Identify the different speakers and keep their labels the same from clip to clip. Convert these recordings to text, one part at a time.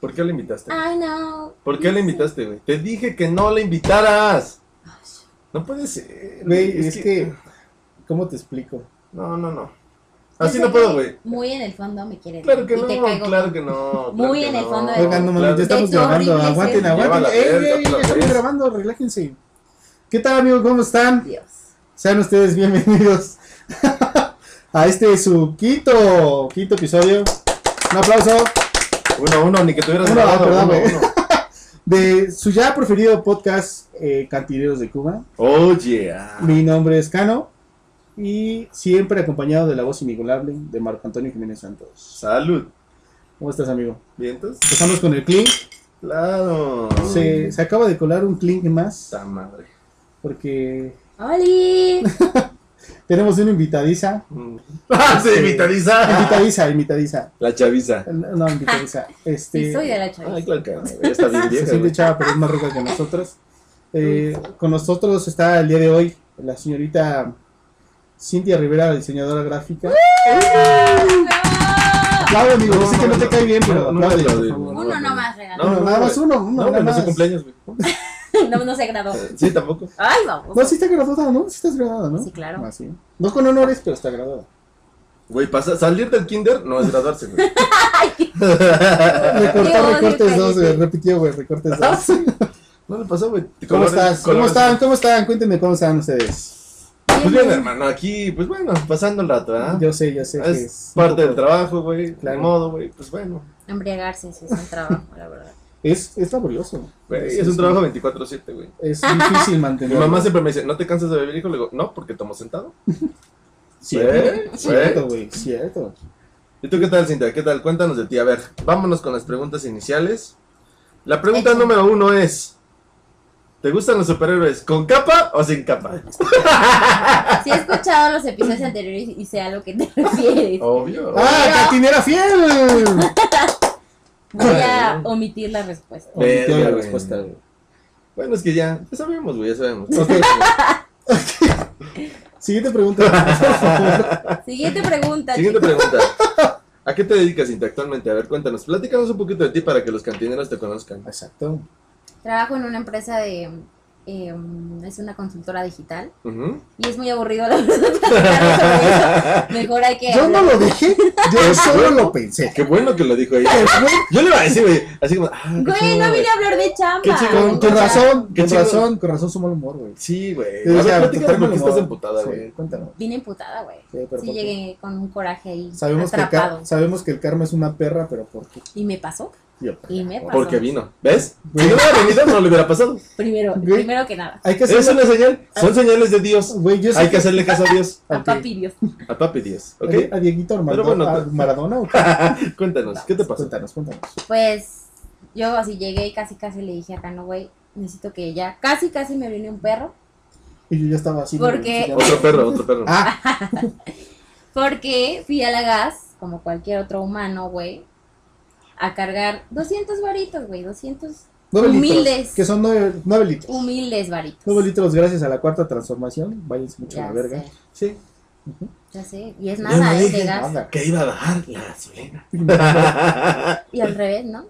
Speaker 1: ¿Por qué la invitaste?
Speaker 2: I know.
Speaker 1: ¿Por qué la invitaste, güey? Te dije que no la invitaras. No puede ser.
Speaker 3: Güey, es, que... ¿Cómo te explico?
Speaker 1: No, no, no. Así no puedo, güey.
Speaker 2: Muy en el fondo me quieres.
Speaker 1: Claro que
Speaker 2: y
Speaker 1: no,
Speaker 2: te caigo.
Speaker 1: claro que no.
Speaker 2: Muy
Speaker 1: claro
Speaker 2: en
Speaker 1: que
Speaker 2: el fondo de-
Speaker 3: Oigan, no mames,
Speaker 1: Claro. eh.
Speaker 3: ya estamos
Speaker 2: Es horrible
Speaker 3: grabando.
Speaker 2: ese.
Speaker 3: Aguanten,
Speaker 1: Lleva la
Speaker 3: aguanten. ¡Ey,
Speaker 1: verga,
Speaker 3: ey,
Speaker 1: otra
Speaker 3: estamos
Speaker 1: vez.
Speaker 3: grabando, relájense. ¿Qué tal, amigos? ¿Cómo están?
Speaker 2: Dios.
Speaker 3: Sean ustedes bienvenidos a este su quinto, quinto episodio. Un aplauso
Speaker 1: Uno, uno, ni que tuvieras
Speaker 3: Uno,
Speaker 1: grabado.
Speaker 3: perdón,
Speaker 1: uno,
Speaker 3: güey.
Speaker 1: uno.
Speaker 3: de su ya preferido podcast, eh, Cantineros de Cuba.
Speaker 1: Oh, yeah.
Speaker 3: Mi nombre es Cano y siempre acompañado de la voz inigualable de Marco Antonio Jiménez Santos.
Speaker 1: Salud.
Speaker 3: ¿Cómo estás, amigo?
Speaker 1: ¿Vientos?
Speaker 3: Empezamos con el clink.
Speaker 1: Claro.
Speaker 3: Se, se acaba de colar un clink más
Speaker 1: Esta madre.
Speaker 3: porque
Speaker 2: ¡Oli!
Speaker 3: tenemos una invitadiza.
Speaker 1: Ah, se
Speaker 3: Este,
Speaker 1: invitadiza.
Speaker 3: Invitadiza, invitadiza.
Speaker 1: La chaviza.
Speaker 3: No, invitadiza. Este,
Speaker 2: Ah, Sí, soy de la
Speaker 1: Ay,
Speaker 2: chaviza.
Speaker 1: claro que no, güey, ya está bien
Speaker 3: Se
Speaker 1: vieja,
Speaker 3: siente
Speaker 1: güey.
Speaker 3: chava, pero es más rica que nosotros. Eh, con nosotros está el día de hoy la señorita Cintia Rivera, diseñadora gráfica. Aplaude, amigo.
Speaker 1: No,
Speaker 3: yo sé que
Speaker 1: no,
Speaker 3: no te
Speaker 1: no,
Speaker 3: cae bien, pero
Speaker 1: no, no,
Speaker 3: aplaude,
Speaker 1: no,
Speaker 3: por
Speaker 1: no,
Speaker 3: favor.
Speaker 1: no.
Speaker 2: Uno no más regalo.
Speaker 3: Uno,
Speaker 1: No,
Speaker 3: nada
Speaker 1: güey.
Speaker 3: más uno, uno,
Speaker 1: No,
Speaker 3: nada
Speaker 1: pero no es
Speaker 3: más.
Speaker 1: su cumpleaños, güey.
Speaker 2: No, no se graduó.
Speaker 1: Sí, tampoco.
Speaker 2: Ay, vamos.
Speaker 3: No, sí está graduada, ¿no? Sí estás graduada, ¿no?
Speaker 2: Sí, claro.
Speaker 3: Ah, sí. No con honores, pero está graduada.
Speaker 1: Güey, pasa- salir del kinder no es graduarse, güey.
Speaker 2: Qué
Speaker 3: Recortó
Speaker 2: odio,
Speaker 3: recortes dos, güey.
Speaker 2: cállate.
Speaker 3: Repitió, güey, recortes dos.
Speaker 1: No le pasó, güey.
Speaker 3: ¿Cómo
Speaker 1: Colores-
Speaker 3: estás? ¿Cómo
Speaker 1: colores-
Speaker 3: están? ¿Cómo están? Cuéntenme cómo están ustedes.
Speaker 1: Pues bien, hermano, aquí, pues bueno, pasando el rato, ¿ah?
Speaker 3: Yo sé, yo sé. que
Speaker 1: Es
Speaker 3: es un
Speaker 1: parte del
Speaker 3: poco-
Speaker 1: trabajo, güey. De
Speaker 3: Claro.
Speaker 1: modo, güey. Pues bueno.
Speaker 2: Embriagarse sí es un trabajo, la verdad.
Speaker 3: Es, es laborioso.
Speaker 1: Güey, es un trabajo 24-7, güey.
Speaker 3: Es difícil
Speaker 1: Mi
Speaker 3: mantenerlo.
Speaker 1: mamá siempre me dice, ¿no te cansas de beber, hijo? Le digo, no, porque tomo sentado.
Speaker 3: Cierto,
Speaker 1: ¿Eh?
Speaker 3: cierto, güey, cierto.
Speaker 1: ¿Y tú qué tal, Cintia? ¿Qué tal? Cuéntanos de ti. A ver, vámonos con las preguntas iniciales. La pregunta
Speaker 2: Échale.
Speaker 1: número uno es, ¿te gustan los superhéroes con capa o sin capa?
Speaker 2: Si he escuchado los episodios anteriores y sé a lo que te refieres,
Speaker 1: Obvio.
Speaker 3: ¡Ah, cantinera fiel!
Speaker 2: voy a omitir la respuesta.
Speaker 3: Omitió
Speaker 1: Verga,
Speaker 3: la
Speaker 1: güey.
Speaker 3: respuesta, güey.
Speaker 1: Bueno, es que ya, ya sabemos, güey, ya sabemos.
Speaker 3: Ok. Siguiente pregunta.
Speaker 2: Siguiente pregunta.
Speaker 1: Siguiente
Speaker 2: chicos.
Speaker 1: pregunta. ¿A qué te dedicas, Cintia, actualmente? A ver, cuéntanos, platícanos un poquito de ti para que los cantineros te conozcan.
Speaker 3: Exacto.
Speaker 2: Trabajo en una empresa de. em, es una consultora digital
Speaker 1: Ujú.
Speaker 2: y es muy aburrido la verdad platicar sobre eso. Mejor hay que.
Speaker 3: Yo no
Speaker 2: hablar.
Speaker 3: lo dije,
Speaker 1: Pues,
Speaker 3: yo solo lo pensé.
Speaker 1: Qué bueno que lo dijo ella. Yo le iba a decir, güey, así como, ah, qué
Speaker 2: Güey,
Speaker 1: chido,
Speaker 2: no vine a hablar de chamba.
Speaker 1: Qué chido,
Speaker 3: Con, con
Speaker 2: O sea,
Speaker 3: razón,
Speaker 1: Qué
Speaker 3: con
Speaker 1: chido.
Speaker 3: razón, con razón su mal humor, güey.
Speaker 1: Sí, güey.
Speaker 3: Yo
Speaker 1: A
Speaker 3: decía,
Speaker 1: ver, platícame
Speaker 3: total mal
Speaker 1: por qué estás
Speaker 3: humor.
Speaker 1: emputada, güey.
Speaker 3: Sí, cuéntame.
Speaker 2: Vine emputada, güey.
Speaker 3: Sí,
Speaker 2: Sí
Speaker 3: pero ¿por qué?
Speaker 2: llegué con un coraje ahí.
Speaker 3: Sabemos que, el
Speaker 2: atrapado.
Speaker 3: car- sabemos que el karma es una perra, pero ¿por qué?
Speaker 2: Y me pasó.
Speaker 3: Yo-
Speaker 2: Y me pasó.
Speaker 1: Porque vino. ¿Ves? Si
Speaker 3: Güey.
Speaker 1: no hubiera venido, no le hubiera pasado.
Speaker 2: Primero,
Speaker 3: Güey.
Speaker 2: primero que nada.
Speaker 3: Hay que hacer
Speaker 1: Es una señal. Son señales de Dios.
Speaker 3: Güey, yo sé
Speaker 1: Hay que hacerle caso a Dios.
Speaker 2: A
Speaker 3: Ok.
Speaker 2: papi Dios.
Speaker 1: A papi Dios.
Speaker 3: ¿A-
Speaker 1: ¿Ok?
Speaker 3: ¿A Dieguito Armando,
Speaker 1: Pero bueno,
Speaker 3: a
Speaker 1: tú-
Speaker 3: Maradona o qué?
Speaker 1: Cuéntanos, ¿qué te pasó?
Speaker 3: Cuéntanos, cuéntanos.
Speaker 2: Pues yo así llegué y casi casi le dije acá, no, güey, necesito que ella. Casi casi me viene un perro.
Speaker 3: Y yo ya estaba así.
Speaker 2: Porque-
Speaker 3: güey, así, ya-
Speaker 1: Otro perro, otro perro.
Speaker 3: Ah,
Speaker 2: Porque fui a la gas, como cualquier otro humano, güey, a cargar 200 varitos, güey, 200
Speaker 3: nueve
Speaker 2: Humildes.
Speaker 3: litros. Que son nueve, nueve litros.
Speaker 2: humildes varitos.
Speaker 3: Nueve litros gracias a la cuarta transformación. Váyanse mucho a
Speaker 2: ya
Speaker 3: la verga.
Speaker 2: sé,
Speaker 1: Sí.
Speaker 2: ya sé. Y es
Speaker 3: Yo
Speaker 2: nada,
Speaker 3: no
Speaker 2: es
Speaker 3: dije
Speaker 2: de gas.
Speaker 3: nada.
Speaker 1: Que iba a bajar la gasolina.
Speaker 2: Y al revés, ¿no?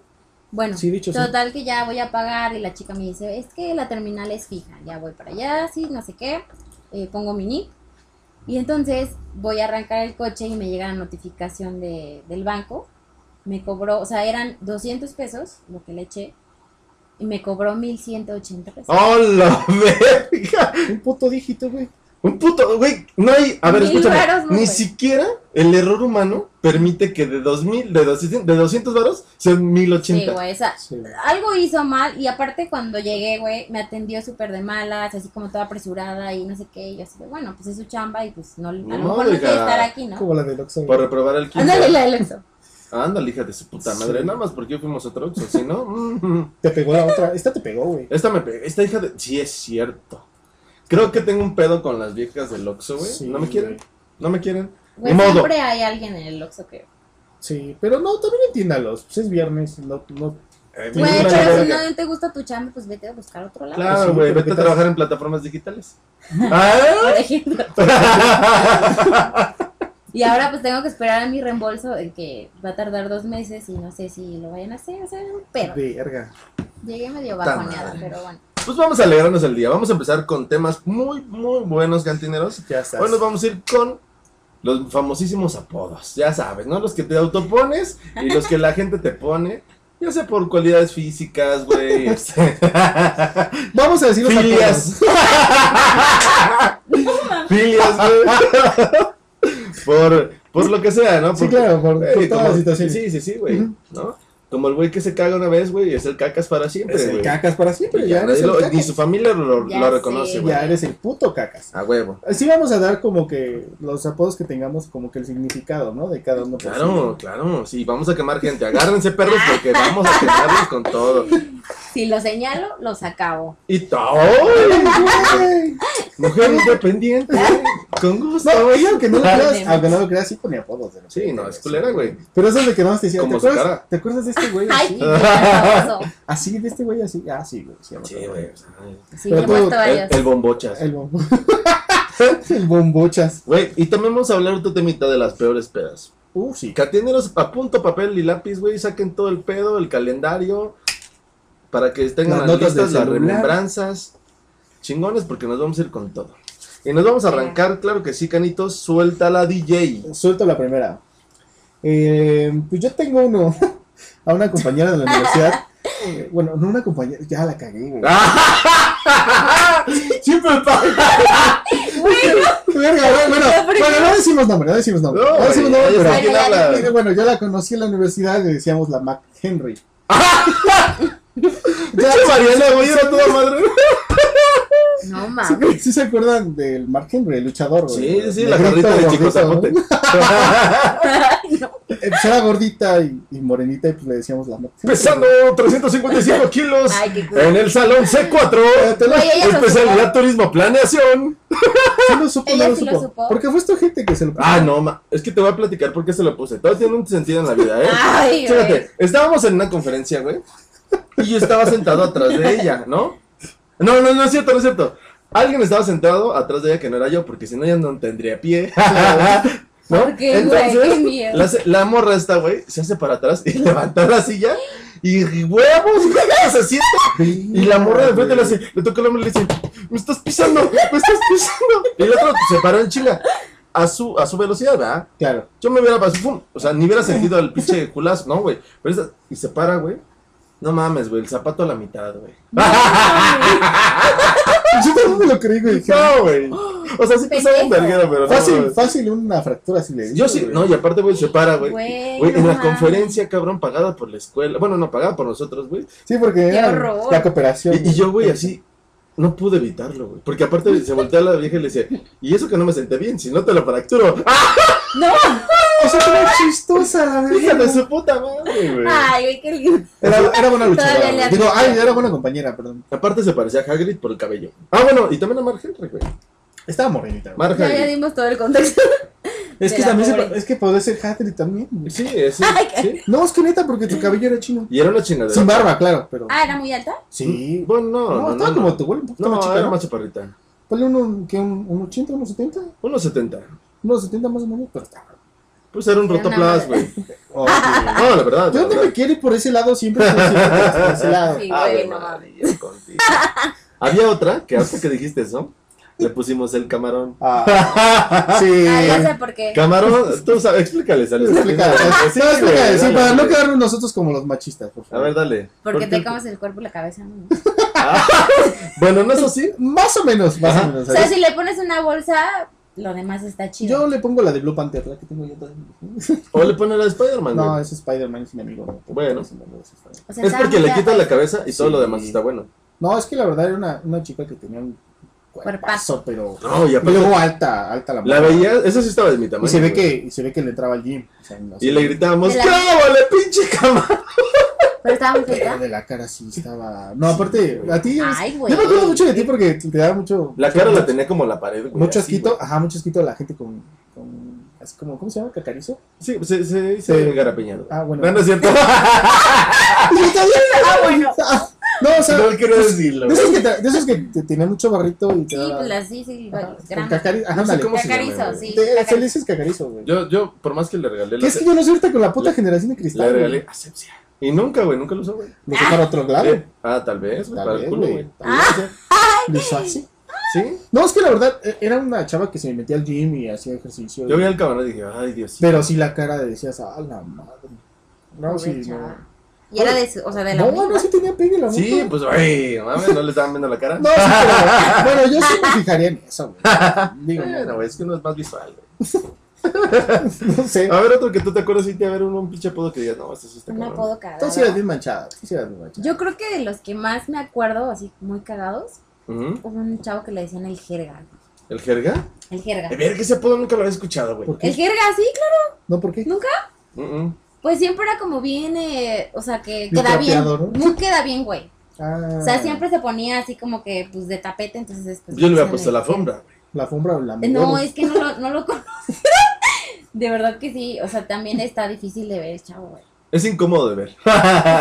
Speaker 2: Bueno,
Speaker 3: Sí, dicho sí.
Speaker 2: total que ya voy a pagar y la chica me dice, es que la terminal es fija, ya voy para allá, sí, no sé qué, eh, pongo mi NIP y entonces voy a arrancar el coche y me llega la notificación de, del banco, me cobró, o sea, eran 200 pesos lo que le eché y me cobró 1180 pesos.
Speaker 1: ¡Hola, verga!
Speaker 3: Un puto dígito, güey.
Speaker 1: Un puto, güey, no hay, a ver,
Speaker 2: Mil
Speaker 1: escúchame,
Speaker 2: varos, no,
Speaker 1: ni
Speaker 2: güey.
Speaker 1: siquiera el error humano permite que de 2000, de 200, de 200 varos sean
Speaker 2: Sí,
Speaker 1: 1080.
Speaker 2: güey, o sea,
Speaker 3: Sí.
Speaker 2: algo hizo mal y aparte cuando llegué, güey, me atendió súper de malas, así como toda apresurada y no sé qué, y yo así de, bueno, pues es su chamba y pues no, a lo
Speaker 1: No,
Speaker 2: mejor no
Speaker 1: oiga.
Speaker 2: quiere estar aquí, ¿no?
Speaker 3: Como la del Oxxo.
Speaker 1: Por
Speaker 3: güey.
Speaker 1: reprobar el kinder.
Speaker 2: Ándale, la del Oxxo.
Speaker 1: Ándale, hija de su puta madre.
Speaker 3: Sí.
Speaker 1: Nada más porque fuimos a otro Oxxo, si no. mm,
Speaker 3: Te pegó la otra. Esta te pegó, güey.
Speaker 1: Esta me pe- Esta hija de. Sí, es cierto. Creo que tengo un pedo con las viejas del Oxxo, güey.
Speaker 3: Sí,
Speaker 1: no me quieren.
Speaker 3: güey.
Speaker 1: No me quieren.
Speaker 2: Güey,
Speaker 1: Ni modo.
Speaker 2: Pues siempre hay alguien en el Oxxo que.
Speaker 3: Sí, pero no, también entiéndalos. Pues es viernes. No, no.
Speaker 1: Eh,
Speaker 3: Sí,
Speaker 2: Güey,
Speaker 1: me
Speaker 3: vale,
Speaker 2: pero si
Speaker 1: verga.
Speaker 2: no te gusta tu chamba, pues vete a buscar otro lado.
Speaker 3: Pues sí,
Speaker 1: Claro, güey.
Speaker 3: pero
Speaker 1: Vete
Speaker 3: ¿qué
Speaker 1: a
Speaker 3: tal?
Speaker 1: trabajar en plataformas digitales. ¡Ah!
Speaker 2: Por ejemplo. Y ahora pues tengo que esperar a mi reembolso, eh, que va a tardar dos meses y no sé si lo vayan a hacer, o sea, pero
Speaker 3: Verga.
Speaker 2: llegué medio
Speaker 1: Ta
Speaker 2: bajoneada,
Speaker 1: madre.
Speaker 2: pero bueno.
Speaker 1: Pues vamos a alegrarnos el día. Vamos a empezar con temas muy, muy buenos, cantineros.
Speaker 3: Ya estás.
Speaker 1: Hoy nos vamos a ir con los famosísimos apodos. Ya sabes, ¿no? Los que te autopones y los que la gente te pone. Ya sea por cualidades físicas, güey. este,
Speaker 3: Vamos a decir los apodos.
Speaker 1: Filias. Filias, güey. Por, por lo que sea, ¿no?
Speaker 3: Sí,
Speaker 1: Porque-
Speaker 3: claro, por, por
Speaker 1: Güey,
Speaker 3: todas
Speaker 1: como-
Speaker 3: las situaciones.
Speaker 1: Sí, sí, sí, güey.
Speaker 3: Ujú.
Speaker 1: ¿No? Como el güey que se caga una vez, güey, es el cacas para siempre,
Speaker 3: Es el
Speaker 1: güey.
Speaker 3: cacas para siempre. Ya,
Speaker 1: Ya
Speaker 3: eres
Speaker 1: nadie
Speaker 3: el
Speaker 1: lo-
Speaker 3: cacas.
Speaker 1: ni su familia lo,
Speaker 2: Ya
Speaker 1: lo
Speaker 2: sé.
Speaker 1: reconoce, güey.
Speaker 3: ya eres el puto cacas.
Speaker 1: A huevo.
Speaker 3: Así vamos a dar como que los apodos que tengamos, como que el significado, ¿no? De cada uno. por
Speaker 1: Claro, claro. Sí, vamos a quemar gente. Agárrense, perros, porque vamos a quemarlos con todo.
Speaker 2: Si lo señalo, los acabo.
Speaker 1: Y todo.
Speaker 3: sí. Güey.
Speaker 1: Mujer independiente. Con gusto.
Speaker 3: No, y aunque no lo creas,
Speaker 2: Tenemos.
Speaker 3: aunque no lo creas, sí ponía apodos. de repente,
Speaker 1: Sí, no, es culera, güey.
Speaker 3: Pero eso es de que no te decía, ¿te
Speaker 1: Como su
Speaker 3: acuerdas,
Speaker 1: cara.
Speaker 3: ¿te acuerdas de este güey
Speaker 2: Ay,
Speaker 3: así?
Speaker 2: qué famoso.
Speaker 3: Así, de este güey así. Ah, sí, güey. Sí, me
Speaker 1: Sí,
Speaker 3: acuerdo.
Speaker 1: güey. o sea,
Speaker 2: Sí,
Speaker 3: Pero
Speaker 2: yo he
Speaker 3: tú,
Speaker 2: puesto
Speaker 1: El,
Speaker 2: varios.
Speaker 1: el bombochas.
Speaker 3: El, bombo... el bombochas.
Speaker 1: Güey, y también vamos a hablar otro temita de las peores pedas.
Speaker 3: Uh, sí.
Speaker 1: Catineros, apunta papel y lápiz, güey, saquen todo el pedo, el calendario, para que tengan
Speaker 3: Las
Speaker 1: las
Speaker 3: notas
Speaker 1: listas,
Speaker 3: del
Speaker 1: las
Speaker 3: celular.
Speaker 1: remembranzas, chingones, porque nos vamos a ir con todo. Y nos vamos a arrancar, claro que sí, canitos, suelta la DJ.
Speaker 3: Suelto la primera. Eh, pues yo tengo uno. A una compañera de la universidad. Eh, Bueno, no una compañera. Ya la cagué, güey.
Speaker 1: Siempre
Speaker 3: Verga, güey, bueno,
Speaker 2: La primera.
Speaker 3: bueno, no decimos nombre, no decimos nombre.
Speaker 1: No,
Speaker 3: No, decimos nombre,
Speaker 1: güey,
Speaker 3: pero.
Speaker 1: ¿de quién
Speaker 2: Ay, ay,
Speaker 1: hablas?
Speaker 3: Eh, Bueno, yo la conocí en la universidad y le decíamos la Mac Henry.
Speaker 1: De hecho, Mariana, güey, era toda madre.
Speaker 2: No
Speaker 3: Sí,
Speaker 2: mames.
Speaker 3: güey, sí se acuerdan del Mark Henry, el luchador,
Speaker 1: Sí,
Speaker 3: güey.
Speaker 1: Ah. sí, sí, la
Speaker 3: Negrito,
Speaker 1: carrita de Chico
Speaker 3: gordito,
Speaker 1: Zapote.
Speaker 3: ¿no?
Speaker 2: No.
Speaker 3: Eh, pues era gordita y, y morenita y pues le decíamos la Mac Henry.
Speaker 1: Pesando 355 kilos
Speaker 2: Ay, qué cool.
Speaker 1: en el salón C4,
Speaker 2: Güey, ella lo
Speaker 1: especialidad turismo planeación.
Speaker 3: Sí lo supo,
Speaker 2: Ella
Speaker 3: no lo
Speaker 2: sí lo
Speaker 3: supo.
Speaker 2: supo.
Speaker 3: Porque fue esta gente que se lo puso.
Speaker 1: Ah, no, ma- es que te voy a platicar por qué se lo puse. Todo tiene un sentido en la vida, ¿eh?
Speaker 2: Ay, güey.
Speaker 1: Fíjate, estábamos en una conferencia, güey. Y yo estaba sentado atrás de ella, ¿no? No, no, no es cierto, no es cierto. Alguien estaba sentado atrás de ella que no era yo, porque si no ya no tendría pie. ¿No?
Speaker 2: ¿Por qué, güey? Qué miedo.
Speaker 1: la, se- la morra esta, güey, se hace para atrás y levanta la silla y huevos, güey, se sienta. Y la morra de frente le hace, le toca el hombro y le dice, me estás pisando, me estás pisando. Y el otro se paró en chinga. A su, a su velocidad, ¿verdad?
Speaker 3: Claro.
Speaker 1: Yo me hubiera pasado, ¡pum! O sea, ni hubiera sentido el pinche culazo, ¿no, güey? Pero esa- y se para, güey. No mames, güey, el zapato a la mitad, güey. Ah,
Speaker 3: Yo también me lo creí, güey. dije,
Speaker 1: No, güey. O sea, sí te sabe un
Speaker 2: Pendejo.
Speaker 1: verguero, pero no.
Speaker 3: Fácil,
Speaker 1: güey.
Speaker 3: fácil una fractura si le
Speaker 1: Yo sí,
Speaker 3: güey.
Speaker 1: no, y aparte, güey, se para, güey.
Speaker 2: Güey,
Speaker 1: Güey, en
Speaker 2: no
Speaker 1: la
Speaker 2: mames.
Speaker 1: conferencia, cabrón, pagada por la escuela. Bueno, no, pagada por nosotros, güey.
Speaker 3: Sí, porque
Speaker 2: Qué
Speaker 3: era
Speaker 2: horror.
Speaker 3: la cooperación.
Speaker 1: Y, y yo, güey, así, no pude evitarlo, güey. Porque aparte se voltea la vieja y le dice, y eso que no me senté bien, si no te lo fracturo. ¡Ah,
Speaker 2: No.
Speaker 3: O sea, era chistosa, la
Speaker 1: hija de
Speaker 3: verdad.
Speaker 1: su puta madre, güey!
Speaker 2: Ay, güey, qué lindo.
Speaker 3: Era, era buena luchadora.
Speaker 2: Todavía le
Speaker 3: güey. Digo,
Speaker 2: aplica.
Speaker 3: ay, era buena compañera, perdón.
Speaker 1: Aparte se parecía a Hagrid por el cabello. Ah, bueno, y también a Mark Henry, güey.
Speaker 3: Estaba morenita. güey.
Speaker 1: Mark
Speaker 2: Ya, ya
Speaker 1: Henry.
Speaker 2: dimos todo el contexto.
Speaker 3: Es que
Speaker 2: de la
Speaker 3: también se
Speaker 2: pobre.
Speaker 3: pa- es que podía ser Hattie también. güey.
Speaker 1: Sí, es, sí,
Speaker 2: Ay, qué-
Speaker 1: sí.
Speaker 3: No, es que neta, porque tu cabello era chino.
Speaker 1: Y era una chingadera.
Speaker 3: Sin barba, claro, pero.
Speaker 2: Ah, ¿era muy alta?
Speaker 3: Sí.
Speaker 1: Bueno, no.
Speaker 3: No,
Speaker 1: No,
Speaker 3: estaba
Speaker 1: no,
Speaker 3: como
Speaker 1: no.
Speaker 3: tu güey, un poquito
Speaker 1: No,
Speaker 3: más chica.
Speaker 1: era
Speaker 3: ¿no?
Speaker 1: más chaparrita.
Speaker 3: Ponle uno, que un, un 80, unos 70,
Speaker 1: 1.70.
Speaker 3: unos 70 más o menos, pero está.
Speaker 1: Pues era un
Speaker 2: Era una
Speaker 1: rotoplas,
Speaker 2: madre.
Speaker 1: güey.
Speaker 3: Oye,
Speaker 1: No, la verdad.
Speaker 3: Yo
Speaker 1: la
Speaker 3: no
Speaker 1: verdad. Ah,
Speaker 3: me quiere por ese lado siempre. estoy siempre por ese lado.
Speaker 2: Sí,
Speaker 1: Ave
Speaker 2: güey, no mames.
Speaker 1: María, contigo. Había otra que hasta que dijiste eso, le pusimos el camarón.
Speaker 3: Ah,
Speaker 2: Ah,
Speaker 1: Eh,
Speaker 2: ya sé
Speaker 3: sí.
Speaker 2: por qué.
Speaker 1: Camarón, tú sabes, explícales. Alex.
Speaker 3: Explica,
Speaker 1: Sí,
Speaker 3: sí,
Speaker 1: güey,
Speaker 3: explica, sí,
Speaker 1: dale,
Speaker 3: para no
Speaker 1: dale.
Speaker 3: quedarnos nosotros como los machistas, por
Speaker 1: A
Speaker 3: favor.
Speaker 1: ver, dale.
Speaker 2: Porque
Speaker 1: ¿Por qué?
Speaker 2: te comes el cuerpo y la cabeza. ¿no?
Speaker 1: Ah, bueno, no eso sí.
Speaker 3: Más o menos, más
Speaker 1: Ajá.
Speaker 3: o menos.
Speaker 2: O sea, si le pones una bolsa, lo demás está
Speaker 3: Yo
Speaker 2: chido.
Speaker 3: le pongo la de Blue Panther, la que tengo yo todavía.
Speaker 1: O le ponen a Spider-Man.
Speaker 3: No,
Speaker 1: güey.
Speaker 3: es Spider-Man, es mi amigo.
Speaker 1: Bueno.
Speaker 3: Es mi amigo, es Spider-Man.
Speaker 2: O sea,
Speaker 1: es
Speaker 2: estaba
Speaker 1: porque le
Speaker 2: muy
Speaker 1: quitas la
Speaker 2: alta.
Speaker 1: cabeza y todo
Speaker 3: Sí.
Speaker 1: lo demás está bueno.
Speaker 3: No, es que la verdad era una, una chica que tenía un cuerpazo, pero.
Speaker 1: No, y
Speaker 3: Y
Speaker 1: aparte,
Speaker 3: luego alta, alta la
Speaker 1: la
Speaker 3: mano.
Speaker 1: veía, esa sí estaba de mi tamaño.
Speaker 3: Y se ve
Speaker 1: güey.
Speaker 3: que, y se ve que le entraba al gym. O sea, no sé.
Speaker 1: Y le gritábamos,
Speaker 2: De la-
Speaker 1: ¡Cábale, pinche camarón!
Speaker 2: Pero estaba muy
Speaker 3: Pero
Speaker 2: feita.
Speaker 3: de la cara sí estaba. No, aparte, a ti.
Speaker 2: Ay,
Speaker 3: yo
Speaker 2: güey.
Speaker 3: me acuerdo mucho de ti porque te daba mucho.
Speaker 1: La cara la tenía como la pared, güey.
Speaker 3: Mucho
Speaker 1: así,
Speaker 3: asquito.
Speaker 1: güey.
Speaker 3: Ajá, mucho asquito a la gente con. con así como, ¿Cómo se llama? ¿Cacarizo?
Speaker 1: Sí, se, se dice
Speaker 3: Sí.
Speaker 1: garapiñado.
Speaker 3: Ah, bueno.
Speaker 1: No, no es cierto.
Speaker 2: Ah, bueno.
Speaker 3: Ah, No, o sea,
Speaker 1: No quiero
Speaker 3: pues,
Speaker 1: decirlo.
Speaker 3: de esos que, te- de esos que te tenía mucho barrito y
Speaker 2: Sí,
Speaker 3: te daba-
Speaker 2: pues las sí, sí,
Speaker 3: Ajá,
Speaker 2: varios,
Speaker 3: con
Speaker 2: granos.
Speaker 3: cacari-
Speaker 1: No
Speaker 3: Ajá,
Speaker 1: sé
Speaker 3: ándale.
Speaker 1: cómo se llama,
Speaker 2: Cacarizo,
Speaker 1: güey.
Speaker 2: sí.
Speaker 3: Te-
Speaker 2: cacarizo.
Speaker 3: Se le dices cacarizo, güey.
Speaker 1: Yo, yo, por más que le regalé
Speaker 3: Que
Speaker 1: la,
Speaker 3: es que yo no soy ahorita con la puta
Speaker 1: Le-
Speaker 3: generación de cristal.
Speaker 1: le regalé
Speaker 3: güey.
Speaker 1: asepsia. Y nunca, güey, nunca lo usó, güey.
Speaker 3: Lo sé para otro lado.
Speaker 1: Eh, Ah, tal vez, güey, para
Speaker 3: Tal
Speaker 1: el
Speaker 3: vez,
Speaker 1: culo,
Speaker 3: güey.
Speaker 1: güey.
Speaker 2: Ah.
Speaker 3: Tal vez, o sea, lo hizo así.
Speaker 1: Sí.
Speaker 3: No, es que la verdad, eh, era una chava que se metía al gym y hacía ejercicio.
Speaker 1: Yo vi al cabrón y dije, ay, Dios.
Speaker 3: Pero sí la cara de decías, a la madre. No,
Speaker 2: Pobre
Speaker 3: sí, no.
Speaker 2: chava. Y era de su, o sea, de la
Speaker 3: No,
Speaker 2: misma.
Speaker 3: no, sí tenía pegue la
Speaker 1: Sí,
Speaker 3: moto.
Speaker 1: pues, güey, no mames, no le estaban viendo la cara.
Speaker 3: No, sí, pero, bueno, yo sí me fijaría en eso, güey. Digo,
Speaker 1: Bueno,
Speaker 3: no,
Speaker 1: güey, es que uno es más visual, güey.
Speaker 3: no sé.
Speaker 1: A ver, otro que tú te acuerdas, Cintia, a ver, un, un pinche apodo que digas, no, este sí está
Speaker 2: Un
Speaker 1: cabrón.
Speaker 2: apodo
Speaker 3: Tú sí eras
Speaker 2: cagado.
Speaker 3: bien manchada, tú sí eras bien manchada.
Speaker 2: Yo creo que de los que más me acuerdo, así muy cagados,
Speaker 1: Ujú.
Speaker 2: hubo un chavo que le decían el jerga.
Speaker 1: ¿El jerga?
Speaker 2: El jerga.
Speaker 1: De ver, que ese apodo nunca lo había escuchado, güey.
Speaker 3: ¿Por qué?
Speaker 2: El jerga, sí, claro.
Speaker 3: ¿No por qué?
Speaker 2: No,
Speaker 1: Mm, mm.
Speaker 2: Pues siempre era como bien, eh, o sea, que
Speaker 3: Bien
Speaker 2: queda bien.
Speaker 3: trapeado, ¿no?
Speaker 2: Muy queda bien, güey.
Speaker 3: Ah,
Speaker 2: O sea, siempre se ponía así como que, pues, de tapete, entonces después...
Speaker 1: Yo le
Speaker 2: decían
Speaker 1: había puesto
Speaker 2: el
Speaker 1: la
Speaker 2: jerga.
Speaker 1: alfombra, güey.
Speaker 3: La alfombra o la
Speaker 2: Eh, No,
Speaker 3: huevos.
Speaker 2: es que no lo, no lo conocía. De verdad que sí, o sea, también está difícil de ver, chavo, güey.
Speaker 1: Es incómodo de ver.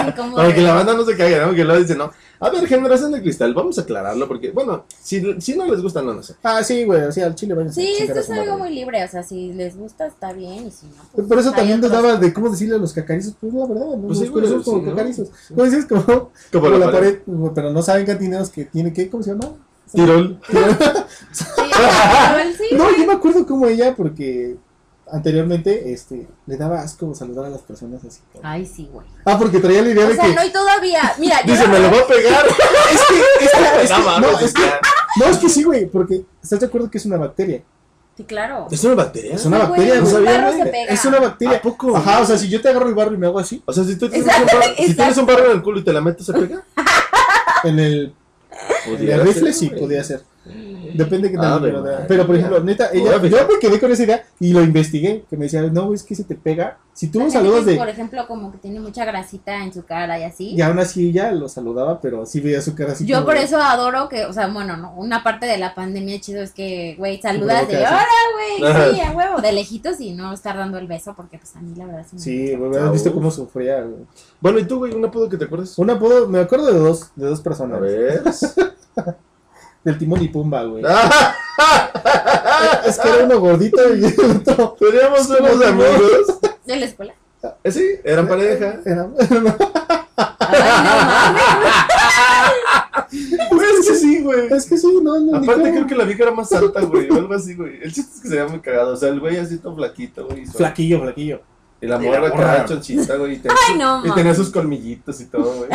Speaker 2: incómodo
Speaker 1: Para
Speaker 2: de
Speaker 1: que la
Speaker 2: ver.
Speaker 1: banda no se caiga, ¿no? Que luego dice, no. A ver, generación de cristal, vamos a aclararlo, porque, bueno, si, si no les gusta, no, no sé.
Speaker 3: Ah, sí, güey, o sea, al chile vayan
Speaker 2: Sí, esto es algo muy libre, o sea, si les gusta está bien y si no... pues,
Speaker 3: Por eso
Speaker 2: hay
Speaker 3: también nos
Speaker 2: otros.
Speaker 3: daba de cómo decirle a los cacarizos, pues la verdad, no
Speaker 1: Pues sí,
Speaker 3: los
Speaker 1: güey,
Speaker 3: conocemos como
Speaker 1: sí, ¿no?
Speaker 3: cacarizos. No dices como,
Speaker 1: Como
Speaker 3: como
Speaker 1: la,
Speaker 3: la
Speaker 1: pared.
Speaker 3: pared, pero no saben cantineros que tiene que, ¿cómo se llama?
Speaker 1: Tirol.
Speaker 2: Sí, igual sí.
Speaker 3: No, yo me acuerdo como ella, porque anteriormente este, le daba asco saludar a las personas así.
Speaker 2: Ay, sí, güey.
Speaker 3: Ah, porque traía la idea
Speaker 2: O
Speaker 3: de
Speaker 2: sea,
Speaker 3: que.
Speaker 2: no, y todavía, mira, yo...
Speaker 1: Dice, me lo va a pegar.
Speaker 3: Es que, es que, es que-
Speaker 1: No, mames,
Speaker 3: no, es que,
Speaker 1: ya.
Speaker 3: no, es que sí, güey, porque estás de acuerdo que es una bacteria.
Speaker 2: Sí, claro.
Speaker 1: ¿Es una bacteria?
Speaker 3: Es una
Speaker 2: Sí, Ah, güey,
Speaker 3: bacteria, no
Speaker 2: un
Speaker 3: sabía,
Speaker 2: barro se
Speaker 3: güey.
Speaker 2: pega.
Speaker 3: Es una bacteria.
Speaker 1: ¿A poco?
Speaker 3: Ajá, o sea, si yo te agarro el barro y me hago así,
Speaker 1: O sea, si tú tienes,
Speaker 2: Exacto,
Speaker 1: un, barro, si
Speaker 2: exacto.
Speaker 1: tienes un barro en el culo y te la metes, ¿se pega?
Speaker 3: en el, en el rifle sí podía ser. Depende que tal.
Speaker 1: Ave
Speaker 3: pero,
Speaker 1: Ah, madre.
Speaker 3: pero, por ejemplo, neta, ella-
Speaker 1: Ave.
Speaker 3: yo me quedé con esa idea y lo investigué. Que me decía, no, güey, es que se te pega. Si tú
Speaker 2: Hay
Speaker 3: lo
Speaker 2: gente
Speaker 3: saludas
Speaker 2: que,
Speaker 3: de.
Speaker 2: Por ejemplo, como que tiene mucha grasita en su cara y así.
Speaker 3: Y aún así ella lo saludaba, pero sí veía su cara así.
Speaker 2: Yo
Speaker 3: como
Speaker 2: por
Speaker 3: de-
Speaker 2: eso adoro que, o sea, bueno, no, una parte de la pandemia chido es que, güey, saludas
Speaker 3: Cubrebocas,
Speaker 2: de,
Speaker 3: ¿no?
Speaker 2: hola, güey,
Speaker 1: Ajá.
Speaker 2: sí, a huevo, de lejitos y no estar dando el beso porque, pues, a mí la verdad sí me
Speaker 3: Sí,
Speaker 2: gusta.
Speaker 3: güey, ¿has visto
Speaker 1: Uf.
Speaker 3: cómo sufría? güey?
Speaker 1: Bueno, ¿y tú, güey? ¿Un apodo que te acuerdas?
Speaker 3: Un apodo, me acuerdo de dos, de dos
Speaker 1: A
Speaker 3: personas.
Speaker 1: ver.
Speaker 3: Del Timón y Pumba, güey.
Speaker 1: Ah,
Speaker 3: Es que era uno gordito y el otro.
Speaker 1: Teníamos unos amigos.
Speaker 2: ¿De la escuela?
Speaker 1: Eh, Sí, eran pareja.
Speaker 3: Era-
Speaker 2: Ay, no mames.
Speaker 1: Güey, es que sí, güey.
Speaker 3: Es que sí, no, no. ni
Speaker 1: Aparte,
Speaker 3: cómo.
Speaker 1: creo que la vieja era más alta, güey, o algo así, güey. El chiste es que se veía muy cagado. O sea, el güey así todo flaquito, güey. y su-
Speaker 3: Flaquillo, flaquillo.
Speaker 1: Y la
Speaker 3: Y la
Speaker 1: morra
Speaker 3: morra.
Speaker 1: acá chonchita, güey. Y tenía,
Speaker 2: Ay, no,
Speaker 1: y
Speaker 2: mames.
Speaker 1: tenía sus colmillitos y todo, güey.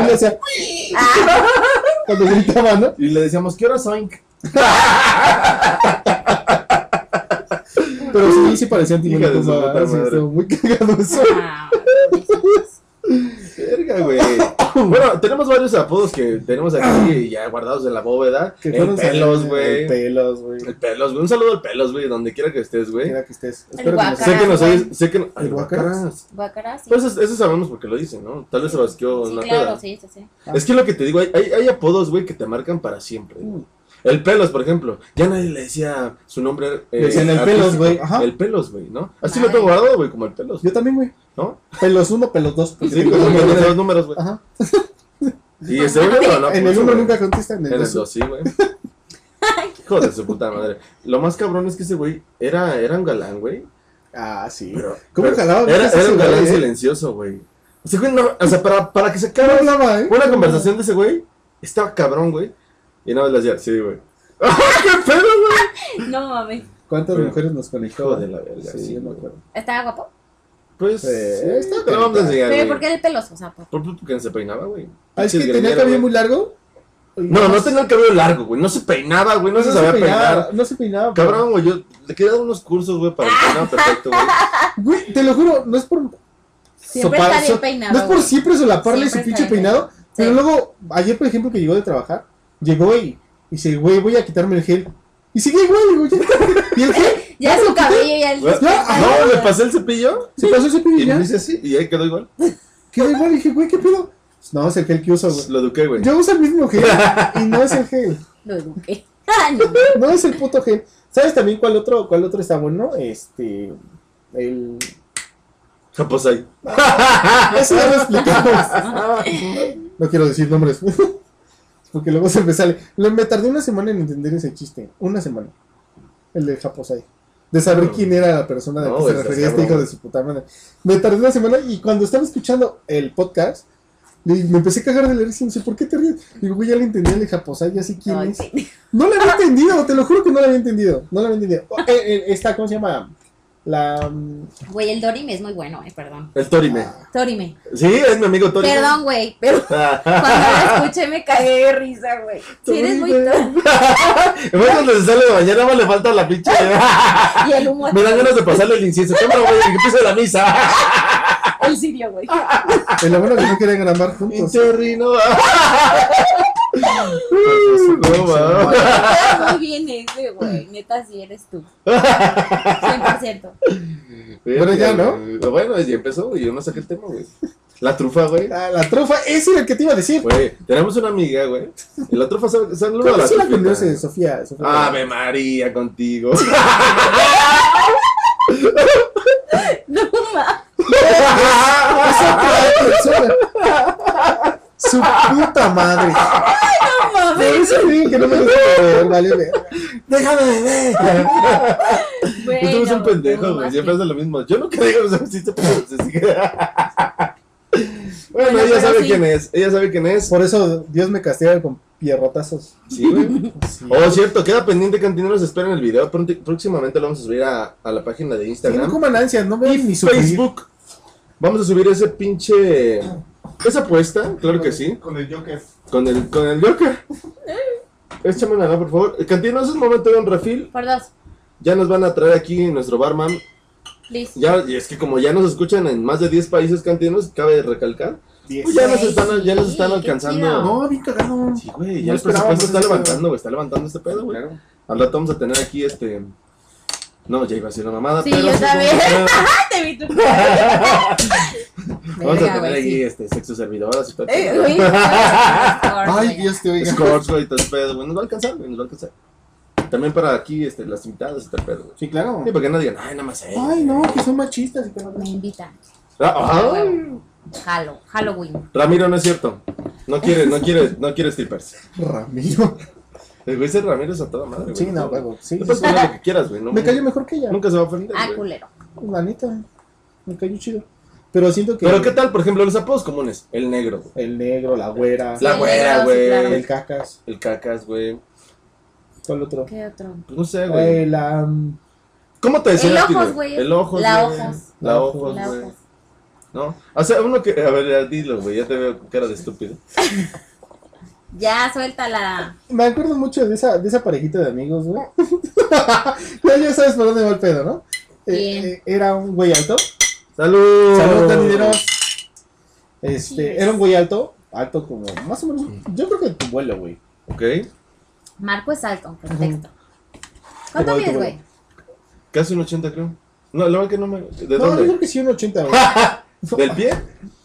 Speaker 3: Y le decía, cuando gritaba, ¿no?
Speaker 1: Y le decíamos, ¿qué hora son?
Speaker 3: Pero sí, sí parecían Timón y
Speaker 1: Hija de su
Speaker 3: Pumba.
Speaker 1: puta
Speaker 3: ¿verdad? Sí,
Speaker 1: madre.
Speaker 3: estuvo muy cagado eso.
Speaker 2: Ah,
Speaker 1: Verga, güey. Bueno, tenemos varios apodos que tenemos aquí ya guardados en la bóveda.
Speaker 3: Que
Speaker 1: El
Speaker 3: fueron
Speaker 1: pelos,
Speaker 3: saliendo-
Speaker 1: güey.
Speaker 3: El pelos, güey.
Speaker 1: El pelos, güey. Un saludo al pelos, güey, donde quiera que estés, güey.
Speaker 3: Quiera que estés.
Speaker 2: guacarás.
Speaker 1: Sé que nos
Speaker 2: güey.
Speaker 1: oyes, sé que no.
Speaker 3: ¿El guacaras?
Speaker 1: guacaras.
Speaker 2: guacara, sí.
Speaker 1: Pues eso, eso sabemos porque lo dicen, ¿no? Tal vez se basqueó
Speaker 2: Sí,
Speaker 1: en la peda.
Speaker 2: claro, sí, sí, sí.
Speaker 1: Es que lo que te digo, hay, hay, hay apodos, güey, que te marcan para siempre.
Speaker 3: Mm.
Speaker 1: El pelos, por ejemplo. Ya nadie le decía su nombre. eh,
Speaker 3: Le decían el
Speaker 1: artístico.
Speaker 3: Pelos, güey. Ajá.
Speaker 1: El pelos, güey, ¿no? Así lo
Speaker 2: Madre.
Speaker 1: tengo guardado, güey, como el pelos,
Speaker 3: Yo también, güey.
Speaker 1: ¿no?
Speaker 3: Pelos uno, pelos dos. porque
Speaker 1: Sí,
Speaker 3: tengo
Speaker 1: güey,
Speaker 3: número
Speaker 1: tiene
Speaker 3: de-
Speaker 1: dos números, güey.
Speaker 3: Ajá.
Speaker 1: Y ese, güey, no, no,
Speaker 3: en
Speaker 1: pues,
Speaker 3: el uno
Speaker 1: güey.
Speaker 3: nunca contesta, en el
Speaker 1: En el
Speaker 3: dos.
Speaker 1: 2, sí, güey. Hijo de su puta madre. Lo más cabrón es que ese güey era, era un galán, güey.
Speaker 3: Ah, sí.
Speaker 1: Pero,
Speaker 3: ¿Cómo
Speaker 1: pero
Speaker 3: jalaba?
Speaker 1: Era,
Speaker 3: ¿Qué
Speaker 1: era un
Speaker 3: haces,
Speaker 1: galán
Speaker 3: güey?
Speaker 1: silencioso, güey. O sea, güey, no, o sea, para, para que se
Speaker 3: No
Speaker 1: acabe
Speaker 3: hablaba, ¿eh?
Speaker 1: una conversación de ese güey, estaba cabrón, güey. Y nada más le hacía, sí, güey. ¡Ah, qué pedo, güey!
Speaker 2: No mames.
Speaker 3: ¿Cuántas
Speaker 1: Pero-
Speaker 3: mujeres nos conectó?
Speaker 1: Hijo de la verga,
Speaker 3: Sí,
Speaker 1: sí,
Speaker 3: yo me
Speaker 1: güey.
Speaker 3: acuerdo.
Speaker 2: ¿Estaba guapo?
Speaker 1: Pues,
Speaker 3: Eh,
Speaker 1: sí,
Speaker 3: está
Speaker 1: te lo vamos a
Speaker 3: bonita.
Speaker 1: enseñar,
Speaker 2: ¿Pero
Speaker 1: güey.
Speaker 2: por qué el pelos? O sea, pues, por-
Speaker 1: Por- Porque no se peinaba, güey.
Speaker 3: Ah, es
Speaker 1: Pinches
Speaker 3: que tenía el
Speaker 1: greñera,
Speaker 3: cabello
Speaker 1: güey.
Speaker 3: muy largo.
Speaker 1: No, no tenía el cabello largo, güey. No se peinaba, güey. No, se sabía peinar.
Speaker 3: No se peinaba. pero-
Speaker 1: Cabrón, güey, yo le quedé unos cursos, güey, para el peinado perfecto, güey.
Speaker 3: Güey, te lo juro, no es por.
Speaker 2: Siempre
Speaker 3: sopar-
Speaker 2: está bien
Speaker 3: so-
Speaker 2: peinado,
Speaker 3: No es por
Speaker 2: güey.
Speaker 3: siempre solaparle
Speaker 2: Siempre
Speaker 3: su
Speaker 2: está
Speaker 3: pinche
Speaker 2: bien
Speaker 3: peinado. Pero
Speaker 2: Sí.
Speaker 3: luego, ayer, por ejemplo, que llegó de trabajar, llegó y y dice, güey, voy a quitarme el gel. Y sigue igual, digo, ya. Y el gel.
Speaker 2: ya
Speaker 3: se
Speaker 2: su cabello ya el...
Speaker 1: Güey, No, le pasé el cepillo
Speaker 3: Se pasó ese
Speaker 1: y
Speaker 3: peinado.
Speaker 1: me hice así y ahí quedó igual.
Speaker 3: Quedó igual, y dije, güey, ¿qué pedo? No, es el gel que uso, güey.
Speaker 1: Lo eduqué, güey.
Speaker 3: Yo uso el mismo gel y no es el gel.
Speaker 2: Lo eduqué. Ah, no.
Speaker 3: No es el puto gel. ¿Sabes también cuál otro, cuál otro está bueno? Este. El.
Speaker 1: Japosai. Ah.
Speaker 3: Eso ya lo explicamos. No quiero decir nombres. Porque luego se me sale. Lo- Me tardé una semana en entender ese chiste. Una semana. El del Japosai. De saber
Speaker 1: No.
Speaker 3: quién era la persona de la
Speaker 1: No,
Speaker 3: que se
Speaker 1: estás
Speaker 3: refería este
Speaker 1: cabrón.
Speaker 3: hijo de su puta madre. Me tardé una semana y cuando estaba escuchando el podcast, le- me empecé a cagar de leer y no sé por qué te ríes. Digo, güey, ya le entendí el de Japosai, ya sé quién
Speaker 2: Ay,
Speaker 3: es.
Speaker 2: sí.
Speaker 3: No la había entendido, te lo juro que no la había entendido. No la había entendido. Oh, eh, eh, esta, ¿cómo se llama? La. mm,
Speaker 2: Güey, el Dorime es muy bueno, eh, perdón.
Speaker 1: El Torime.
Speaker 2: Dorime.
Speaker 1: Sí, es mi amigo Ah, Torime.
Speaker 2: Perdón, güey, pero cuando la escuché me cagué de risa, güey. Sí, eres muy tonto.
Speaker 1: Además, cuando se sale de bañar, nada más le falta la pinche.
Speaker 2: Y el humo,
Speaker 1: Me dan ganas de pasarle el incienso. Cámara, güey, que empiece la misa.
Speaker 2: el sirio, güey.
Speaker 3: Es lo bueno que no querían grabar juntos.
Speaker 1: Pinche rino. No, va.
Speaker 2: Muy bien ese, güey. Neta, sí eres tú. 100%.
Speaker 3: Pero ya, ¿no?
Speaker 1: Bueno, ya empezó, güey. Yo no saqué el tema, güey. La trufa, güey.
Speaker 3: Ah, la trufa, ese era el que te iba a decir.
Speaker 1: Güey, tenemos una amiga, güey. Y la trufa sabe, sabe a
Speaker 3: Creo que
Speaker 1: la Ah,
Speaker 3: sí la
Speaker 1: trufita.
Speaker 3: conoce, Sofía. Sofía.
Speaker 1: Ave María, contigo.
Speaker 2: No mames.
Speaker 3: persona. Ah, Su puta madre. Por eso digo que no me gusta beber, vale, ve.
Speaker 1: Déjame ver.
Speaker 2: Bueno,
Speaker 1: Pues Tú eres un pendejo,
Speaker 2: no
Speaker 1: güey.
Speaker 2: mames.
Speaker 1: Siempre haces lo mismo. Yo nunca digo que si te pero se sigue. Bueno,
Speaker 2: Bueno,
Speaker 1: ella
Speaker 2: pero
Speaker 1: sabe
Speaker 2: sí.
Speaker 1: quién es. Ella sabe quién es.
Speaker 3: Por eso Dios me castiga con pierrotazos.
Speaker 1: Sí, güey.
Speaker 3: Sí.
Speaker 1: Oh, cierto, queda pendiente, cantineros. Esperen el video. Pronti- próximamente lo vamos a subir a, a la página de
Speaker 3: Sí, no
Speaker 1: Instagram.
Speaker 3: coman ansias, no vean ni su
Speaker 1: Facebook. Vamos a subir ese pinche. Esa apuesta, claro que sí.
Speaker 4: Con el Joker.
Speaker 1: Con el, con el Joker.
Speaker 2: Eh.
Speaker 1: Échame una, por favor. Cantineros, es momento de un refil.
Speaker 2: Por dos,
Speaker 1: Ya nos van a traer aquí nuestro barman.
Speaker 2: please.
Speaker 1: Ya, y es que como ya nos escuchan en más de 10 países cantineros, cabe recalcar. Pues ya nos
Speaker 2: Güey,
Speaker 1: están, ya nos
Speaker 2: sí,
Speaker 1: están
Speaker 2: qué chido.
Speaker 1: alcanzando.
Speaker 3: No, bien cagado.
Speaker 1: Sí, güey,
Speaker 3: No
Speaker 1: ya el
Speaker 3: esperábamos
Speaker 1: presupuesto está
Speaker 3: eso.
Speaker 1: levantando, güey, está levantando este pedo, güey.
Speaker 3: Claro.
Speaker 1: Al rato vamos a tener aquí este. No, ya iba a ser una mamada,
Speaker 2: Sí,
Speaker 1: pero.
Speaker 2: yo también.
Speaker 1: vamos a-
Speaker 2: Ah, te vi tu
Speaker 1: Vamos a
Speaker 2: Verga,
Speaker 1: tener
Speaker 2: güey,
Speaker 1: aquí
Speaker 2: sí.
Speaker 1: este, sexo servidoras y todo.
Speaker 2: Eh, güey, no, por
Speaker 3: Ay,
Speaker 2: favor,
Speaker 3: Dios te oiga.
Speaker 1: Escorts, güey, y todo el pedo, güey. Nos va a alcanzar, güey, nos va a alcanzar. También para aquí este, las invitadas y todo el pedo, güey.
Speaker 3: Sí, claro.
Speaker 1: Sí, para que no digan, ay, nada más. ella".
Speaker 3: Ay, no, que son machistas y que no-
Speaker 2: Me invitan.
Speaker 1: Ah, ay.
Speaker 2: Halo, Halloween.
Speaker 1: Ramiro, no es cierto. No quiere, no quiere, no quiere strippers.
Speaker 3: Ramiro.
Speaker 1: El güey dice Ramiro es a toda madre, güey.
Speaker 3: Sí, no, huevo. Sí,
Speaker 1: Tú
Speaker 3: sí,
Speaker 1: puedes
Speaker 3: sí.
Speaker 1: poner lo que quieras, güey. No,
Speaker 3: Me cayó mejor que ella.
Speaker 1: Nunca se va a ofender.
Speaker 2: Ah,
Speaker 1: güey.
Speaker 2: culero.
Speaker 3: La neta. Me cayó chido. Pero siento que.
Speaker 1: Pero ¿qué tal, por ejemplo, los apodos comunes? El negro, güey.
Speaker 3: El negro, la güera,
Speaker 1: La
Speaker 2: Sí,
Speaker 1: güera,
Speaker 2: claro, sí,
Speaker 1: güey.
Speaker 2: claro.
Speaker 3: el cacas,
Speaker 1: El cacas, güey.
Speaker 3: ¿cuál otro?
Speaker 2: ¿Qué otro?
Speaker 1: Pues no sé, güey.
Speaker 3: Eh, la. mm,
Speaker 1: ¿Cómo te decían?
Speaker 2: El
Speaker 1: a ti,
Speaker 2: ojos, güey.
Speaker 1: El ojos,
Speaker 2: La
Speaker 1: güey.
Speaker 2: ojos.
Speaker 1: La ojos,
Speaker 2: La
Speaker 1: Pues, güey.
Speaker 2: ojos.
Speaker 1: ¿No? O sea, uno que... A ver, ya dilo, güey. Ya te veo con cara de estúpido.
Speaker 2: Ya, suéltala.
Speaker 3: Me acuerdo mucho de esa, de esa parejita de amigos, güey. ya, ya sabes por dónde va el pedo, ¿no? Eh,
Speaker 2: Bien.
Speaker 3: eh, era un güey alto.
Speaker 1: ¡Salud!
Speaker 3: Salud, candideros. Este,
Speaker 2: Cheers.
Speaker 3: era un güey alto, alto como más o menos. Yo creo que de tu vuelo, güey.
Speaker 1: Ok.
Speaker 2: Marco es alto, contexto.
Speaker 3: Te
Speaker 2: ¿Cuánto
Speaker 3: voy, te
Speaker 2: mides,
Speaker 3: voy.
Speaker 2: güey?
Speaker 1: Casi un 80, creo. No, la verdad que no me... ¿De
Speaker 3: No, yo creo
Speaker 1: dónde?
Speaker 3: que sí, un 80, güey.
Speaker 1: ¿Del pie?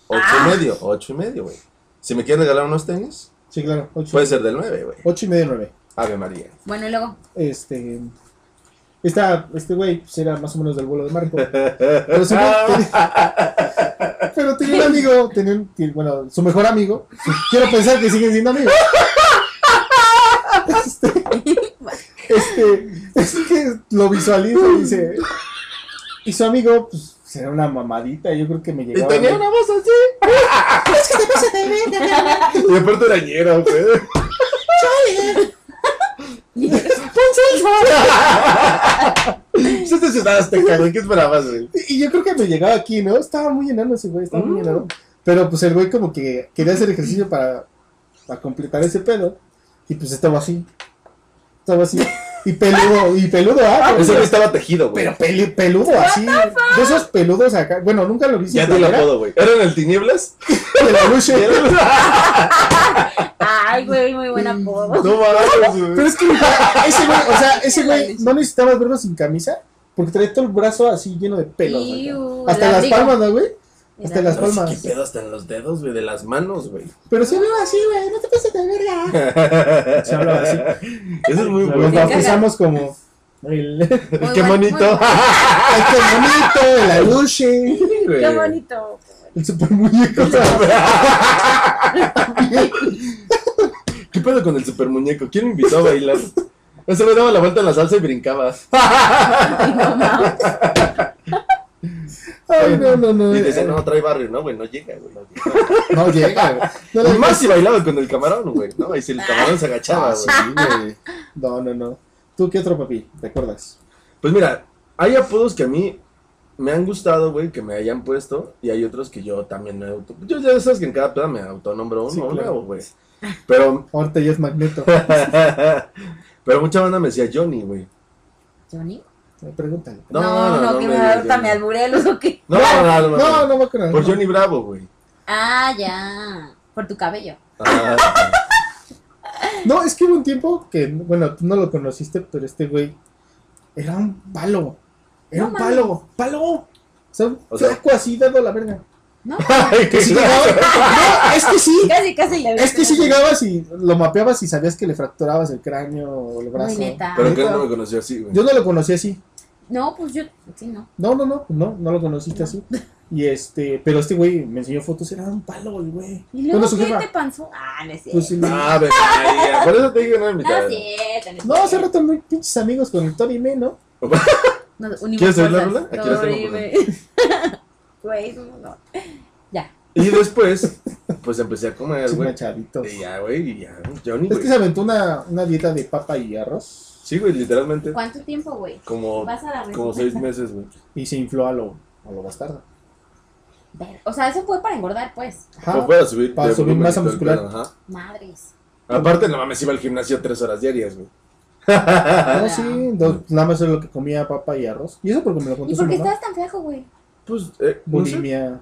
Speaker 1: Ocho
Speaker 2: Ah.
Speaker 1: y medio. Ocho y medio, güey. Si me quieren regalar unos tenis,
Speaker 3: Sí, claro, 8.
Speaker 1: puede ser del 9, güey.
Speaker 3: 8 y medio, 9.
Speaker 1: Ave María.
Speaker 2: Bueno, y luego.
Speaker 3: Este. Esta, este güey pues era más o menos del vuelo de Marco. Pero, su-
Speaker 1: Ah,
Speaker 3: tenía- pero tenía un amigo, tenía un- tiene- bueno, su mejor amigo. Quiero pensar que siguen siendo amigos. Este, este, es que lo visualizo y dice. Y su amigo, pues, será una mamadita. Yo creo que me
Speaker 1: Y
Speaker 3: llegaba.
Speaker 1: tenía una voz así. Y aparte arañera, güey. Yo te ciudad azteca, güey. ¿Qué esperabas, güey?
Speaker 3: Y yo creo que me llegaba aquí, ¿no? Estaba muy enano ese güey, estaba muy
Speaker 1: Mm.
Speaker 3: enano. Pero pues el güey como que quería hacer ejercicio para, para completar ese pedo. Y pues estaba así. Estaba así. Y peludo, y peludo, ah,
Speaker 1: Ese güey
Speaker 3: pero,
Speaker 1: estaba tejido, güey.
Speaker 3: pero pele- peludo así. De esos peludos acá. Bueno, nunca lo vi sin
Speaker 1: ya te lo
Speaker 3: playera,
Speaker 1: apodo, güey. ¿Era en el tinieblas?
Speaker 3: de la lucha.
Speaker 2: Ay, güey, muy buen apodo.
Speaker 1: No mames,
Speaker 3: Pero
Speaker 1: güey.
Speaker 3: es que ese güey, o sea, ese güey no necesitabas verlo sin camisa. Porque traía todo el brazo así lleno de pelos. acá.
Speaker 2: Iu,
Speaker 3: Hasta
Speaker 2: el
Speaker 3: las
Speaker 2: abrigo.
Speaker 3: palmas, ¿no, güey?
Speaker 2: Mira.
Speaker 3: Hasta las
Speaker 1: No sé
Speaker 3: palmas.
Speaker 1: qué pedo hasta en los dedos, güey, de las manos, güey.
Speaker 3: Pero
Speaker 2: Ah.
Speaker 3: se hablaba así, güey. No te pases de verga. Se hablaba así.
Speaker 1: Eso es muy
Speaker 3: Nos
Speaker 2: pues,
Speaker 1: bueno.
Speaker 3: bautizamos como el, el que
Speaker 2: Muy
Speaker 1: Qué
Speaker 2: buen-
Speaker 1: bonito.
Speaker 2: muy buen-
Speaker 3: bonito, el aluche,
Speaker 2: Qué bonito.
Speaker 3: el super muñeco.
Speaker 1: ¿Qué pedo con el super muñeco? ¿Quién lo invitó a bailar? Ese me daba la vuelta en la salsa y brincaba.
Speaker 2: No, no.
Speaker 3: Ay, no, no, no.
Speaker 1: Y decía,
Speaker 3: eh,
Speaker 1: no, trae barrio, ¿no? Güey, no llega, güey.
Speaker 3: no llega, güey. No,
Speaker 1: Y
Speaker 3: la-
Speaker 1: Pues más si bailaba con el camarón, güey, ¿no? Y si el camarón se agachaba,
Speaker 3: Ah, sí,
Speaker 1: güey.
Speaker 3: güey. No, no, no. ¿Tú qué otro papi? ¿Te acuerdas?
Speaker 1: Pues mira, hay apodos que a mí me han gustado, güey, que me hayan puesto. Y hay otros que yo también me auto... Yo ya sabes que en cada peda me autonombro uno
Speaker 3: Sí, claro.
Speaker 1: nuevo, güey. Pero...
Speaker 3: Ahorita ya es Magneto.
Speaker 1: Pero mucha banda me decía Johnny, güey.
Speaker 2: ¿Johnny?
Speaker 3: Pregúntale.
Speaker 2: No, no, que me,
Speaker 1: digas
Speaker 2: ahorita me
Speaker 1: Johnny.
Speaker 2: alburé los o qué.
Speaker 1: No, no, no, pues no,
Speaker 3: No,
Speaker 1: no.
Speaker 3: no va a creer.
Speaker 1: Por Johnny Bravo, güey.
Speaker 2: Ah, ya. Por tu cabello.
Speaker 1: Ah,
Speaker 3: No, es que hubo un tiempo que, bueno, tú no lo conociste, pero este güey era un palo. Era
Speaker 2: No
Speaker 3: un
Speaker 2: mames.
Speaker 3: palo, palo. O sea, un
Speaker 1: O sea-
Speaker 3: flaco así dando la verga.
Speaker 2: ¿No?
Speaker 1: ay, qué
Speaker 3: Que sí
Speaker 1: grave.
Speaker 3: llegaba- no, es que sí.
Speaker 2: Casi, casi le
Speaker 3: Es que sí llegabas y lo mapeabas y sabías que le fracturabas el cráneo o el brazo.
Speaker 2: Muy neta.
Speaker 1: Pero que
Speaker 3: Neta.
Speaker 1: no me conoció así, güey.
Speaker 3: Yo no lo conocí así.
Speaker 2: No, pues yo. Sí, no.
Speaker 3: No, no, no, no, no lo conociste así. Y este, pero este güey me enseñó fotos, era un palo el güey.
Speaker 2: ¿Y luego
Speaker 3: Bueno, su
Speaker 2: qué
Speaker 3: jefa.
Speaker 2: te panzó? Ah, no es cierto.
Speaker 3: Pues, sí, no,
Speaker 1: Ah, María. Por eso te digo que no me
Speaker 2: no
Speaker 1: invitaron.
Speaker 2: es cierto. es
Speaker 3: no, hace
Speaker 2: cierto.
Speaker 3: rato muy pinches amigos con el Tori Me, ¿no?
Speaker 2: Nos unimos
Speaker 1: ¿Quieres oír la
Speaker 2: fuerzas.
Speaker 1: rola? Aquí la tengo,
Speaker 2: Horrible. Güey, no, no. Ya.
Speaker 1: Y después, pues empecé a comer,
Speaker 3: Sí,
Speaker 1: güey.
Speaker 3: machaditos.
Speaker 1: Y ya, güey, y ya. Johnny,
Speaker 3: Es
Speaker 1: güey.
Speaker 3: que se aventó una, una dieta de papa y arroz
Speaker 1: Sí, güey, literalmente.
Speaker 2: ¿Cuánto tiempo, güey?
Speaker 1: Como,
Speaker 2: Vas a la
Speaker 1: como
Speaker 2: receta.
Speaker 1: seis meses, güey.
Speaker 3: y se infló a lo, a lo bastardo.
Speaker 2: Ver- O sea, eso fue para engordar, pues.
Speaker 1: Como
Speaker 3: Ajá.
Speaker 1: para subir,
Speaker 3: Para
Speaker 1: de
Speaker 3: subir
Speaker 1: volumen y
Speaker 3: masa
Speaker 1: todo el
Speaker 3: muscular.
Speaker 1: pedo, ajá.
Speaker 2: Madres.
Speaker 1: Aparte, no mames, iba al gimnasio tres horas diarias, güey.
Speaker 3: No, sí, do- nada más es lo que comía papa y arroz. Y eso porque me lo contó
Speaker 2: ¿Y
Speaker 3: su
Speaker 2: por qué
Speaker 3: mamá.
Speaker 2: estabas tan flaco, güey?
Speaker 1: Pues, eh, no sé,
Speaker 3: Bulimia,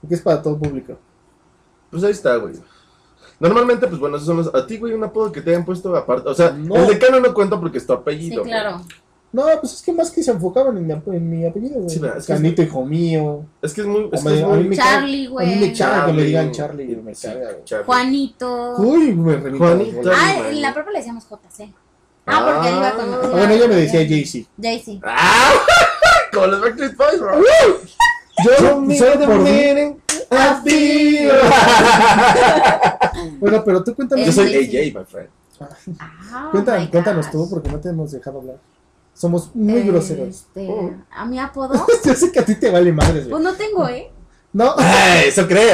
Speaker 3: Porque es para todo público.
Speaker 1: Pues ahí está, güey. Normalmente, pues bueno, esos son los. A ti, güey, un apodo que te hayan puesto aparte. O sea,
Speaker 3: No.
Speaker 1: el decano no cuenta porque es tu apellido. güey.
Speaker 2: Sí, claro.
Speaker 3: No, pues es que más que se enfocaban en mi, ape- en mi apellido, güey.
Speaker 1: Sí, verdad, es que-
Speaker 3: Canito, hijo mío.
Speaker 1: Es que es muy. Es
Speaker 3: Hombre,
Speaker 1: que es
Speaker 3: a
Speaker 1: muy-
Speaker 3: mí me caga-
Speaker 2: Charlie,
Speaker 3: A mí me
Speaker 2: güey.
Speaker 3: caga que le digan Charlie,
Speaker 1: Charlie.
Speaker 3: güey, me caga, güey.
Speaker 1: Charlie.
Speaker 2: Juanito.
Speaker 3: Uy, me remito.
Speaker 1: Juanito.
Speaker 3: güey.
Speaker 1: Ay,
Speaker 2: Ah,
Speaker 1: man.
Speaker 2: en la propia le decíamos JC. Ah, porque él iba con.
Speaker 1: Ah,
Speaker 3: Ah, bueno, ella me decía Jay-Z.
Speaker 2: Jay-Z.
Speaker 1: ¡Ah! Como los Backstreet Boys, bro.
Speaker 3: Yo, solo por mí.
Speaker 2: Ah,
Speaker 3: Ah,
Speaker 1: I feel-
Speaker 3: Bueno, pero tú cuéntanos.
Speaker 1: Yo soy
Speaker 2: Jay-Z.
Speaker 1: AJ, my friend.
Speaker 2: Ah,
Speaker 3: Cuéntanos,
Speaker 2: Eh, my
Speaker 3: cuéntanos
Speaker 2: gosh.
Speaker 3: tú, porque no te hemos dejado hablar. Somos muy Oh.
Speaker 2: Este,
Speaker 3: groseros.
Speaker 2: A mi apodo.
Speaker 3: Yo sé que a ti te vale madres,
Speaker 2: Pues
Speaker 3: güey.
Speaker 2: no tengo, ¿eh?
Speaker 3: No,
Speaker 1: Ay, Eso cree.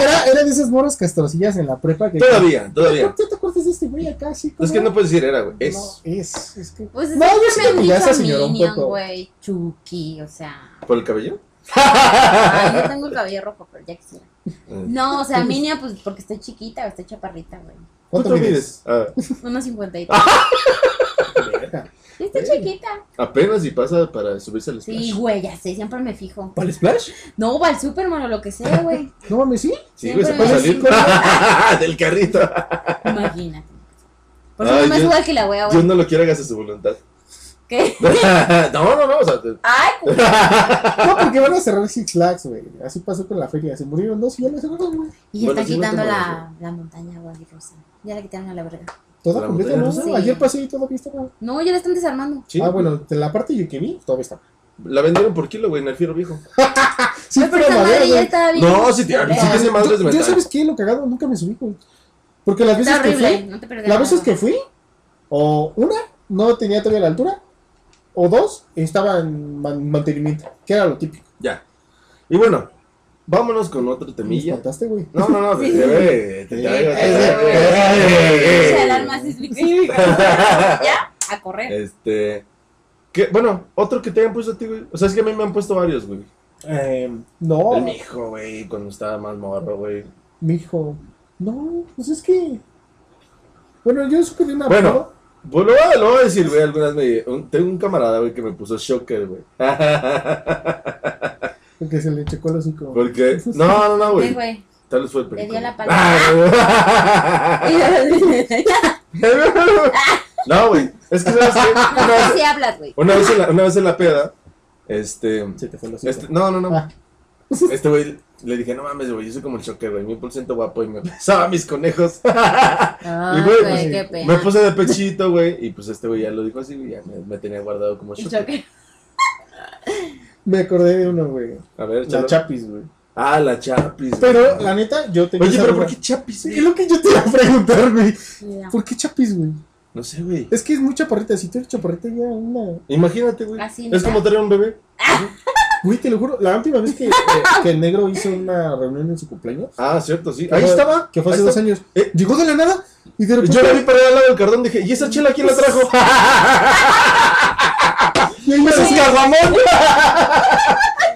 Speaker 3: era, era de esas moros castrosillas en la prepa que.
Speaker 1: Todavía, todavía.
Speaker 3: ¿Tú te acuerdas de este güey acá? Sí,
Speaker 1: Es que no puedes decir era, güey.
Speaker 3: No,
Speaker 1: Es.
Speaker 3: es, es que.
Speaker 2: Pues es
Speaker 3: No,
Speaker 2: que
Speaker 3: yo
Speaker 2: siempre me
Speaker 3: siento que ya
Speaker 2: han
Speaker 3: se
Speaker 2: dicho
Speaker 3: señora un
Speaker 2: Minion,
Speaker 3: poco.
Speaker 2: güey, Chucky, o sea.
Speaker 1: ¿Por el cabello?
Speaker 2: Ay, yo tengo el cabello rojo, pero ya quisiera.
Speaker 1: Mm.
Speaker 2: No, o sea, Minion, pues porque estoy chiquita o estoy chaparrita, güey.
Speaker 3: ¿Cuánto
Speaker 1: ¿Cuánto
Speaker 3: mides?
Speaker 1: Ah,
Speaker 2: Unos 50 y
Speaker 1: ¿eh?
Speaker 3: Verga.
Speaker 2: Yo estoy chiquita.
Speaker 1: Ah, apenas y pasa para subirse al
Speaker 2: Sí,
Speaker 1: splash.
Speaker 2: güey, ya sé, siempre me fijo.
Speaker 3: ¿Para el splash?
Speaker 2: No, va al Superman o lo que sea, güey.
Speaker 3: No mames, sí.
Speaker 1: Sí, güey, se
Speaker 2: Siempre
Speaker 1: puede
Speaker 2: me
Speaker 1: salir del carrito.
Speaker 2: Imagínate. Por eso
Speaker 1: Ay,
Speaker 2: no me
Speaker 1: yo-
Speaker 2: suba que la wea,
Speaker 1: Dios
Speaker 2: güey.
Speaker 1: no lo quiere, hágase su voluntad.
Speaker 2: ¿Qué?
Speaker 1: No, no, no, o sea, te-
Speaker 2: Ay, güey.
Speaker 3: No, porque van a cerrar Six Flags, güey. Así pasó con la feria. Se murieron dos y ya la cerraron, güey.
Speaker 2: Y
Speaker 1: Bueno,
Speaker 2: está
Speaker 1: sí, no
Speaker 2: quitando
Speaker 1: tengo
Speaker 2: la, la montaña, güey, rosa. Ya la quitaron a la verga.
Speaker 3: Toda
Speaker 1: La
Speaker 3: completa, ¿no?
Speaker 1: montaña
Speaker 2: rusa.
Speaker 3: Ayer pasé y todavía estaba.
Speaker 2: No, ya la están desarmando.
Speaker 1: sí.
Speaker 3: Ah, bueno, de la parte yo que vi, todavía estaba.
Speaker 1: La vendieron por kilo, güey, en el fiero viejo.
Speaker 3: Sí,
Speaker 2: Ay, pero esa madre ya estaba bien.
Speaker 1: No, sí, te-
Speaker 2: culera.
Speaker 1: sí tiene madres de
Speaker 3: Yo-
Speaker 1: metal.
Speaker 3: Yo sabes qué, lo cagado, nunca me subí, güey. Porque las veces
Speaker 2: Está
Speaker 3: que
Speaker 2: horrible,
Speaker 3: fui,
Speaker 2: no te pierdas.
Speaker 3: las veces
Speaker 2: nada.
Speaker 3: que fui, o una, no tenía todavía la altura, o dos, estaba en man- mantenimiento, que era lo típico.
Speaker 1: Ya. Y bueno, vámonos con otro
Speaker 3: Me
Speaker 1: temilla.
Speaker 3: espantaste, güey.
Speaker 1: No, no, no,
Speaker 2: Sí.
Speaker 1: te ve, te traigo, te
Speaker 2: O sea,
Speaker 1: traigo.
Speaker 2: alarma sísmica. Ya, a correr.
Speaker 1: Este. que- Bueno, otro que te hayan puesto a ti, güey. O sea, es que a mí me han puesto varios, güey.
Speaker 3: Eh, no,
Speaker 2: Oh.
Speaker 1: El mijo, güey, cuando estaba más morro, güey.
Speaker 3: me dijo, no, pues es que. Bueno, yo supe de una.
Speaker 1: Bueno.
Speaker 3: apodo.
Speaker 1: Bueno, Pues, lo voy a- lo voy a decir, güey. Algunas me. un- tengo un camarada, güey, que me puso shocker, güey.
Speaker 3: Porque se le checó el hocico.
Speaker 1: Porque. No, no, no,
Speaker 2: ¿Qué,
Speaker 1: güey.
Speaker 2: güey?
Speaker 1: Tal vez fue el
Speaker 2: Le dio la
Speaker 1: perico. Ah. No, güey. Es que sabes qué? Una
Speaker 2: no,
Speaker 1: vez,
Speaker 2: sí hablas, güey.
Speaker 1: una vez en la, una vez en la peda, este.
Speaker 3: Se te fue la
Speaker 1: este no, no, no.
Speaker 3: Ah.
Speaker 1: Este güey le dije, no mames, güey, yo soy como el choque, güey, mil por ciento guapo y me besaba mis conejos.
Speaker 2: Ay,
Speaker 1: Y, güey,
Speaker 2: güey,
Speaker 3: pues,
Speaker 2: Ah, qué
Speaker 3: me
Speaker 1: Me
Speaker 2: pena.
Speaker 1: puse de pechito, güey, y pues este güey ya lo dijo así, güey, ya me, me tenía guardado como
Speaker 2: Y
Speaker 1: choque.
Speaker 2: choque.
Speaker 3: Me acordé de uno, güey.
Speaker 1: A ver,
Speaker 3: La
Speaker 1: chalo.
Speaker 3: Chapis, güey.
Speaker 1: ah, la chapis. güey.
Speaker 3: Pero, la neta, yo tenía.
Speaker 1: Oye,
Speaker 3: esa
Speaker 1: pero
Speaker 3: duda.
Speaker 1: ¿por qué chapis,
Speaker 3: Es
Speaker 1: eh?
Speaker 3: lo que yo te iba a preguntar, güey.
Speaker 2: Mira,
Speaker 3: ¿Por qué Chapis, güey?
Speaker 1: No sé, güey.
Speaker 3: Es que es muy chaparrita. Si tú eres chaparrita, ya una.
Speaker 1: Imagínate, güey.
Speaker 2: Así,
Speaker 1: Es
Speaker 2: mira.
Speaker 1: como traer un bebé.
Speaker 3: Güey, te lo juro, la última vez que, eh, que el negro hizo una reunión en su cumpleaños.
Speaker 1: Ah, cierto, sí.
Speaker 3: que
Speaker 1: Ahí
Speaker 3: fue-
Speaker 1: estaba.
Speaker 3: Que fue hace
Speaker 1: ahí
Speaker 3: dos
Speaker 1: estaba.
Speaker 3: años.
Speaker 1: Eh.
Speaker 3: Llegó de la nada y de repente.
Speaker 1: Yo la vi para allá al lado del cardón, dije, ¿y esa chela quién la trajo?
Speaker 3: Y ahí
Speaker 1: ¡Pues es
Speaker 3: me-
Speaker 1: caguamón!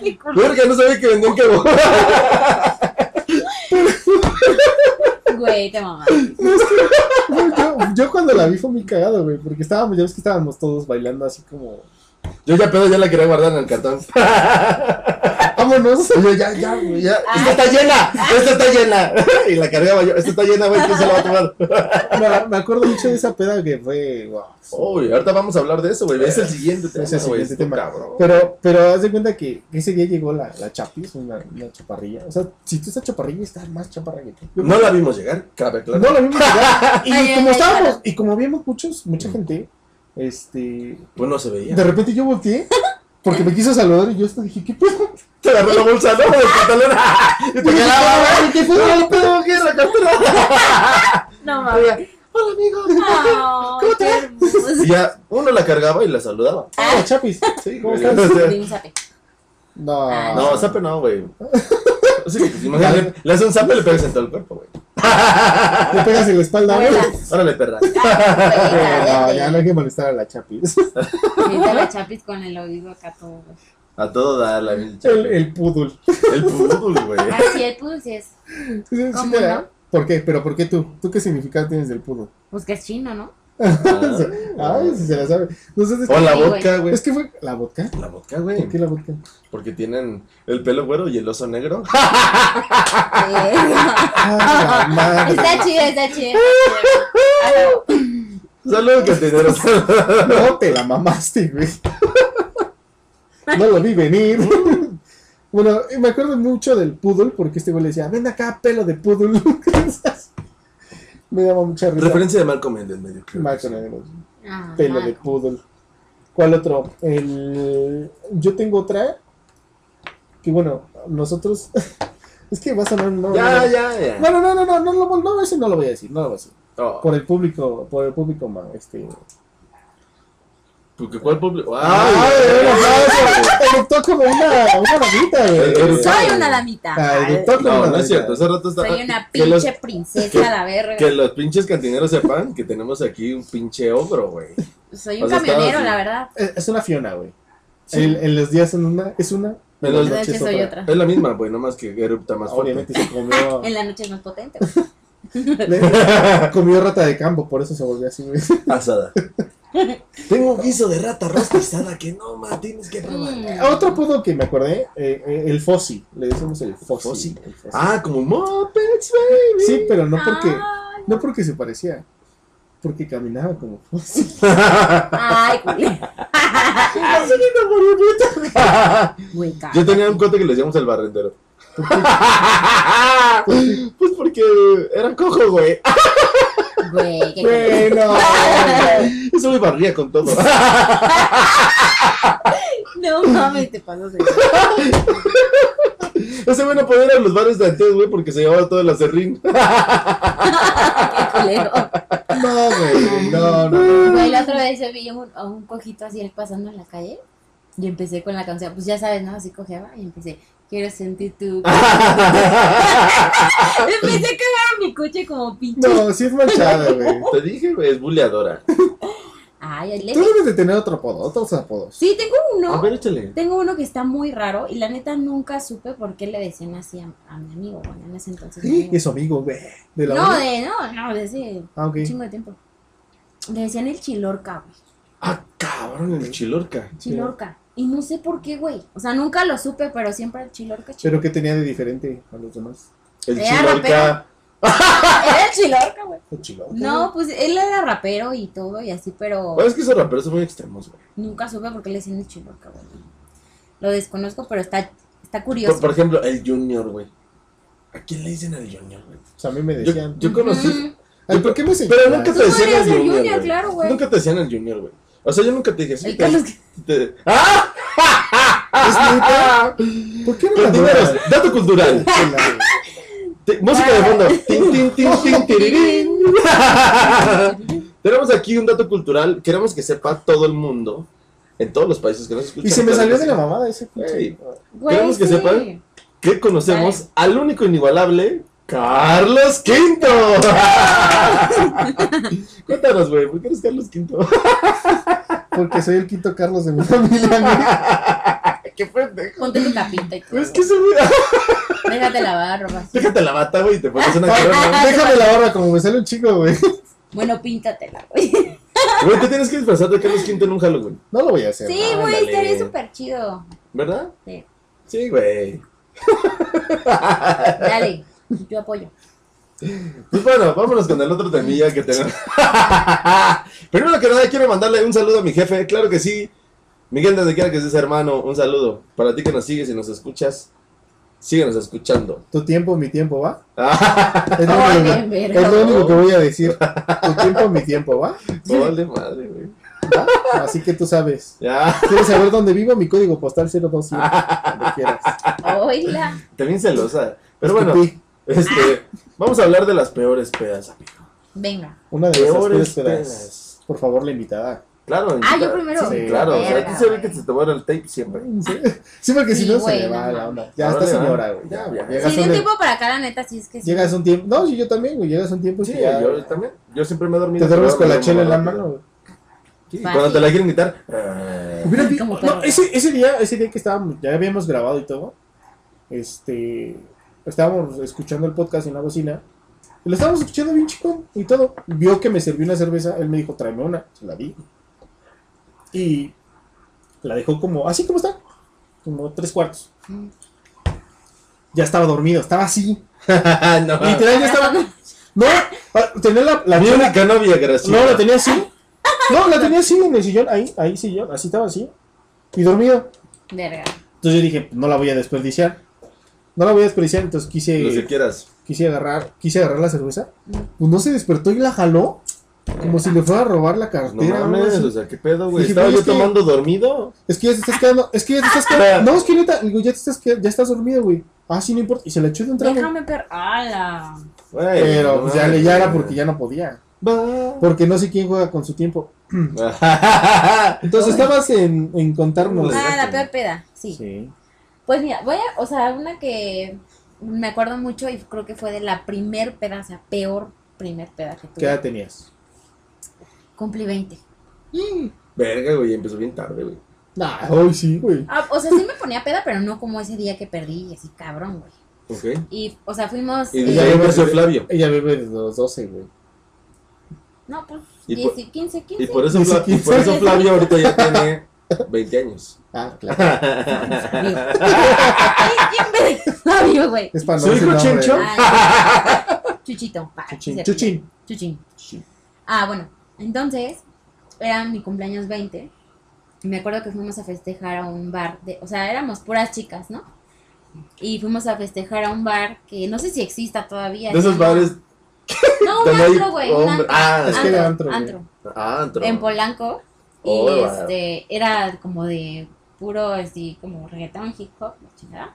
Speaker 2: qué culo,
Speaker 1: Verga, no sabía que vendían caguamón.
Speaker 2: Güey, te mamá.
Speaker 3: Güey, yo, yo cuando la vi fue muy cagado, güey. Porque estábamos, ya ves que estábamos todos bailando así como.
Speaker 1: Yo ya pedo, ya la quería guardar en el cartón.
Speaker 3: Vámonos.
Speaker 1: Oye, ya, ya, güey, ya.
Speaker 2: Ay.
Speaker 1: ¡Esta está llena! ¡Esta está llena! Y la cargaba yo. ¡Esta está llena, güey! ¿Quién se la va a tomar?
Speaker 3: Me, me acuerdo mucho de esa peda que fue. guau.
Speaker 1: Uy, ahorita vamos a hablar de eso, güey. Es el siguiente tema,
Speaker 3: Es el
Speaker 1: güey.
Speaker 3: siguiente
Speaker 1: este
Speaker 3: tema.
Speaker 1: cabrón.
Speaker 3: Pero, pero haz de cuenta que ese día llegó la, la Chapis, una, una chaparrilla. O sea, si tú estás chaparrilla, estás más chaparra que tú. Yo-
Speaker 1: No la vimos llegar, cabe claro.
Speaker 3: No la vimos llegar.
Speaker 2: Ay,
Speaker 3: Y
Speaker 2: ay,
Speaker 3: como
Speaker 2: ay,
Speaker 3: estábamos,
Speaker 2: claro.
Speaker 3: y como habíamos muchos,
Speaker 1: Mm.
Speaker 3: mucha gente, este.
Speaker 1: Pues no se veía.
Speaker 3: De repente yo volteé porque me quiso saludar y yo hasta dije, ¿qué pedo?
Speaker 1: Te agarró la bolsa, ¿no? Del pantalón. Y te quedaba, güey.
Speaker 3: ¿Qué pedo?
Speaker 1: No, pedo, ¿qué es la cartera?
Speaker 2: No mames.
Speaker 1: Hola, amigo.
Speaker 2: ¿Cómo te
Speaker 1: Y ya, uno la cargaba y la saludaba.
Speaker 3: Ah, Chapis.
Speaker 1: Sí,
Speaker 3: ¿Cómo
Speaker 1: güey.
Speaker 3: estás?
Speaker 1: O sea,
Speaker 2: Ah,
Speaker 3: No.
Speaker 1: No, zape no, güey. Sí, pues, imagínate, Ah. le hace un zape le pegas en todo el cuerpo, güey.
Speaker 3: Le pegas en la espalda. ¿no?
Speaker 2: Abuela.
Speaker 1: Órale, perra.
Speaker 3: No, ya no hay que molestar a la Chapis.
Speaker 2: Ahorita la chapis con el oído acá todo. güey.
Speaker 1: A todo da la pinche.
Speaker 3: El, el pudul.
Speaker 1: El pudul, güey. Ah.
Speaker 2: Así el pudul Ah, sí es.
Speaker 3: Sí,
Speaker 2: ¿Cómo
Speaker 3: ¿verdad?
Speaker 2: no?
Speaker 3: ¿Por qué? ¿Pero por qué tú? ¿Tú qué significado tienes del pudul?
Speaker 2: Pues que es chino, ¿no?
Speaker 1: Ah.
Speaker 3: Ay, si se la sabe. Entonces, es
Speaker 1: O
Speaker 3: que,
Speaker 1: la
Speaker 2: Sí, güey.
Speaker 1: vodka, güey.
Speaker 3: es que fue la vodka.
Speaker 1: La vodka, güey.
Speaker 3: ¿Por qué la vodka?
Speaker 1: Porque tienen el pelo güero y el oso negro.
Speaker 3: Ah, la madre.
Speaker 2: está chido, está chido. Ah, no.
Speaker 1: Saludos, cantineros.
Speaker 3: No te la mamaste, güey. No lo vi venir. Bueno, y me acuerdo mucho del poodle porque este güey le decía, ven acá, pelo de poodle. me daba mucha risa.
Speaker 1: Referencia de Malcolm en el medio. creo.
Speaker 3: Max Hernández,
Speaker 2: Ah,
Speaker 3: pelo
Speaker 2: mal.
Speaker 3: de poodle. ¿Cuál otro? El... Yo tengo otra que, bueno, nosotros... es que vas a sonar... No,
Speaker 1: Ya,
Speaker 3: no,
Speaker 1: ya, ya.
Speaker 3: No, no, no, no, no, no, no, no, ese no lo voy a decir, no lo voy a decir.
Speaker 1: Oh,
Speaker 3: Por el público, por el público, ma, este...
Speaker 1: porque ¿Cuál público?
Speaker 3: ¡Ay,
Speaker 1: ¡Ay,
Speaker 3: un
Speaker 1: güey!
Speaker 3: aplauso! Eructó como una, una mamita, güey.
Speaker 2: Soy una damita.
Speaker 3: Ah, eructó como
Speaker 1: No,
Speaker 3: una
Speaker 1: no es cierto.
Speaker 3: mamita.
Speaker 1: Hace rato estaba.
Speaker 2: Soy una
Speaker 1: que los-
Speaker 2: pinche princesa, la verga.
Speaker 1: Que los pinches cantineros sepan que tenemos aquí un pinche ogro, güey.
Speaker 2: Soy un
Speaker 1: o sea, estaba
Speaker 2: camionero,
Speaker 1: así.
Speaker 2: la verdad.
Speaker 3: Eh, Es una Fiona, güey.
Speaker 1: Sí.
Speaker 3: En, en los días en una, es una.
Speaker 1: En
Speaker 2: En
Speaker 1: los
Speaker 2: la
Speaker 1: noches
Speaker 2: noche soy otra.
Speaker 1: Es la misma, güey, nomás que erupta más fuerte.
Speaker 3: Obviamente se comió,
Speaker 2: En la noche es más potente.
Speaker 3: le- comió rata de campo, por eso se volvió así, güey.
Speaker 1: Asada. Tengo un guiso de rata rostizada que no, ma, tienes que probar.
Speaker 2: Mm.
Speaker 3: Otro apodo que me acordé, eh, eh, el Fossi. Le decimos el Fossi.
Speaker 1: Fossi.
Speaker 3: el Fossi.
Speaker 1: Ah, como Muppets, baby.
Speaker 3: Sí, pero no porque,
Speaker 2: Ay,
Speaker 3: no porque se parecía. Porque caminaba como Fossi.
Speaker 2: Ay, güey. Güey,
Speaker 1: Yo
Speaker 2: cabrón.
Speaker 1: tenía un cote que le decíamos el barrendero.
Speaker 3: ¿Por qué?
Speaker 1: pues porque era cojo, güey.
Speaker 2: Güey, qué
Speaker 3: Bueno.
Speaker 1: Eso me barría con todo.
Speaker 2: No mames, te pasas de
Speaker 1: Ese güey no podía ir a los bares de antes, güey, porque se llevaba todo el acerrín.
Speaker 2: culero.
Speaker 3: No, güey. No, no. no.
Speaker 2: Güey, la otra vez yo vi a un, a un cojito así él pasando en la calle y empecé con la canción. Pues ya sabes, ¿no? Así cojeaba y empecé. Quiero sentir tu. empecé a cagar mi coche como pinche.
Speaker 3: No, sí es manchada, güey.
Speaker 1: Te dije, güey, es buleadora.
Speaker 2: Ay, el
Speaker 3: Tú debes de tener otro apodo, otros apodos.
Speaker 2: Sí, tengo
Speaker 1: A
Speaker 2: uno.
Speaker 1: ver, échale.
Speaker 2: Tengo uno que está muy raro y la neta nunca supe por qué le decían así a, a mi amigo. Bueno, en ese entonces. mi amigo.
Speaker 3: Es amigo, güey. De la
Speaker 2: No,
Speaker 3: uni.
Speaker 2: de, no, no, de ese
Speaker 3: Ah, ok.
Speaker 2: chingo de tiempo. Le decían el chilorca, güey.
Speaker 1: Ah, cabrón, el chilorca.
Speaker 2: Chilorca. Y no sé por qué, güey. O sea, nunca lo supe, pero siempre el chilorca. chilorca.
Speaker 3: Pero que tenía de diferente a los demás.
Speaker 1: El
Speaker 2: Era
Speaker 1: chilorca.
Speaker 2: Era el chilorca, güey.
Speaker 3: Qué chilo.
Speaker 2: No, pues él era rapero y todo y así, pero
Speaker 1: Bueno, es que esos raperos son muy extremos, güey.
Speaker 2: nunca supe por qué le decían el chilorca, güey. Lo desconozco, pero está, está
Speaker 1: Por,
Speaker 2: curioso.
Speaker 1: por ejemplo, el Junior, güey. ¿A quién le dicen el Junior, güey?
Speaker 3: O sea, a mí me
Speaker 1: Yo,
Speaker 3: decían.
Speaker 1: yo conocí.
Speaker 2: Ujú.
Speaker 3: Ay, ¿Por qué me enseñas?
Speaker 1: Pero nunca te
Speaker 2: Tú podrías
Speaker 1: decían
Speaker 2: ser
Speaker 1: el Junior.
Speaker 2: Junior,
Speaker 1: güey.
Speaker 2: claro, güey.
Speaker 1: Nunca te decían el Junior, güey. O sea, yo nunca te dije así.
Speaker 2: El Carlos
Speaker 1: te- ¡Ah!
Speaker 3: Ah, ¿Es neta? ¿Por qué no la
Speaker 1: Continuamos.
Speaker 3: dudas?
Speaker 1: Dato cultural. Te- música de fondo. Tin, tin, tin, tin, tirirín. Tenemos aquí un dato cultural. Queremos que sepa todo el mundo. En todos los países que nos escuchan.
Speaker 3: Y se me
Speaker 1: claro
Speaker 3: salió
Speaker 1: que
Speaker 3: de la
Speaker 1: sí.
Speaker 3: mamada ese
Speaker 1: Ey.
Speaker 3: pinche.
Speaker 2: Güey,
Speaker 1: Queremos que
Speaker 2: sí.
Speaker 1: sepan. Que conocemos al único inigualable. Carlos V. Cuéntanos, güey, ¿por qué eres Carlos V?
Speaker 3: Porque soy el quinto Carlos de mi familia. güey.
Speaker 1: ¡Qué pendejo!
Speaker 2: Ponte tu capita y todo.
Speaker 1: Es que se me...
Speaker 2: Déjate lavar ropa.
Speaker 1: Déjate la bata, güey, y te pones una corona.
Speaker 3: Déjame la barba como me sale un chico, güey.
Speaker 2: Bueno, píntatela, güey.
Speaker 1: Güey, te tienes que disfrazar de Carlos V en un Halloween,
Speaker 3: No lo voy a hacer.
Speaker 2: Sí,
Speaker 1: Ándale.
Speaker 2: güey, estaría súper chido.
Speaker 1: ¿verdad?
Speaker 2: Sí.
Speaker 1: Sí, güey.
Speaker 2: Dale, yo apoyo.
Speaker 1: Pues bueno, vámonos con el otro temilla que tenemos. Primero que nada, quiero mandarle un saludo a mi jefe, claro que sí. Miguel, donde quiera que estés, hermano, un saludo. Para ti que nos sigues y nos escuchas, síguenos escuchando.
Speaker 3: Tu tiempo, mi tiempo, ¿va?
Speaker 1: Ah.
Speaker 3: Es lo,
Speaker 2: Ay,
Speaker 3: único,
Speaker 2: bien, verga.
Speaker 3: es lo único que voy a decir. Tu tiempo, mi tiempo, ¿va?
Speaker 1: Oh, Vale, madre, güey.
Speaker 3: ¿Va? Así que tú sabes.
Speaker 1: Ya,
Speaker 3: ¿Quieres saber dónde vivo? Mi código postal 027. Cuando quieras.
Speaker 2: Oila.
Speaker 1: también celosa. Pero bueno,
Speaker 3: Escupí.
Speaker 1: este, vamos a hablar de las peores pedas, amigo.
Speaker 2: Venga.
Speaker 3: Una de esas
Speaker 1: Peores
Speaker 3: peores pedas.
Speaker 1: pedas.
Speaker 3: Por favor, la invitada.
Speaker 1: Claro,
Speaker 2: Ah, yo
Speaker 1: invitada.
Speaker 2: primero.
Speaker 1: Sí, claro, o sea,
Speaker 2: Verga,
Speaker 1: aquí se ve
Speaker 2: güey.
Speaker 1: que se te muere el tape siempre.
Speaker 3: Sí, porque si
Speaker 2: Sí,
Speaker 3: no
Speaker 2: güey,
Speaker 3: se le
Speaker 2: no
Speaker 3: va
Speaker 2: mames.
Speaker 3: la onda. Ya
Speaker 1: Ahora
Speaker 3: está
Speaker 1: le va.
Speaker 3: señora, güey.
Speaker 1: Ya,
Speaker 3: Ya,
Speaker 1: ya.
Speaker 3: Llegas,
Speaker 2: Sí, de
Speaker 3: un,
Speaker 2: un tiempo para acá, la neta, sí es que sí.
Speaker 3: llegas un tiempo. No, sí, yo también, güey. Llegas un tiempo y
Speaker 1: Sí,
Speaker 3: que ya-
Speaker 1: yo también. Yo siempre me he dormido.
Speaker 3: te duermes con la
Speaker 1: Pero
Speaker 3: chela en la
Speaker 1: me duermo
Speaker 3: mano, güey.
Speaker 1: rápido. Sí,
Speaker 2: Fácil.
Speaker 1: cuando te la quieren quitar. eh,
Speaker 3: Hubiera vi-
Speaker 2: Como
Speaker 3: no,
Speaker 2: perro.
Speaker 3: ese, ese día, ese día que estábamos, ya habíamos grabado y todo, este, estábamos escuchando el podcast en la bocina, y lo estábamos escuchando bien chico y todo. Vio que me serví una cerveza, él me dijo, tráeme una, se la di. Y la dejó como, así como está, como tres cuartos.
Speaker 2: Mm.
Speaker 3: Ya estaba dormido, estaba así.
Speaker 1: no.
Speaker 3: Literal,
Speaker 2: Ah.
Speaker 3: ya estaba. No, ah, tenía la, la
Speaker 1: Mi
Speaker 3: chela-
Speaker 1: única novia, gracias.
Speaker 3: no, la tenía así. No, la tenía así en el sillón, ahí, ahí sillón, así estaba así. Y dormido.
Speaker 2: Verga.
Speaker 3: Entonces yo dije, no la voy a desperdiciar. No la voy a desperdiciar, entonces
Speaker 1: Lo que
Speaker 3: quise,
Speaker 1: quieras.
Speaker 3: quise agarrar, quise agarrar la cerveza. Pues no se despertó y la jaló. Como si le fuera a robar la
Speaker 1: Pues No
Speaker 3: cartera. ¿no?
Speaker 1: mames,
Speaker 3: Así.
Speaker 1: o sea, qué pedo, güey.
Speaker 3: Pues Dije,
Speaker 1: Estaba
Speaker 3: güey,
Speaker 1: yo
Speaker 3: es que-
Speaker 1: tomando dormido.
Speaker 3: Es que ya te estás quedando, es que ya te estás quedando. No, es que neta, digo, ya te estás quedando, ya estás dormido, güey. Ah, sí, no importa. Y se la echó de un trago.
Speaker 2: Déjame per. ¡Hala!
Speaker 1: Güey,
Speaker 3: Pero
Speaker 1: no
Speaker 3: pues ya
Speaker 1: mames.
Speaker 3: le ya era porque ya no podía.
Speaker 1: Va.
Speaker 3: Porque no sé quién juega con su tiempo. Entonces estabas en, en contarnos.
Speaker 1: Pues,
Speaker 2: Ah, la
Speaker 1: déjame.
Speaker 2: peor peda, sí.
Speaker 3: Sí.
Speaker 2: Pues mira, voy a, o sea, una que me acuerdo mucho y creo que fue de la primer peda, o sea, peor primer peda que tuve.
Speaker 3: ¿Qué edad tenías?
Speaker 2: Cumplí 20.
Speaker 1: Verga, güey, empezó bien tarde, güey.
Speaker 3: Nah, hoy sí, güey.
Speaker 2: Ah, o sea, sí me ponía peda, pero no como ese día que perdí, y así cabrón, güey.
Speaker 1: Ok.
Speaker 2: Y, o sea, fuimos.
Speaker 1: Y
Speaker 2: eh,
Speaker 1: desde ahí empezó Flavio.
Speaker 3: Ella bebe desde los 12, güey.
Speaker 2: no, pues
Speaker 1: Y
Speaker 2: 10,
Speaker 1: por-
Speaker 2: 15, 15.
Speaker 1: Y por eso,
Speaker 3: Dice
Speaker 1: Fla- y por eso Flavio ahorita ya tiene 20 años.
Speaker 3: Ah, claro.
Speaker 2: Ay, ¿quién me Flavio, güey?
Speaker 3: Es para no
Speaker 1: ¿Su
Speaker 3: decir
Speaker 1: hijo
Speaker 3: nombre.
Speaker 1: Chencho?
Speaker 2: Ay, Chuchito. pa,
Speaker 3: Chuchín.
Speaker 2: sí,
Speaker 3: Chuchín.
Speaker 2: Chuchín. Ah, bueno, entonces era mi cumpleaños 20 y me acuerdo que fuimos a festejar a un bar, de, o sea, éramos puras chicas, ¿no? Y fuimos a festejar a un bar que no sé si exista todavía.
Speaker 1: De
Speaker 2: ¿sí?
Speaker 1: esos bares.
Speaker 2: No, un
Speaker 1: donde hay
Speaker 2: antro, güey. un
Speaker 1: hombre-
Speaker 2: antro,
Speaker 1: Ah,
Speaker 3: es que
Speaker 2: antro,
Speaker 3: era antro, güey.
Speaker 2: antro,
Speaker 1: Ah, antro.
Speaker 2: En Polanco. Y
Speaker 1: Oh, wow.
Speaker 2: este, era como de puro, así, como reggaetón, hip hop, la chingada.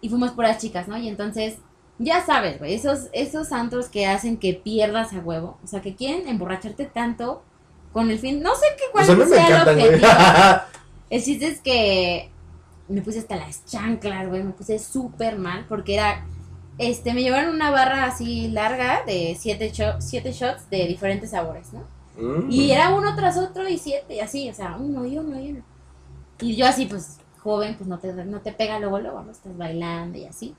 Speaker 2: Y fuimos puras chicas, ¿no? Y entonces, ya sabes, güey, esos, esos antros que hacen que pierdas a huevo. O sea, que quieren emborracharte tanto con el fin, no sé qué cuál
Speaker 1: Pues a mí me
Speaker 2: sea
Speaker 1: encantan,
Speaker 2: el
Speaker 1: güey.
Speaker 2: objetivo. El chiste es que me puse hasta las chanclas, güey, me puse súper mal porque era, este, me llevaron una barra así larga de siete, cho- siete shots de diferentes sabores, ¿no?
Speaker 1: Mm.
Speaker 2: Y era uno tras otro y siete, y así, o sea, uno y uno y uno. Y yo así, pues, joven, pues no te, no te pega luego, luego, ¿no? Estás bailando y así.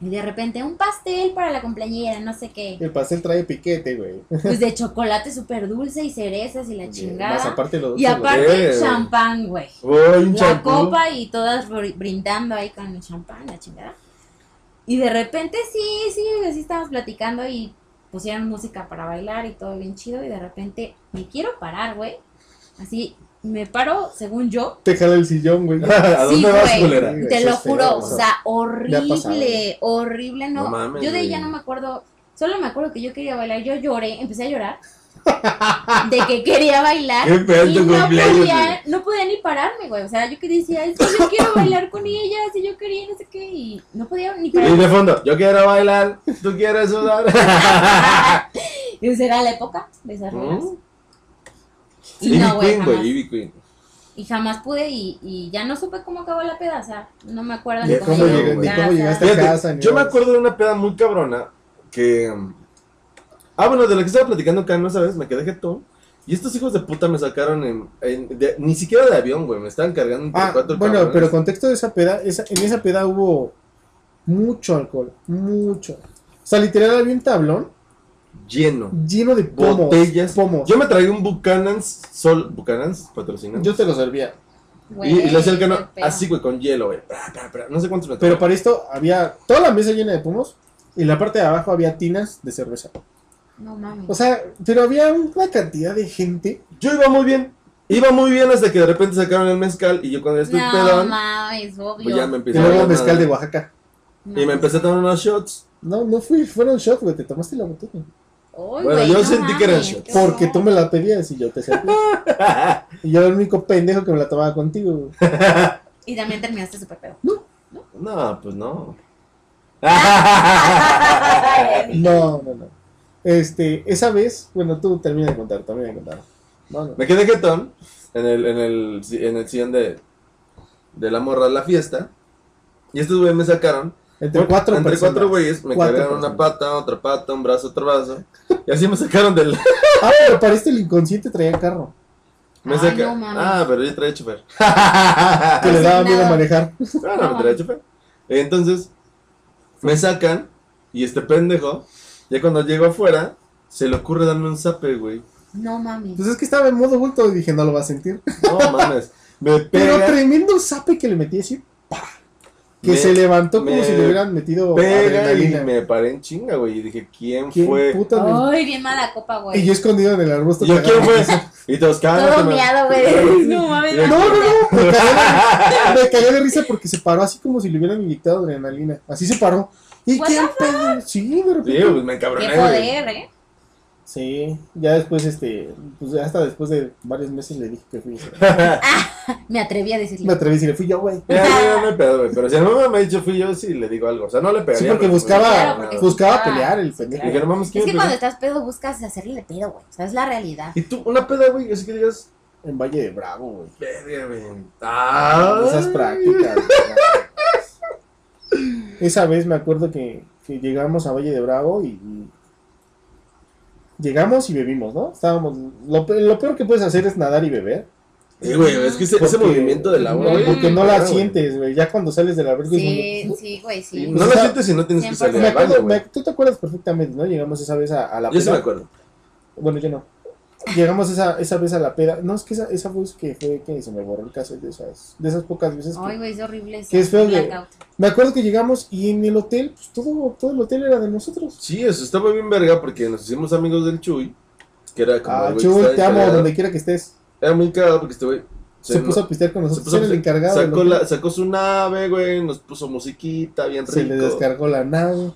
Speaker 2: Y de repente, un pastel para la compañera, no sé qué.
Speaker 3: El pastel trae piquete, güey.
Speaker 2: Pues de chocolate súper dulce y cerezas y la
Speaker 3: Más
Speaker 2: chingada.
Speaker 3: aparte los
Speaker 2: Y
Speaker 1: güey.
Speaker 2: aparte, champán, güey.
Speaker 1: Uy, un
Speaker 2: La
Speaker 1: champú.
Speaker 2: copa y todas br- brindando ahí con el champán, la chingada. Y de repente sí, sí, así estábamos platicando y pusieron música para bailar y todo bien chido. Y de repente me quiero parar, güey. Así, me paro, según yo.
Speaker 3: Te jala el sillón, güey. Ah,
Speaker 1: ¿A
Speaker 2: Sí,
Speaker 1: dónde vas,
Speaker 2: güey.
Speaker 1: culera?
Speaker 3: Sí,
Speaker 2: Te
Speaker 3: eso
Speaker 2: lo
Speaker 3: es
Speaker 2: juro,
Speaker 3: feo,
Speaker 2: o
Speaker 3: güey.
Speaker 2: sea,
Speaker 3: ha pasado.
Speaker 2: horrible, horrible, no.
Speaker 1: No mames,
Speaker 2: yo de ella
Speaker 1: güey.
Speaker 2: no me acuerdo, solo me acuerdo que yo quería bailar, yo lloré, empecé a llorar. De que quería bailar
Speaker 1: Qué pedo
Speaker 2: y
Speaker 1: tu
Speaker 2: no
Speaker 1: cumpleaños,
Speaker 2: podía, no podía ni pararme, güey. O sea, yo que decía, es que yo quiero bailar con ella, si yo quería, no sé qué, y no podía ni
Speaker 1: Y
Speaker 2: pararme.
Speaker 1: de fondo, yo quiero bailar, tú quieres sudar.
Speaker 2: Y esa era la época de esas rolas.
Speaker 1: Mm.
Speaker 2: Y no, güey,
Speaker 1: Queen,
Speaker 2: jamás.
Speaker 1: güey, Ivy Queen.
Speaker 2: Y jamás pude y, y ya no supe cómo acabó la peda, o sea, no me acuerdo
Speaker 3: Ni
Speaker 2: ni
Speaker 1: cómo
Speaker 2: llegué
Speaker 1: llegué-
Speaker 2: a
Speaker 1: ni
Speaker 2: mi
Speaker 3: cómo
Speaker 2: casa.
Speaker 3: llegaste.
Speaker 1: Fíjate,
Speaker 3: casa, ni
Speaker 1: yo me
Speaker 3: nada.
Speaker 1: acuerdo de una peda muy cabrona que. mm, Ah, bueno, de lo que estaba platicando acá, no sabes, me quedé jetón. Y estos hijos de puta me sacaron en. en- de- ni siquiera de avión, güey. Me estaban cargando entre
Speaker 3: Ah,
Speaker 1: cuatro
Speaker 3: bueno,
Speaker 1: cabrones.
Speaker 3: pero contexto de esa peda, esa- en esa peda hubo mucho alcohol, mucho. O sea, literal había un tablón
Speaker 1: Lleno.
Speaker 3: lleno de pomos.
Speaker 1: Botellas.
Speaker 3: pomos.
Speaker 1: Yo me traí un Buchanan's Sol. Buchanan's patrocinado.
Speaker 3: Yo te lo servía.
Speaker 1: Y, y le hacía el
Speaker 2: Güey,
Speaker 1: cano
Speaker 2: qué pedo.
Speaker 1: así, güey, con hielo, güey. Pra, pra, pra. No sé cuántos me
Speaker 3: Pero
Speaker 1: tomé.
Speaker 3: para esto había toda la mesa llena de pomos y en la parte de abajo había tinas de cerveza.
Speaker 2: No mames.
Speaker 3: O sea, pero había una cantidad de gente.
Speaker 1: Yo iba muy bien. Iba muy bien hasta que de repente sacaron el mezcal. Y yo cuando ya estoy
Speaker 2: no
Speaker 1: pedón,
Speaker 2: mames, obvio.
Speaker 1: pues ya me
Speaker 3: Y
Speaker 1: empecé
Speaker 3: luego
Speaker 1: dar
Speaker 3: mezcal de
Speaker 1: nada.
Speaker 3: Oaxaca.
Speaker 2: No.
Speaker 1: Y me empecé a tomar unos shots.
Speaker 3: No, no fui, fueron shot, güey, te tomaste la botella.
Speaker 2: Uy,
Speaker 1: Bueno,
Speaker 2: güey,
Speaker 1: yo
Speaker 2: no
Speaker 1: sentí que eran
Speaker 2: mames,
Speaker 1: shots.
Speaker 2: qué
Speaker 3: Porque
Speaker 2: horror.
Speaker 3: tú me la pedías y yo te servía. y yo era el único pendejo que me la tomaba contigo. güey.
Speaker 2: Y también terminaste súper pedo.
Speaker 1: No, pues no.
Speaker 3: No, no, no. Este, esa vez, bueno, tú termina de contar, termina de contar. No, no.
Speaker 1: Me quedé jetón en el, en el, si- en el sillón de, de la morra de la fiesta. Y estos güeyes me sacaron.
Speaker 3: Entre cuatro
Speaker 1: Entre
Speaker 3: personas.
Speaker 1: cuatro güeyes me
Speaker 3: Cuatro
Speaker 1: cargaron una
Speaker 3: personas.
Speaker 1: pata, otra pata, un brazo, otro brazo. Y así me sacaron del.
Speaker 3: Ah, pero para este el inconsciente traía carro.
Speaker 1: Me
Speaker 2: Ay,
Speaker 1: saca-
Speaker 2: no mames.
Speaker 1: ah, pero yo traía chofer. Ah,
Speaker 3: Que le daba miedo
Speaker 2: Asignado.
Speaker 3: manejar.
Speaker 1: No, no, me traía chofer. Entonces, me sacan. Y este pendejo, ya cuando llego afuera, se le ocurre darme un zape, güey.
Speaker 2: No mames.
Speaker 3: Pues es que estaba en modo bulto y dije, no lo va a sentir.
Speaker 1: No mames. Me
Speaker 3: Pero
Speaker 1: pega.
Speaker 3: tremendo sape que le metí así. ¡pa! Que
Speaker 1: Me-
Speaker 3: se levantó como
Speaker 1: me
Speaker 3: si le hubieran metido
Speaker 1: pega y
Speaker 3: adrenalina.
Speaker 1: me paré en chinga, güey. Y dije, ¿quién,
Speaker 3: ¿Quién
Speaker 1: fue?
Speaker 3: puta me-
Speaker 2: Ay, bien mala copa,
Speaker 3: Y
Speaker 2: güey.
Speaker 3: yo escondido en el arbusto.
Speaker 1: Y yo, ¿quién
Speaker 3: cagado.
Speaker 1: fue? Y todos cagaron.
Speaker 2: Todo miado, güey. No mames.
Speaker 1: No,
Speaker 3: No, no, no. Me cagué, de- me cagué de risa porque se paró así como si le hubieran inyectado adrenalina. Así se paró. ¿Y
Speaker 2: What
Speaker 3: quién pedo? Sí, de repente.
Speaker 1: Sí, pues me
Speaker 2: Qué
Speaker 1: encabroné, güey.
Speaker 2: poder, eh.
Speaker 3: Sí, ya después, este, pues hasta después de varios meses le dije que fui.
Speaker 2: Me atreví a
Speaker 3: Me
Speaker 2: decirle.
Speaker 3: atreví a decirle, fui yo, güey.
Speaker 1: Ya, ya, ya me pegó, güey. Pero si no me ha dicho, fui yo, sí le digo algo. O sea, no le pegaría.
Speaker 3: Sí, porque
Speaker 1: pero- pues,
Speaker 3: buscaba,
Speaker 2: Claro, porque Ah,
Speaker 3: buscaba
Speaker 2: buscaba.
Speaker 3: pelear el pendejo.
Speaker 1: Dije, no mames,
Speaker 2: Es
Speaker 1: ¿quién
Speaker 2: que
Speaker 1: me
Speaker 2: cuando
Speaker 1: pegó?
Speaker 2: estás pedo buscas hacerle de pedo, güey. O sea, es la realidad.
Speaker 1: Y tú, una peda, güey, así que digas,
Speaker 3: En Valle de Bravo, güey.
Speaker 1: verga, güey. Ah,
Speaker 3: Pues Esas prácticas. güey. Esa vez me acuerdo que, que llegamos a Valle de Bravo y, y llegamos y bebimos, ¿no? Estábamos. Lo, pe- lo peor que puedes hacer es nadar y beber.
Speaker 1: Sí, güey, es que ese, ese
Speaker 3: Porque-
Speaker 1: movimiento del agua,
Speaker 3: no,
Speaker 1: güey.
Speaker 3: Porque no la
Speaker 1: Claro, güey.
Speaker 3: sientes, güey. Ya cuando sales del albergue. es
Speaker 2: Sí,
Speaker 3: muy-
Speaker 2: sí, güey,
Speaker 1: Sí,
Speaker 2: sí.
Speaker 1: No la sientes si no tienes que
Speaker 2: Siempre.
Speaker 1: salir
Speaker 3: Me
Speaker 1: al
Speaker 3: acuerdo,
Speaker 1: baño,
Speaker 3: me-
Speaker 1: güey.
Speaker 3: tú te acuerdas perfectamente, ¿no? Llegamos esa vez a, a la
Speaker 1: Yo sí
Speaker 3: peda.
Speaker 1: me acuerdo.
Speaker 3: Bueno, yo no. Llegamos esa, esa vez a la peda. No, es que esa, esa vez que fue que se me borró el caso de esas, de esas pocas veces. que-
Speaker 2: Ay, güey, es horrible eso.
Speaker 3: Que es feo, güey.
Speaker 2: Blackout.
Speaker 3: Me acuerdo que llegamos y en el hotel, pues todo, todo el hotel era de nosotros.
Speaker 1: Sí, eso estaba bien verga porque nos hicimos amigos del Chuy. Que era como.
Speaker 3: Ah,
Speaker 1: el güey que
Speaker 3: Chuy,
Speaker 1: estaba
Speaker 3: te amo,
Speaker 1: encargado.
Speaker 3: donde quiera que estés.
Speaker 1: Era muy cagado porque este güey.
Speaker 3: Se, puso a pistear con
Speaker 1: se
Speaker 3: nosotros,
Speaker 1: puso a
Speaker 3: era el
Speaker 1: pistear.
Speaker 3: encargado. del
Speaker 1: Sacó,
Speaker 3: hotel.
Speaker 1: la- sacó su nave, güey, nos puso musiquita, bien rico.
Speaker 3: Se le descargó la nave.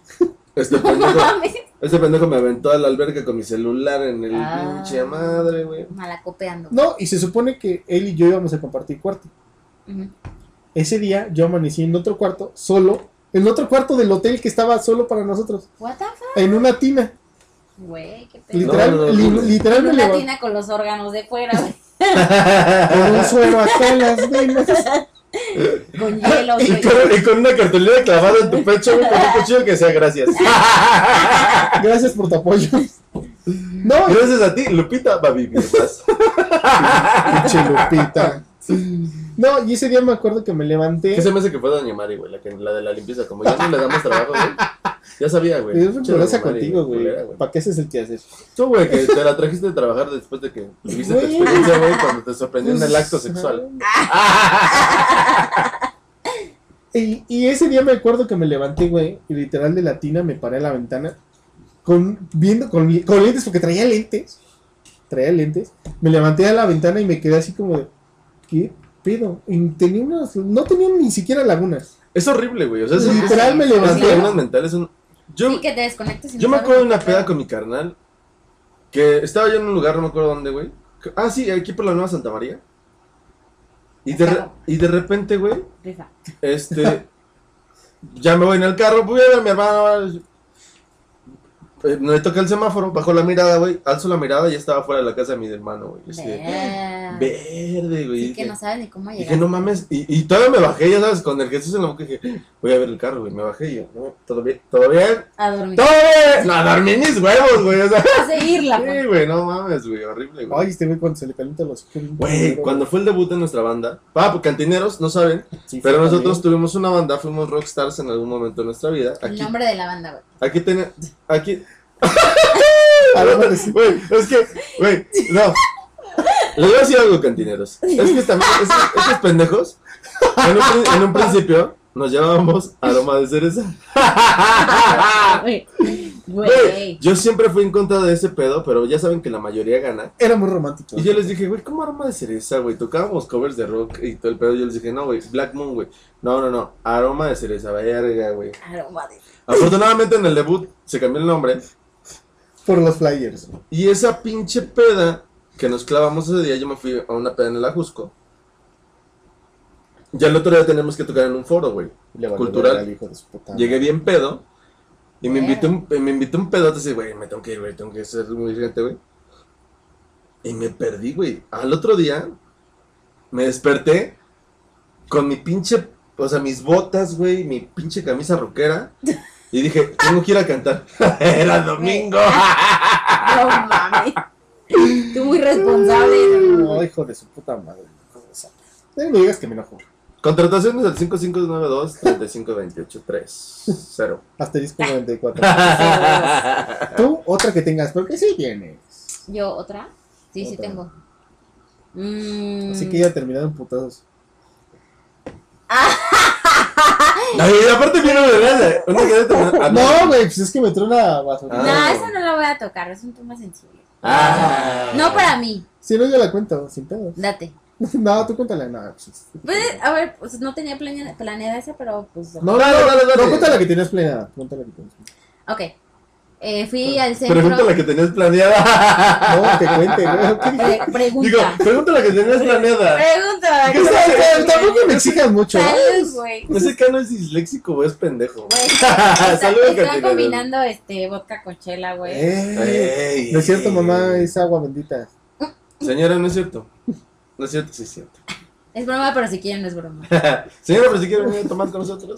Speaker 1: Este
Speaker 2: No
Speaker 1: pendejo,
Speaker 2: mames.
Speaker 1: este pendejo me aventó a la alberca con mi celular en el
Speaker 2: Ah.
Speaker 1: pinche madre, güey.
Speaker 2: Malacopeando.
Speaker 3: No, y se supone que él y yo íbamos a compartir cuarto.
Speaker 2: Ujú.
Speaker 3: Ese día yo amanecí en otro cuarto, solo, en otro cuarto del hotel que estaba solo para nosotros,
Speaker 2: What the fuck,
Speaker 3: en una tina.
Speaker 2: güey, qué pedo.
Speaker 3: Literal,
Speaker 1: No, no, no,
Speaker 3: li-
Speaker 1: no.
Speaker 3: literal me
Speaker 2: Una
Speaker 3: levantó.
Speaker 2: latina con los órganos de fuera, güey.
Speaker 3: Con un suero acá en las venas.
Speaker 2: Con hielo,
Speaker 1: Y
Speaker 2: güey.
Speaker 1: con, y con una cartulina clavada en tu pecho, güey, con un cuchillo que sea gracias.
Speaker 3: Gracias por tu apoyo. No,
Speaker 1: Gracias a ti, Lupita va a vivir más.
Speaker 3: pinche Lupita. No, y ese día me acuerdo que me levanté.
Speaker 1: ¿Qué se me hace que fue Doña Mari, güey? La, que- la de la limpieza. Como ya no le damos trabajo, güey. Ya sabía, güey.
Speaker 3: Es rencorosa
Speaker 1: Doña Mari,
Speaker 3: contigo,
Speaker 1: culera,
Speaker 3: güey. ¿Para qué haces el quehacer?
Speaker 1: Tú, güey, que te la trajiste de trabajar después de que tuviste tu
Speaker 3: Güey.
Speaker 1: experiencia,
Speaker 3: Pues,
Speaker 1: güey, cuando te sorprendió en el acto sexual.
Speaker 3: Pues, Y, y ese día me acuerdo que me levanté, güey, y literal de latina me paré a la ventana, con, viendo, con, mi- con lentes, porque traía lentes, traía lentes, me levanté a la ventana y me quedé así como de, ¿qué pedo? Y tenía unas, no tenía ni siquiera lagunas.
Speaker 1: Es horrible, güey. O sea, es
Speaker 2: Sí,
Speaker 1: un-
Speaker 3: literal me
Speaker 1: esas
Speaker 3: levanté.
Speaker 1: lagunas mentales son- Yo,
Speaker 2: Sí, que te desconectes. y
Speaker 1: yo
Speaker 2: no
Speaker 1: me
Speaker 2: sabes
Speaker 1: acuerdo de
Speaker 2: ni
Speaker 1: una
Speaker 2: qué
Speaker 1: peda
Speaker 2: pedo.
Speaker 1: con mi carnal. Que estaba yo en un lugar, no me acuerdo dónde, güey. que- Ah, sí, aquí por la Nueva Santa María. Y de, re- y de repente, güey,
Speaker 2: Rifa.
Speaker 1: este. ya me voy en el carro, voy a ver a mi hermano. Eh, No le toca el semáforo, bajó la mirada, güey. Alzo la mirada y ya estaba fuera de la casa de mi hermano, güey. Así de,
Speaker 2: Ver.
Speaker 1: Verde, güey.
Speaker 2: Sí, que
Speaker 1: Dije,
Speaker 2: no sabes ni cómo
Speaker 1: Dije,
Speaker 2: llegar.
Speaker 1: no mames, y, y todavía me bajé, ya sabes, con el Jesús en la boca, dije, voy a ver el carro, güey, me bajé y yo, no, todo bien, todo bien,
Speaker 2: A dormir.
Speaker 1: todo bien, no, a dormir mis huevos, güey, o sea,
Speaker 2: A seguirla. pues.
Speaker 1: sí, güey, no mames, güey, horrible, güey.
Speaker 3: Ay, este güey cuando se le calienta los...
Speaker 1: Güey, cuando fue el debut de nuestra banda, ah, porque cantineros, no saben,
Speaker 3: Sí,
Speaker 1: pero
Speaker 3: fue
Speaker 1: nosotros
Speaker 3: también.
Speaker 1: tuvimos una banda, fuimos rockstars en algún momento de nuestra vida,
Speaker 2: El
Speaker 1: aquí,
Speaker 2: nombre de la banda, güey.
Speaker 1: aquí tenía, aquí,
Speaker 3: A ver, pues, sí.
Speaker 1: güey, es que, güey, no. Les voy a decir algo, cantineros. Es que también, es que- estos pendejos, en un, pri- en un principio, nos llamábamos aroma de cereza. Ah,
Speaker 2: Güey.
Speaker 1: Güey,
Speaker 2: Güey.
Speaker 1: yo siempre fui en contra de ese pedo, pero ya saben que la mayoría gana.
Speaker 3: Era muy romántico.
Speaker 1: Y yo les dije, güey, ¿cómo aroma de cereza, güey? Tocábamos covers de rock y todo el pedo. Yo les dije, no, güey, Black Moon, güey. No, no, no, aroma de cereza, verga, güey.
Speaker 2: Aroma de-
Speaker 1: Afortunadamente en el debut se cambió el nombre.
Speaker 3: Por los flyers.
Speaker 1: Y esa pinche peda que nos clavamos ese día, yo me fui a una peda en el Ajusco. Ya el otro día tenemos que tocar en un foro, güey.
Speaker 3: Le valió
Speaker 1: Cultural.
Speaker 3: verga al hijo de su puta madre.
Speaker 1: Llegué bien pedo. Y me
Speaker 2: Verga.
Speaker 1: invitó un, me invitó un pedote así, güey, me tengo que ir, güey, tengo que ser muy gente, güey. Y me perdí, güey. Al otro día me desperté con mi pinche, o sea, mis botas, güey, mi pinche camisa rockera. Y dije, tengo que ir a cantar. Era domingo.
Speaker 2: No mames. Tú muy responsable.
Speaker 3: No, hijo de su puta madre. hijo de esa- No me digas que me enojo.
Speaker 1: Contrataciones al 5592-3528-3.
Speaker 3: Asterisco 94. Tú, otra que tengas, porque sí tienes.
Speaker 2: Yo, otra. Sí, sí
Speaker 3: Otra.
Speaker 2: tengo. Mm.
Speaker 3: Así que ya terminaron putados.
Speaker 1: No, y aparte viene una de una que debe tener- ah,
Speaker 3: No, güey, pues es que me entró una
Speaker 2: No,
Speaker 3: basura.
Speaker 1: Ah.
Speaker 2: esa no la voy a tocar, es un tema sensible.
Speaker 1: Ah.
Speaker 2: No para mí,
Speaker 3: Si no, yo la cuento, sin pedo.
Speaker 2: date.
Speaker 3: No, tú cuéntala. No, pues,
Speaker 2: Pues, a ver, pues no tenía plane- planeada esa, pero pues.
Speaker 3: no, no,
Speaker 1: Dale,
Speaker 3: no,
Speaker 1: dale, dale.
Speaker 3: no, cuéntala que tenías plena. Cuéntala que tenías plena.
Speaker 2: Ok. Eh, fui al centro.
Speaker 1: Pregúntale que tenías planeada.
Speaker 3: No, te cuente, güey. ¿qué dije?
Speaker 2: Pre-
Speaker 1: Digo,
Speaker 2: Eh, pregunta.
Speaker 1: pregúntale que tenías planeada.
Speaker 2: Pregunta.
Speaker 1: ¿Qué sabes?
Speaker 3: Pero Tampoco me exijas mucho.
Speaker 2: Salud, güey. Pues,
Speaker 1: No sé qué no es disléxico o es pendejo.
Speaker 2: Güey, está-
Speaker 1: Saludos,
Speaker 2: Están
Speaker 1: Catina.
Speaker 2: combinando este vodka con chela, güey.
Speaker 3: Eh,
Speaker 1: Ey.
Speaker 3: No es cierto, mamá, es agua bendita.
Speaker 1: Señora, no es cierto. No es cierto, sí es cierto.
Speaker 2: Es broma, pero si quieren no es broma.
Speaker 1: Señora, pero si quiere venir a tomar con nosotros.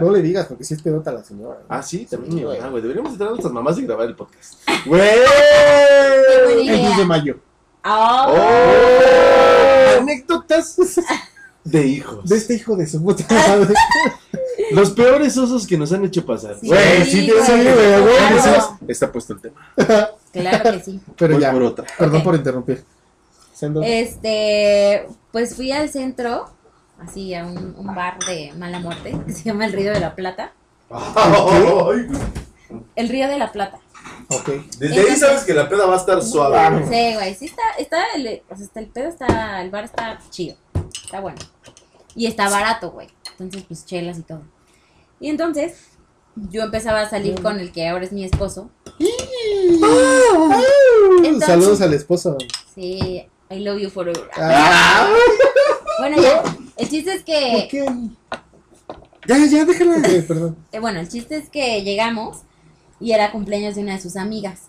Speaker 3: No le digas, porque si es pedota la señora.
Speaker 1: Ah, sí, también
Speaker 3: Sí,
Speaker 1: mi mamá,
Speaker 3: güey.
Speaker 1: güey. Deberíamos entrar a nuestras mamás y grabar el podcast. ¡Güey!
Speaker 2: buena
Speaker 3: El 10 de
Speaker 2: idea.
Speaker 3: mayo.
Speaker 2: Oh.
Speaker 1: ¡Oh! Anécdotas de hijos.
Speaker 3: De este hijo de su puta madre.
Speaker 1: Los peores osos que nos han hecho pasar.
Speaker 2: Sí,
Speaker 1: Güey, sí,
Speaker 2: güey.
Speaker 1: sí, güey, güey,
Speaker 2: Claro.
Speaker 1: dices, Está puesto el tema.
Speaker 2: Claro que sí.
Speaker 3: Pero
Speaker 1: Voy
Speaker 3: ya,
Speaker 1: por otra.
Speaker 3: perdón
Speaker 2: Ok. Eh.
Speaker 3: por interrumpir. Sendo-
Speaker 2: Este, pues fui al centro, así a un, un bar de mala muerte que se llama el Río de la Plata.
Speaker 1: "Ah,
Speaker 2: El Río de la Plata.
Speaker 3: Ok.
Speaker 1: Desde ahí sabes que la peda va a estar
Speaker 3: Ah,
Speaker 1: suave.
Speaker 2: Sí, güey, sí está, está el, o sea, está el pedo, está, el bar está chido, está bueno. Y está barato, güey. Entonces, pues chelas y todo. Y entonces, yo empezaba a salir con el que ahora es mi esposo. Entonces-
Speaker 3: Saludos al esposo.
Speaker 2: Sí, I love you forever.
Speaker 3: Ah,
Speaker 2: Bueno, ya, el chiste es que
Speaker 3: ¿Por qué? Ya, ya, déjala. Ok, perdón.
Speaker 2: Eh, bueno, el chiste es que llegamos y era cumpleaños de una de sus amigas.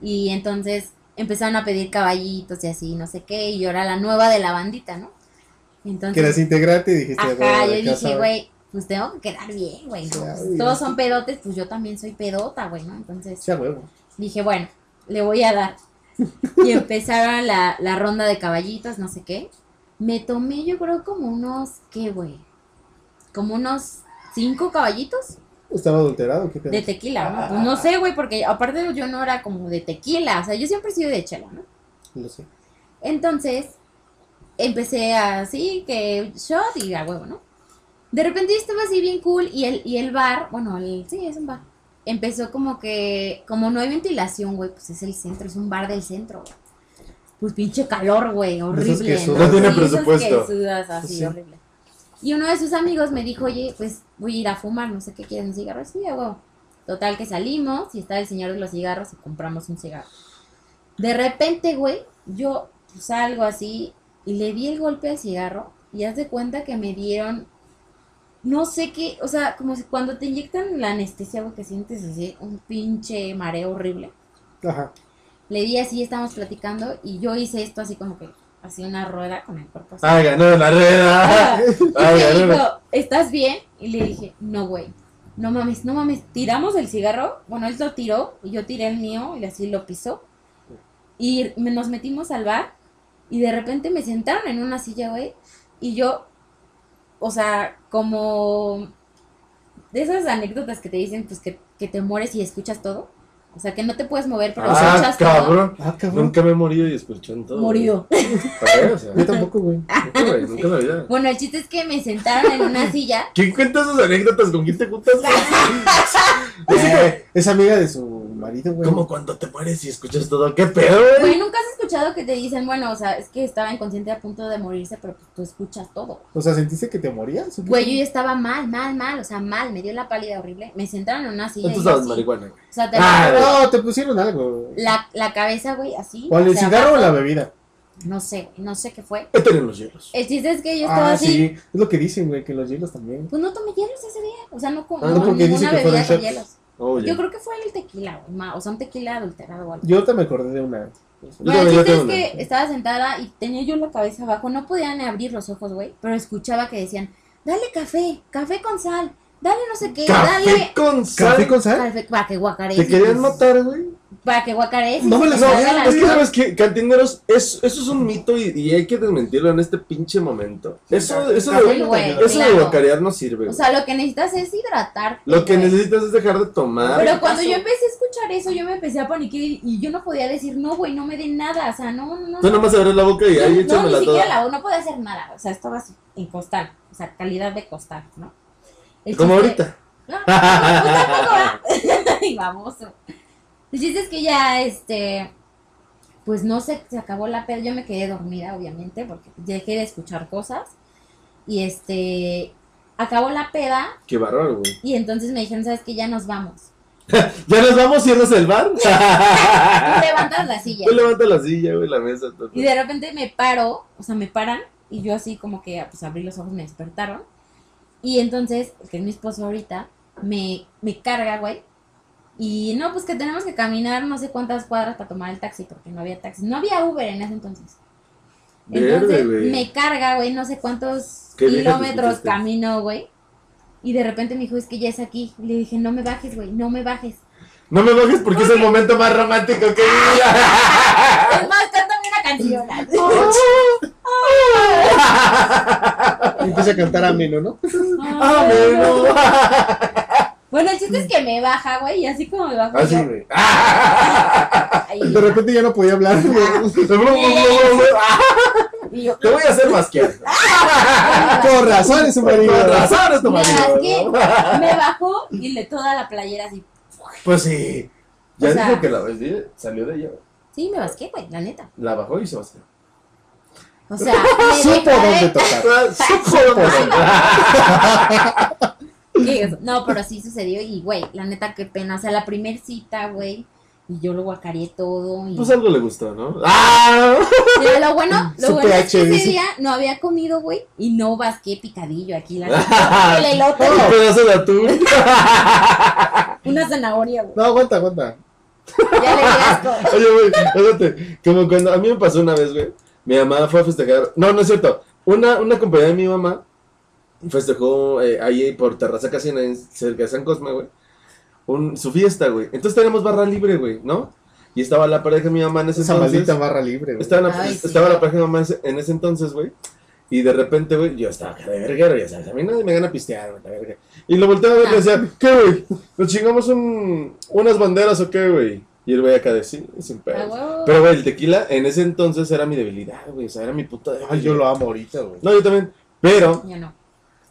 Speaker 2: Y entonces empezaron a pedir caballitos y así, no sé qué, y yo era la nueva de la bandita, ¿no? Y
Speaker 3: Que eras
Speaker 2: Entonces,
Speaker 3: integrante y dijiste.
Speaker 2: ajá,
Speaker 3: "Bueno,
Speaker 2: yo
Speaker 3: ya
Speaker 2: dije,
Speaker 3: saben".
Speaker 2: güey, pues tengo que quedar bien, güey. ¿no? Pues,
Speaker 3: Ay,
Speaker 2: todos
Speaker 3: sí.
Speaker 2: son pedotes, pues yo también soy pedota, güey, ¿no? Entonces
Speaker 3: Sí, a huevo.
Speaker 2: dije, bueno, le voy a dar. Y empezaron la, la ronda de caballitos, no sé qué. Me tomé, yo creo, como unos, ¿qué, güey? Como unos cinco caballitos.
Speaker 3: ¿Estaba adulterado? o ¿Qué pedo?
Speaker 2: De tequila, ¿no? Pues no sé, güey, porque aparte yo no era como de tequila, o sea, yo siempre he sido de chela, ¿no?
Speaker 3: Lo sé.
Speaker 2: Entonces, empecé así, que shot y a huevo, ¿no? De repente yo estaba así bien cool y el, y el bar, bueno, el, sí, es un bar. Empezó como que, como no hay ventilación, güey, pues es el centro, es un bar del centro, güey. Pues pinche calor, güey, horrible.
Speaker 3: que sudas.
Speaker 1: No tiene
Speaker 2: Sí, esos que
Speaker 1: presupuesto.
Speaker 2: sudas así,
Speaker 3: Sí.
Speaker 2: horrible. Y uno de sus amigos me dijo, oye, pues voy a ir a fumar, no sé qué quieres, un cigarro. Sí, a huevo. Total que salimos y está el señor de los cigarros y compramos un cigarro. De repente, güey, yo salgo así y le di el golpe al cigarro y haz de cuenta que me dieron, no sé qué, o sea, como si cuando te inyectan la anestesia, güey, que sientes así un pinche mareo horrible.
Speaker 3: Ajá.
Speaker 2: Le di así, estábamos platicando y yo hice esto así como que, así una rueda con el cuerpo así.
Speaker 1: Ah, ganó la rueda.
Speaker 2: Ah,
Speaker 1: Ah,
Speaker 2: y me
Speaker 1: ganó
Speaker 2: dijo,
Speaker 1: la-
Speaker 2: ¿estás bien? Y le dije, no, güey. No mames, no mames. Tiramos el cigarro. Bueno, él lo tiró y yo tiré el mío y así lo pisó. Y me- nos metimos al bar y de repente me sentaron en una silla, güey. Y yo, o sea, como de esas anécdotas que te dicen, pues que, que te mueres y escuchas todo. O sea, que no te puedes mover, pero
Speaker 1: Ah,
Speaker 2: escuchas todo.
Speaker 1: cabrón.
Speaker 3: Ah, cabrón.
Speaker 1: Nunca me he morido y escuchando todo.
Speaker 2: Murió.
Speaker 1: ¿Para qué? O sea,
Speaker 3: Yo tampoco, güey.
Speaker 2: Ah,
Speaker 1: nunca, güey, nunca la había.
Speaker 2: Bueno, el chiste es que me sentaron en una silla.
Speaker 1: ¿Quién cuenta esas anécdotas? ¿Con quién te juntas?
Speaker 2: pues
Speaker 3: Eh, es amiga de su marido, güey.
Speaker 1: Como cuando te mueres y escuchas todo. ¿Qué pedo,
Speaker 2: Güey,
Speaker 1: güey?
Speaker 2: ¿nunca has escuchado que te dicen, bueno, o sea, es que estaba inconsciente a punto de morirse, pero pues, tú escuchas todo?
Speaker 3: O sea, ¿sentiste que te morías? o qué?
Speaker 2: Güey, yo ya estaba mal, mal, mal, o sea, mal, me dio la pálida horrible. Me sentaron en una silla. y
Speaker 1: Entonces
Speaker 2: yo
Speaker 1: sabes
Speaker 2: así,
Speaker 1: marihuana. güey.
Speaker 2: o sea, te
Speaker 1: Ah,
Speaker 3: No, te pusieron algo.
Speaker 2: la, la cabeza, güey, así.
Speaker 3: O el
Speaker 2: sea,
Speaker 3: cigarro o la
Speaker 2: abajo,
Speaker 3: bebida.
Speaker 2: No sé, no sé qué fue.
Speaker 1: Vete en los hielos.
Speaker 2: El chiste es que yo estaba
Speaker 3: ah,
Speaker 2: así.
Speaker 3: sí. Es lo que dicen, güey, que los hielos también.
Speaker 2: Pues no tomé hielos ese día. O sea, no, con
Speaker 1: Ah,
Speaker 2: no,
Speaker 3: porque dice
Speaker 2: ninguna
Speaker 3: que fueron
Speaker 2: bebida con
Speaker 3: shots.
Speaker 2: hielos.
Speaker 1: Oye.
Speaker 2: Yo creo que fue el tequila, güey, ma- o sea, un tequila adulterado o algo.
Speaker 3: Yo te me acordé de una.
Speaker 1: Yo
Speaker 2: Bueno, el
Speaker 1: también, yo
Speaker 2: chiste es
Speaker 1: también.
Speaker 2: que estaba sentada y tenía yo la cabeza abajo, no podía ni abrir los ojos, güey, pero escuchaba que decían, dale café, café con sal, dale no sé qué,
Speaker 1: Café
Speaker 2: eh, dale
Speaker 1: con
Speaker 3: ¿Café
Speaker 1: sal.
Speaker 3: con sal?
Speaker 2: café para que guacarees.
Speaker 1: Te querían matar, güey.
Speaker 2: Para que guacarees.
Speaker 3: No me
Speaker 1: No,
Speaker 3: las sabía.
Speaker 1: es que sabes que cantineros, es, eso es un mito y, y hay que desmentirlo en este pinche momento. Eso, eso,
Speaker 2: Café,
Speaker 1: de,
Speaker 2: güey,
Speaker 1: eso de
Speaker 2: claro.
Speaker 1: guacarear no sirve.
Speaker 2: O
Speaker 1: güey.
Speaker 2: sea, lo que necesitas es hidratarte.
Speaker 1: Lo que
Speaker 2: güey.
Speaker 1: necesitas es dejar de tomar.
Speaker 2: Pero cuando yo empecé a escuchar eso, yo me empecé a paniquear y y yo no podía decir, no, güey, no me den nada, o sea, no, no, no.
Speaker 1: Tú nomás abres la boca y ahí
Speaker 2: No, no,
Speaker 1: échamela
Speaker 2: ni
Speaker 1: toda.
Speaker 2: siquiera la no podía hacer nada, o sea, estaba así, en costal, o sea, calidad de costal, ¿no? El
Speaker 1: Como
Speaker 2: chiste-
Speaker 1: ahorita.
Speaker 2: No, no, pues tampoco, ¿verdad? Y baboso. El chiste es que ya, este, pues no sé, se acabó la peda. Yo me quedé dormida, obviamente, porque dejé de escuchar cosas. Y este, acabó la peda
Speaker 1: Qué bárbaro, güey.
Speaker 2: y entonces me dijeron, ¿sabes qué? Ya nos vamos.
Speaker 1: ¿Ya nos vamos? ¿Cierras el bar?
Speaker 2: Tú levantas la silla.
Speaker 1: Tú levanta la silla, güey, la mesa. todo.
Speaker 2: Y de repente me paro, o sea, me paran y yo así como que pues abrí los ojos, me despertaron. Y entonces, el que es mi esposo ahorita, me, me carga, güey. Y no, pues que tenemos que caminar no sé cuántas cuadras para tomar el taxi, porque no había taxi. No había Uber en ese entonces.
Speaker 1: Verde,
Speaker 2: Entonces
Speaker 1: güey.
Speaker 2: me carga, güey, no sé cuántos
Speaker 1: Qué vieja te
Speaker 2: kilómetros
Speaker 1: pusiste.
Speaker 2: camino, güey. Y de repente me dijo, es que ya es aquí. Y le dije, no me bajes, güey, no me bajes.
Speaker 1: No me bajes porque es el momento más romántico que he
Speaker 2: Es más, cántame una canción.
Speaker 3: Y empieza a cantar ameno, ¿no?
Speaker 1: Ah, vivido.
Speaker 2: Bueno, el chiste es que me baja, güey, y así como me bajo
Speaker 1: Así,
Speaker 2: yo,
Speaker 1: güey. Ah,
Speaker 2: ahí,
Speaker 3: De repente ya no podía
Speaker 2: Ah,
Speaker 3: hablar. güey.
Speaker 2: y yo, "Ah,
Speaker 1: Te voy a hacer masquear.
Speaker 3: Con razón es su
Speaker 1: Con
Speaker 3: marido.
Speaker 1: razón es tu
Speaker 2: me rasgué,
Speaker 1: marido.
Speaker 2: me bajó y le toda la playera así.
Speaker 1: Pues sí. Ya
Speaker 2: O sea-
Speaker 1: dijo que la vendí, salió de ella.
Speaker 2: Sí, me basqué, güey, la neta.
Speaker 1: La bajó y se basqueó.
Speaker 2: O sea, me
Speaker 3: Supo dónde
Speaker 2: declaré-
Speaker 3: tocar.
Speaker 2: ¿Qué es? No, pero sí sucedió y, güey, la neta, qué pena. O sea, la primer cita, güey, y yo lo guacaré todo. Y...
Speaker 1: Pues algo le gustó, ¿no? ¡Ah!
Speaker 2: Pero lo bueno, lo
Speaker 3: Su
Speaker 2: bueno es que
Speaker 3: pH
Speaker 2: ese
Speaker 3: dice.
Speaker 2: día no había comido, güey, y no basqué picadillo aquí, la neta. El elote,
Speaker 1: Un pedazo de atún.
Speaker 2: una zanahoria, güey.
Speaker 3: No, aguanta, aguanta.
Speaker 2: Ya le di asco.
Speaker 1: Oye, güey, fíjate, como cuando a mí me pasó una vez, güey, mi mamá fue a festejar, no, no es cierto, una, una compañera de mi mamá festejó eh, ahí por Terraza Casina, en- cerca de San Cosme, güey, un- su fiesta, güey. Entonces tenemos barra libre, güey, ¿no? Y estaba la pareja de mi mamá en ese
Speaker 3: Esa
Speaker 1: entonces.
Speaker 3: maldita barra libre, güey.
Speaker 1: Estaba, la,
Speaker 2: Ay, sí.
Speaker 1: estaba la pareja de mi mamá en ese- en ese entonces, güey. Y de repente, güey, yo estaba cara de verguero, ya sabes, a mí nadie me gana pistear, güey, la verga. Y lo volteaba a ver y le decía,
Speaker 2: Ah.
Speaker 1: ¿qué, güey? ¿Nos chingamos un- unas banderas o qué, güey? Y el güey acá de sí, sin
Speaker 2: Ah,
Speaker 1: pedo.
Speaker 2: huevo.
Speaker 1: Pero, güey, el tequila en ese entonces era mi debilidad, güey. O sea, era mi puta debilidad.
Speaker 3: Ay, yo lo amo ahorita, güey.
Speaker 1: No, yo también. Pero
Speaker 2: Yo no.
Speaker 3: No,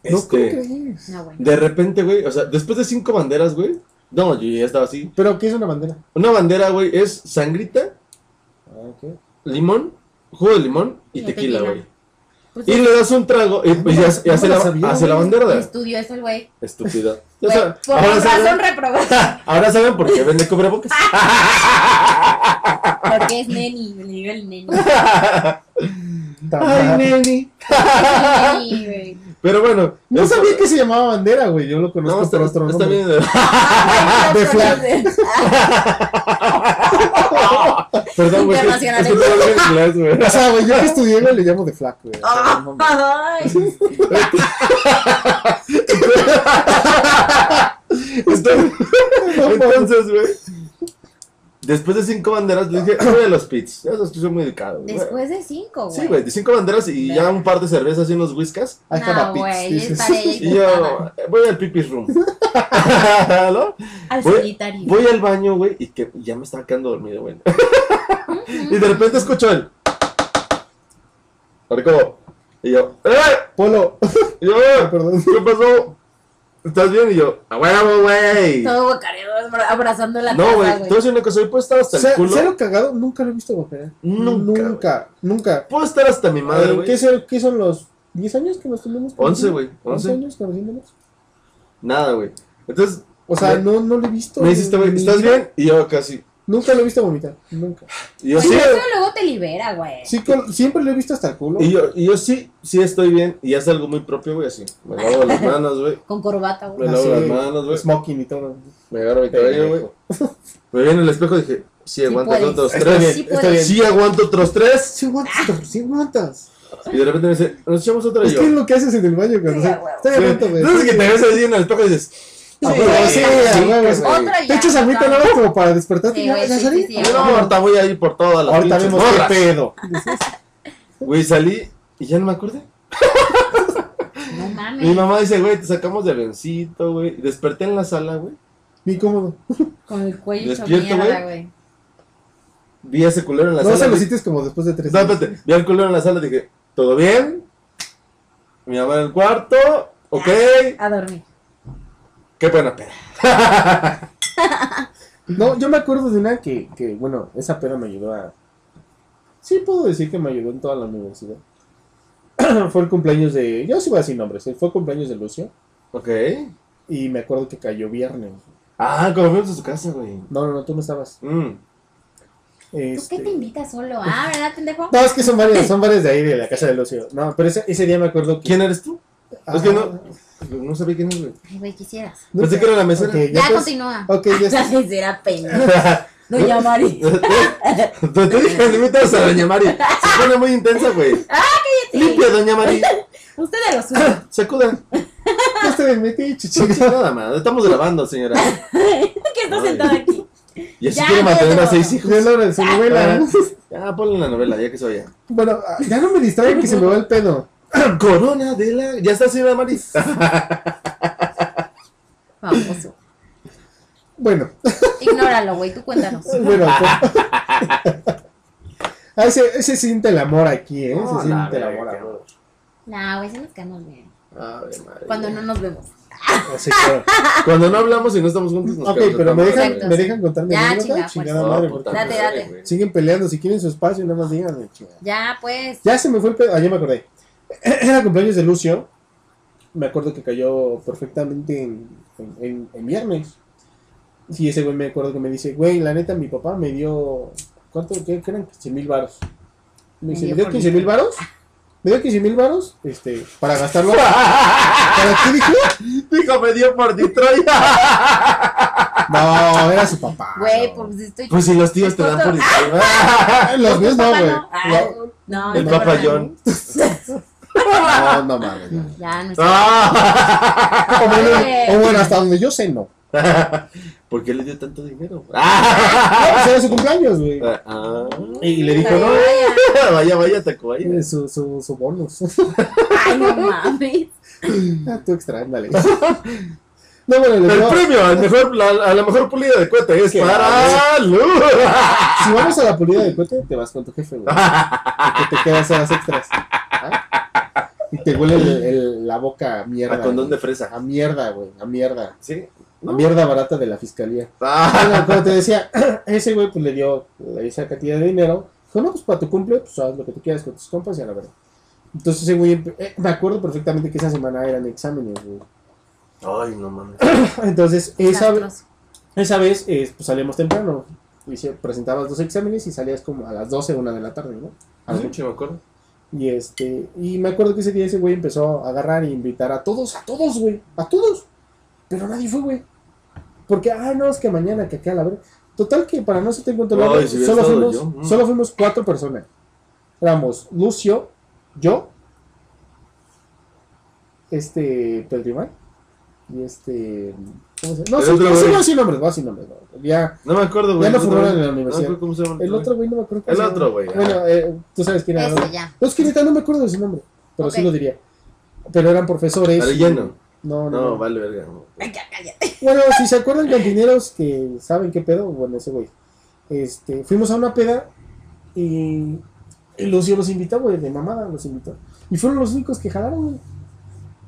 Speaker 3: ¿cómo
Speaker 1: Este,
Speaker 3: crees?
Speaker 2: No, bueno.
Speaker 1: de repente, güey, o sea, después de cinco banderas, güey. No, yo ya estaba así.
Speaker 3: Pero, ¿qué es una bandera?
Speaker 1: Una bandera, güey, es sangrita,
Speaker 3: Ah, ok.
Speaker 1: limón, jugo de limón y
Speaker 2: Y
Speaker 1: tequila,
Speaker 2: tequila.
Speaker 1: güey.
Speaker 2: Pues,
Speaker 1: Y le das un trago y, pues, ya, ya
Speaker 3: No
Speaker 1: hace,
Speaker 3: me la
Speaker 1: la,
Speaker 3: sabía,
Speaker 1: hace la
Speaker 3: güey.
Speaker 1: bandera. de-
Speaker 2: Estudió eso el güey.
Speaker 1: Estúpida. O
Speaker 2: Güey,
Speaker 1: sea,
Speaker 2: Por
Speaker 1: ahora,
Speaker 2: razón
Speaker 1: saben,
Speaker 2: reprobado.
Speaker 1: ahora saben por qué vende cubrebocas.
Speaker 2: Ah. Porque es neni, le digo el neni.
Speaker 3: Tamara.
Speaker 1: neni.
Speaker 2: Sí, güey.
Speaker 1: Pero bueno.
Speaker 3: No
Speaker 1: eso-
Speaker 3: sabía que se llamaba bandera, güey. Yo lo
Speaker 1: No,
Speaker 3: conozco
Speaker 1: está,
Speaker 3: por otro
Speaker 1: está
Speaker 3: nombre.
Speaker 1: bien.
Speaker 3: De flag.
Speaker 1: Perdón, güey. Es que es que no hablo en inglés, güey.
Speaker 3: O sea, güey, yo
Speaker 1: Ah.
Speaker 3: que estudié güey, le llamo de flaco, güey. O
Speaker 2: Ah.
Speaker 3: sea, no mames.
Speaker 2: Ay,
Speaker 1: Entonces-
Speaker 3: No mames.
Speaker 1: Entonces, güey. Después de cinco banderas, le dije, voy a los pits. Ya sabes que soy muy delicado. güey.
Speaker 2: Después de cinco, güey.
Speaker 1: Sí, güey, de cinco banderas y ya un par de cervezas y unos whiskas.
Speaker 3: I have a
Speaker 2: No,
Speaker 3: pits,
Speaker 2: güey, yo
Speaker 3: dices.
Speaker 2: estaré ahí
Speaker 1: Y yo
Speaker 2: sentada.
Speaker 1: eh, voy al pipis room. ¿No?
Speaker 2: al
Speaker 1: voy-
Speaker 2: solitario.
Speaker 1: Voy al baño, güey, y que ya me estaba quedando dormido, güey. Y de repente escucho el. Ahora como. Y yo, ¡eh!
Speaker 3: Polo,
Speaker 1: Y yo, "Eh,
Speaker 3: perdón.
Speaker 1: ¿Qué pasó? ¿Estás bien? Y yo, ¡a huevo, güey!
Speaker 2: Todo guacareado, abra- abrazando la
Speaker 1: No,
Speaker 2: taza,
Speaker 1: güey, te voy a decir una cosa, yo puedo estar hasta
Speaker 3: O
Speaker 1: el
Speaker 3: sea,
Speaker 1: culo.
Speaker 3: ¿se lo cagado? Nunca lo he visto guapear.
Speaker 1: Nunca,
Speaker 3: Nunca, nunca.
Speaker 1: Puedo estar hasta mi madre,
Speaker 3: Eh,
Speaker 1: güey.
Speaker 3: ¿Qué, son, ¿Qué son los 10 años que nos tenemos?
Speaker 1: 11, güey,
Speaker 3: 11
Speaker 1: 11.
Speaker 3: años conociéndonos.
Speaker 1: Nada, güey. Entonces,
Speaker 3: O sea,
Speaker 1: Me-
Speaker 3: no, no lo he visto.
Speaker 1: me hiciste, güey,
Speaker 3: ni-
Speaker 1: ¿estás bien? Y yo casi.
Speaker 3: Nunca lo he visto vomitar. Nunca.
Speaker 1: Y yo
Speaker 2: Pues
Speaker 1: sí.
Speaker 2: eso luego te libera, güey.
Speaker 3: Sí, con- siempre lo he visto hasta el culo.
Speaker 1: Y yo, y yo sí, sí estoy bien. Y es algo muy propio, güey, así. Me lavo las manos, güey.
Speaker 2: Con corbata, güey.
Speaker 1: Me
Speaker 3: Así,
Speaker 1: lavo las manos, güey.
Speaker 3: Smoking y todo.
Speaker 1: Me agarro mi cabello, güey. Me vi en el espejo y dije, sí, aguanto
Speaker 2: puedes.
Speaker 1: otros
Speaker 3: Está bien,
Speaker 1: tres.
Speaker 2: Sí
Speaker 3: está bien.
Speaker 2: puedes.
Speaker 1: Sí, aguanto otros tres.
Speaker 3: Sí aguantas, sí aguantas.
Speaker 1: Y de repente me dice, nos echamos otra y
Speaker 3: Es
Speaker 1: yo.
Speaker 3: que es lo que haces en el baño cuando
Speaker 2: Sí,
Speaker 3: se-
Speaker 2: a huevo.
Speaker 3: Está de pronto, güey.
Speaker 1: Entonces que te ves así en el espejo y dices,
Speaker 3: A
Speaker 1: sí,
Speaker 3: huevo,
Speaker 1: sí,
Speaker 3: sí,
Speaker 1: sí,
Speaker 3: a
Speaker 1: pues,
Speaker 3: huevo,
Speaker 1: que
Speaker 3: sí.
Speaker 1: güey.
Speaker 2: Otra ya.
Speaker 3: Te echas agüita nada más como para despertarte
Speaker 2: Sí,
Speaker 3: y ya,
Speaker 2: güey,
Speaker 3: ya
Speaker 2: sí,
Speaker 3: salí.
Speaker 2: sí, sí,
Speaker 1: no, ahorita voy a ir por todas las
Speaker 3: Ahorita
Speaker 1: pinches
Speaker 3: vemos qué
Speaker 1: morras".
Speaker 3: pedo.
Speaker 1: Güey, salí y ya no me acordé.
Speaker 2: No mames.
Speaker 1: Mi mamá dice, güey, te sacamos de vencito, güey. Y Desperté en la sala, güey.
Speaker 3: Ni cómodo.
Speaker 2: Con el cuello hecho
Speaker 1: Despierto,
Speaker 2: mierda, güey.
Speaker 1: Vi a ese culero en la
Speaker 3: No se
Speaker 1: sala.
Speaker 3: lo
Speaker 1: dije,
Speaker 3: sientes como después de tres
Speaker 1: No,
Speaker 3: años.
Speaker 1: espérate, vi al culero en la sala, dije, ¿todo bien? Mi mamá en el cuarto, ok,
Speaker 2: A dormir.
Speaker 1: qué buena pena.
Speaker 3: No, yo me acuerdo de una que, que, bueno, esa pena me ayudó a. Sí, puedo decir que me ayudó en toda la universidad. fue el cumpleaños de. Yo sí voy a decir nombres, ¿eh? fue el cumpleaños de Lucio.
Speaker 1: Ok.
Speaker 3: Y me acuerdo que cayó viernes.
Speaker 1: Ah, cuando fuimos a su casa, güey.
Speaker 3: No, no, no, tú no estabas.
Speaker 1: Mm.
Speaker 2: ¿Tú
Speaker 3: Este...
Speaker 2: qué te invitas solo? Ah, ¿verdad, pendejo?
Speaker 3: No, es que son varios, son varios de ahí, de la casa de Lucio. No, pero ese, ese día me acuerdo que.
Speaker 1: ¿Quién eres tú?
Speaker 3: Ah,
Speaker 1: Es que no, no sabía quién es, güey.
Speaker 2: Ay, güey, quisieras.
Speaker 3: no
Speaker 1: Pensé
Speaker 3: sé.
Speaker 1: que era la mesera.
Speaker 3: Ok, ya,
Speaker 2: Ya
Speaker 3: pues-
Speaker 2: continúa.
Speaker 3: Ah, Ok, ya está.
Speaker 2: La sincera
Speaker 3: Ah.
Speaker 2: pendejo. Doña Mari.
Speaker 1: Te te dije, le invitas a Doña Mari. Se pone muy intensa, güey.
Speaker 2: Ah,
Speaker 1: Limpia, Doña Mari.
Speaker 2: Usted de los suyos.
Speaker 1: Sacuda.
Speaker 3: No estoy en metiche, chica.
Speaker 1: Nada más. Estamos grabando, señora.
Speaker 3: Ah.
Speaker 2: que está sentada aquí.
Speaker 1: Y así
Speaker 2: Ya,
Speaker 1: quiere
Speaker 2: ya
Speaker 1: mantener
Speaker 2: te
Speaker 1: a seis
Speaker 2: conozco.
Speaker 1: hijos.
Speaker 3: Ya es la hora de su
Speaker 2: Ah.
Speaker 3: novela.
Speaker 1: Ya, ponle la novela, ya que se vaya.
Speaker 3: Bueno, ah, ya no me distraigan que se me va el pedo.
Speaker 1: Corona de la. Ya está, señora Mari.
Speaker 2: Famoso.
Speaker 3: Bueno,
Speaker 2: Ignóralo, güey, tú cuéntanos.
Speaker 3: bueno. pues- Ah, ese, ese siente el amor aquí, ¿eh?
Speaker 1: No,
Speaker 3: se
Speaker 1: la
Speaker 3: siente el
Speaker 1: verga,
Speaker 3: amor.
Speaker 1: cabrón.
Speaker 3: amor.
Speaker 2: No, güey, se nos quedamos bien.
Speaker 1: Ave María.
Speaker 2: Cuando no nos vemos.
Speaker 3: Así que,
Speaker 1: Cuando no hablamos y no estamos juntos, nos
Speaker 3: ok,
Speaker 1: quedamos
Speaker 3: pero me
Speaker 1: atando, güey.
Speaker 2: Exacto,
Speaker 3: dejan, me
Speaker 2: sí.
Speaker 3: dejan contar mi
Speaker 2: Ya,
Speaker 3: anécdota.
Speaker 2: chingada,
Speaker 3: Chingada
Speaker 1: No,
Speaker 3: madre,
Speaker 1: puta
Speaker 3: porque
Speaker 2: Date,
Speaker 1: madre,
Speaker 2: date.
Speaker 1: güey.
Speaker 3: siguen peleando. Si quieren su espacio, nada más díganme, chingada.
Speaker 2: Ya, pues.
Speaker 3: Ya se me fue el pedo. Ah, ya me acordé. Era cumpleaños de Lucio. Me acuerdo que cayó perfectamente en, en- en- en viernes. Y ese güey me acuerdo que me dice, güey, la neta, mi papá me dio. ¿Cuánto? ¿Qué qué eran? 15 mil varos. Me dice,
Speaker 2: Me dio
Speaker 3: ¿me dio
Speaker 2: por
Speaker 3: 15 mil varos? ¿Me dio 15 mil varos? Este, para gastarlo. ¿Para qué dije?
Speaker 1: Dijo, me dio por Detroit.
Speaker 3: No, era su papá.
Speaker 2: Güey,
Speaker 3: Ah, no.
Speaker 2: pues estoy.
Speaker 1: Pues si los tíos te dan por Detroit.
Speaker 3: Ah, Los míos no,
Speaker 2: papá
Speaker 3: güey.
Speaker 2: no. Ah, No,
Speaker 1: El
Speaker 2: no,
Speaker 1: Papa
Speaker 2: no.
Speaker 1: John.
Speaker 3: No, no mames. no.
Speaker 2: Ya, no está.
Speaker 1: Ah.
Speaker 3: O bueno,
Speaker 2: Güey.
Speaker 3: o bueno, hasta donde yo sé, no.
Speaker 1: ¿Por qué le dio tanto dinero? Ah.
Speaker 3: No, pues era su cumpleaños, güey.
Speaker 1: Ah.
Speaker 3: Y le dijo,
Speaker 2: Ay,
Speaker 3: no,
Speaker 2: vaya.
Speaker 1: Vaya, vaya, Tacubaya.
Speaker 3: eh, su, su, su bonus.
Speaker 2: Ay, no mames.
Speaker 3: Ah, tú extra, dale. no, bueno, le
Speaker 1: El
Speaker 3: digo,
Speaker 1: premio al mejor, la- a la mejor pulida de cohete es
Speaker 3: Qué
Speaker 1: para Luz.
Speaker 3: si vamos a la pulida de cohete, te vas con tu jefe, güey. Porque te quedas horas extras. ¿Ah? Y te huele el- el- la boca a mierda.
Speaker 1: A condón de
Speaker 3: güey.
Speaker 1: fresa.
Speaker 3: A mierda, güey. A mierda.
Speaker 1: ¿Sí?
Speaker 3: A mierda barata de la fiscalía.
Speaker 1: Ah,
Speaker 3: Bueno, como te decía, ese güey pues le dio esa cantidad de dinero. Dijo, no, pues para tu cumple, pues haz lo que tú quieras con tus compas y a la verdad. Entonces ese güey, empe- eh, me acuerdo perfectamente que esa semana eran exámenes, güey.
Speaker 1: Ay, no mames.
Speaker 3: Entonces esa,
Speaker 2: Desastroso.
Speaker 3: esa vez eh, pues salíamos temprano. Y se- presentabas dos exámenes y salías como a las 12, una de la tarde, ¿no? A lo
Speaker 1: Anoche
Speaker 3: mucho.
Speaker 1: Ah, me acuerdo.
Speaker 3: Y este, y me acuerdo que ese día ese güey empezó a agarrar e invitar a todos, a todos, güey, a todos. Pero nadie fue, güey. Porque, ah, no, es que mañana, que acá, la verdad. Total que para no se te cuento largo,
Speaker 1: Ay, si hubiera
Speaker 3: solo
Speaker 1: estado
Speaker 3: fuimos,
Speaker 1: yo, mm.
Speaker 3: solo fuimos cuatro personas. Éramos Lucio, yo, este Pedro Iván, y este. ¿Cómo se llama? No,
Speaker 1: El
Speaker 3: sí,
Speaker 1: otro
Speaker 3: no, sí,
Speaker 1: güey.
Speaker 3: voy a decir nombres, voy a decir nombres. no. Ya,
Speaker 1: No me acuerdo,
Speaker 3: ya
Speaker 1: güey. El
Speaker 3: lo
Speaker 1: otro
Speaker 3: formaron en
Speaker 1: güey.
Speaker 3: la
Speaker 1: No me
Speaker 3: universidad.
Speaker 1: acuerdo cómo se llama.
Speaker 3: El otro güey no me acuerdo. cómo
Speaker 1: El
Speaker 3: se llama.
Speaker 1: otro güey, ajá.
Speaker 3: Bueno, eh, tú sabes quién era. ¿no?
Speaker 2: Ese ya.
Speaker 3: No, es que neta no me acuerdo de su nombre, pero sí
Speaker 2: Ok.
Speaker 3: lo diría. Pero eran profesores.
Speaker 1: Arellano.
Speaker 3: No, no.
Speaker 1: Ah, No,
Speaker 3: no.
Speaker 1: vale, verga. no.
Speaker 2: Ay, ya, cállate.
Speaker 3: Bueno, si se acuerdan cantineros que saben qué pedo, bueno, ese güey. Este, fuimos a una peda y, y Lucio los invitó, güey, de mamada los invitó. Y fueron los únicos que jalaron, güey.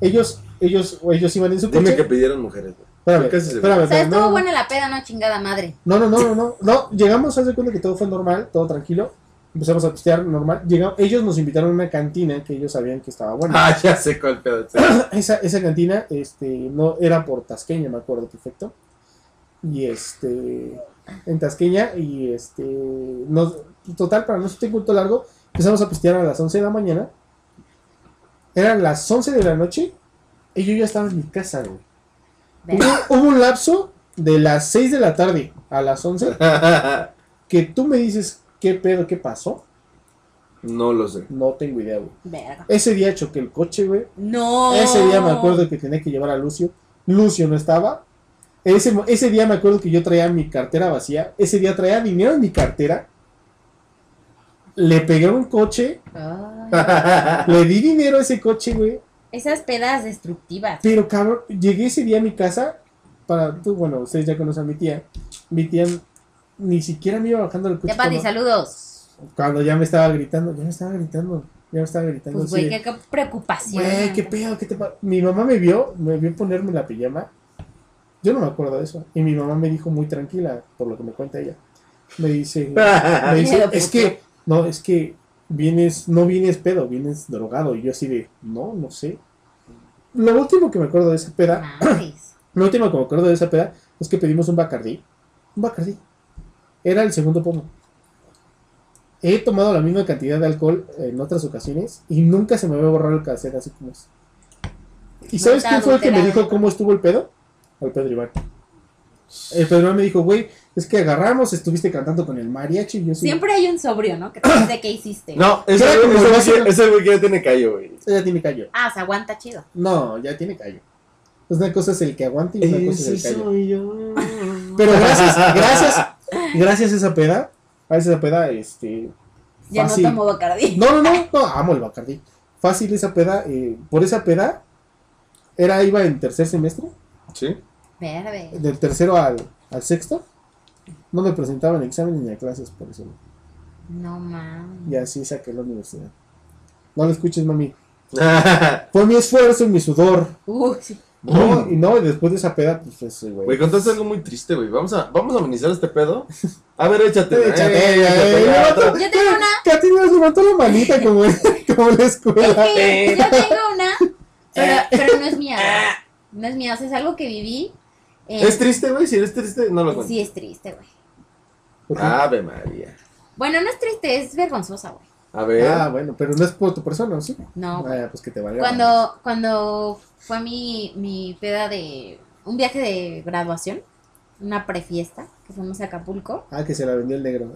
Speaker 3: Ellos, ellos, o ellos iban en su
Speaker 1: Dime
Speaker 3: coche.
Speaker 1: que pidieron mujeres, güey.
Speaker 3: Espérame,
Speaker 1: casi se-
Speaker 3: espérame,
Speaker 2: O sea,
Speaker 3: espérame,
Speaker 2: estuvo
Speaker 3: no,
Speaker 2: buena la peda, no chingada madre.
Speaker 3: no, no, no, no, no, no, llegamos, haz de cuenta que todo fue normal, todo tranquilo, empezamos a pistear normal, llegamos, ellos nos invitaron a una cantina que ellos sabían que estaba buena.
Speaker 1: Ah, ya sé cuál pedo. sí.
Speaker 3: esa, esa cantina este, no era por Tasqueña, me acuerdo perfecto. Y este, en Tasqueña, y este, no, total, para no ser un culto largo, empezamos a pistear a las 11 de la mañana. Eran las 11 de la noche y yo ya estaba en mi casa, güey.
Speaker 2: Ve.
Speaker 3: Hubo, hubo un lapso de las 6 de la tarde a las 11 que tú me dices, ¿qué pedo, qué pasó?
Speaker 1: No lo sé.
Speaker 3: No tengo idea, güey.
Speaker 2: Verga.
Speaker 3: Ese día choqué el coche, güey.
Speaker 2: No.
Speaker 3: Ese día me acuerdo que tenía que llevar a Lucio. Lucio no estaba. Ese, mo- ese día me acuerdo que yo traía mi cartera vacía. Ese día traía dinero en mi cartera. Le pegué a un coche.
Speaker 2: Ay,
Speaker 3: Le di dinero a ese coche, güey.
Speaker 2: esas pedas destructivas.
Speaker 3: Pero cabrón, llegué ese día a mi casa. Para tú, bueno, ustedes ya conocen a mi tía. Mi tía ni siquiera me iba bajando el coche.
Speaker 2: Ya, Pati,
Speaker 3: cuando-
Speaker 2: saludos.
Speaker 3: cuando ya me estaba gritando. Ya me estaba gritando. Ya me estaba gritando.
Speaker 2: Pues,
Speaker 3: así
Speaker 2: güey, qué,
Speaker 3: de-
Speaker 2: qué preocupación.
Speaker 3: Güey, qué pedo, qué te pa- Mi mamá me vio, me vio ponerme la pijama. Yo no me acuerdo de eso. Y mi mamá me dijo muy tranquila, por lo que me cuenta ella. Me dice, me dice
Speaker 2: Miedo,
Speaker 3: es
Speaker 2: puto".
Speaker 3: que, no, es que vienes, no vienes pedo, vienes drogado. Y yo así de, no, no sé. Lo último que me acuerdo de esa peda,
Speaker 2: Madres.
Speaker 3: lo último que me acuerdo de esa peda es que pedimos un bacardí. Un bacardí. Era el segundo pomo. He tomado la misma cantidad de alcohol en otras ocasiones y nunca se me había borrado el cassette así como es. ¿Y
Speaker 2: No
Speaker 3: sabes
Speaker 2: está
Speaker 3: quién fue el que me
Speaker 2: adulterado.
Speaker 3: dijo cómo estuvo el pedo? Al Pedro Iván. El Pedro Iván me dijo, güey, es que agarramos, estuviste cantando con el mariachi y yo sí.
Speaker 2: Siempre hay un sobrio, ¿no? Que te dice qué hiciste.
Speaker 1: No, ese
Speaker 3: Creo
Speaker 1: güey ese
Speaker 3: que me
Speaker 1: güey
Speaker 3: vas a-
Speaker 1: que- ese güey que ya tiene callo, güey.
Speaker 3: Ya tiene callo.
Speaker 2: Ah, se aguanta chido.
Speaker 3: No, ya tiene callo. Pues una cosa es el que aguanta y
Speaker 1: Eh,
Speaker 3: una cosa es el callo.
Speaker 1: yo.
Speaker 3: Pero gracias, gracias, gracias a esa peda, gracias a esa peda, este,
Speaker 2: Ya
Speaker 3: Fácil.
Speaker 2: no tomo Bacardi.
Speaker 3: no, no, no, no, amo el Bacardi. Fácil esa peda, eh, por esa peda, era, iba en tercer semestre,
Speaker 1: ¿Sí?
Speaker 2: Verde.
Speaker 3: del tercero al, al sexto, no me presentaban exámenes ni a clases, por eso,
Speaker 2: No mames.
Speaker 3: y así saqué la universidad. No lo escuches, mami. Fue mi esfuerzo y mi sudor.
Speaker 2: Uy, sí.
Speaker 3: No,
Speaker 2: Mm.
Speaker 3: y no, y después de esa peda, pues, ese,
Speaker 1: Güey,
Speaker 3: güey.
Speaker 1: contaste algo muy triste, güey. Vamos a, vamos a amenizar este pedo. A ver, échate.
Speaker 3: Échate,
Speaker 1: eh,
Speaker 3: eh,
Speaker 1: ya,
Speaker 3: eh,
Speaker 1: otra.
Speaker 2: Yo tengo una.
Speaker 3: Katy nos levantó la manita como, como en la
Speaker 2: Es
Speaker 3: escuela.
Speaker 2: que yo tengo una, pero,
Speaker 3: Eh.
Speaker 2: pero no es mía. No es mía. O sea, es algo que viví. eh,
Speaker 1: ¿Es triste, güey? Si eres triste, no lo cuento.
Speaker 2: sí, es triste, güey.
Speaker 3: Ok.
Speaker 2: Ah,
Speaker 1: Ave María.
Speaker 2: Bueno, no es triste, es vergonzosa, güey.
Speaker 1: A ver.
Speaker 3: Ah, bueno, pero no es por tu persona, ¿o ¿sí?
Speaker 2: No, güey.
Speaker 3: Ah, pues que te valga.
Speaker 2: Cuando, cuando fue mi, mi peda de un viaje de graduación, una prefiesta, que fuimos a Acapulco,
Speaker 3: Ah, que se la vendió el negro.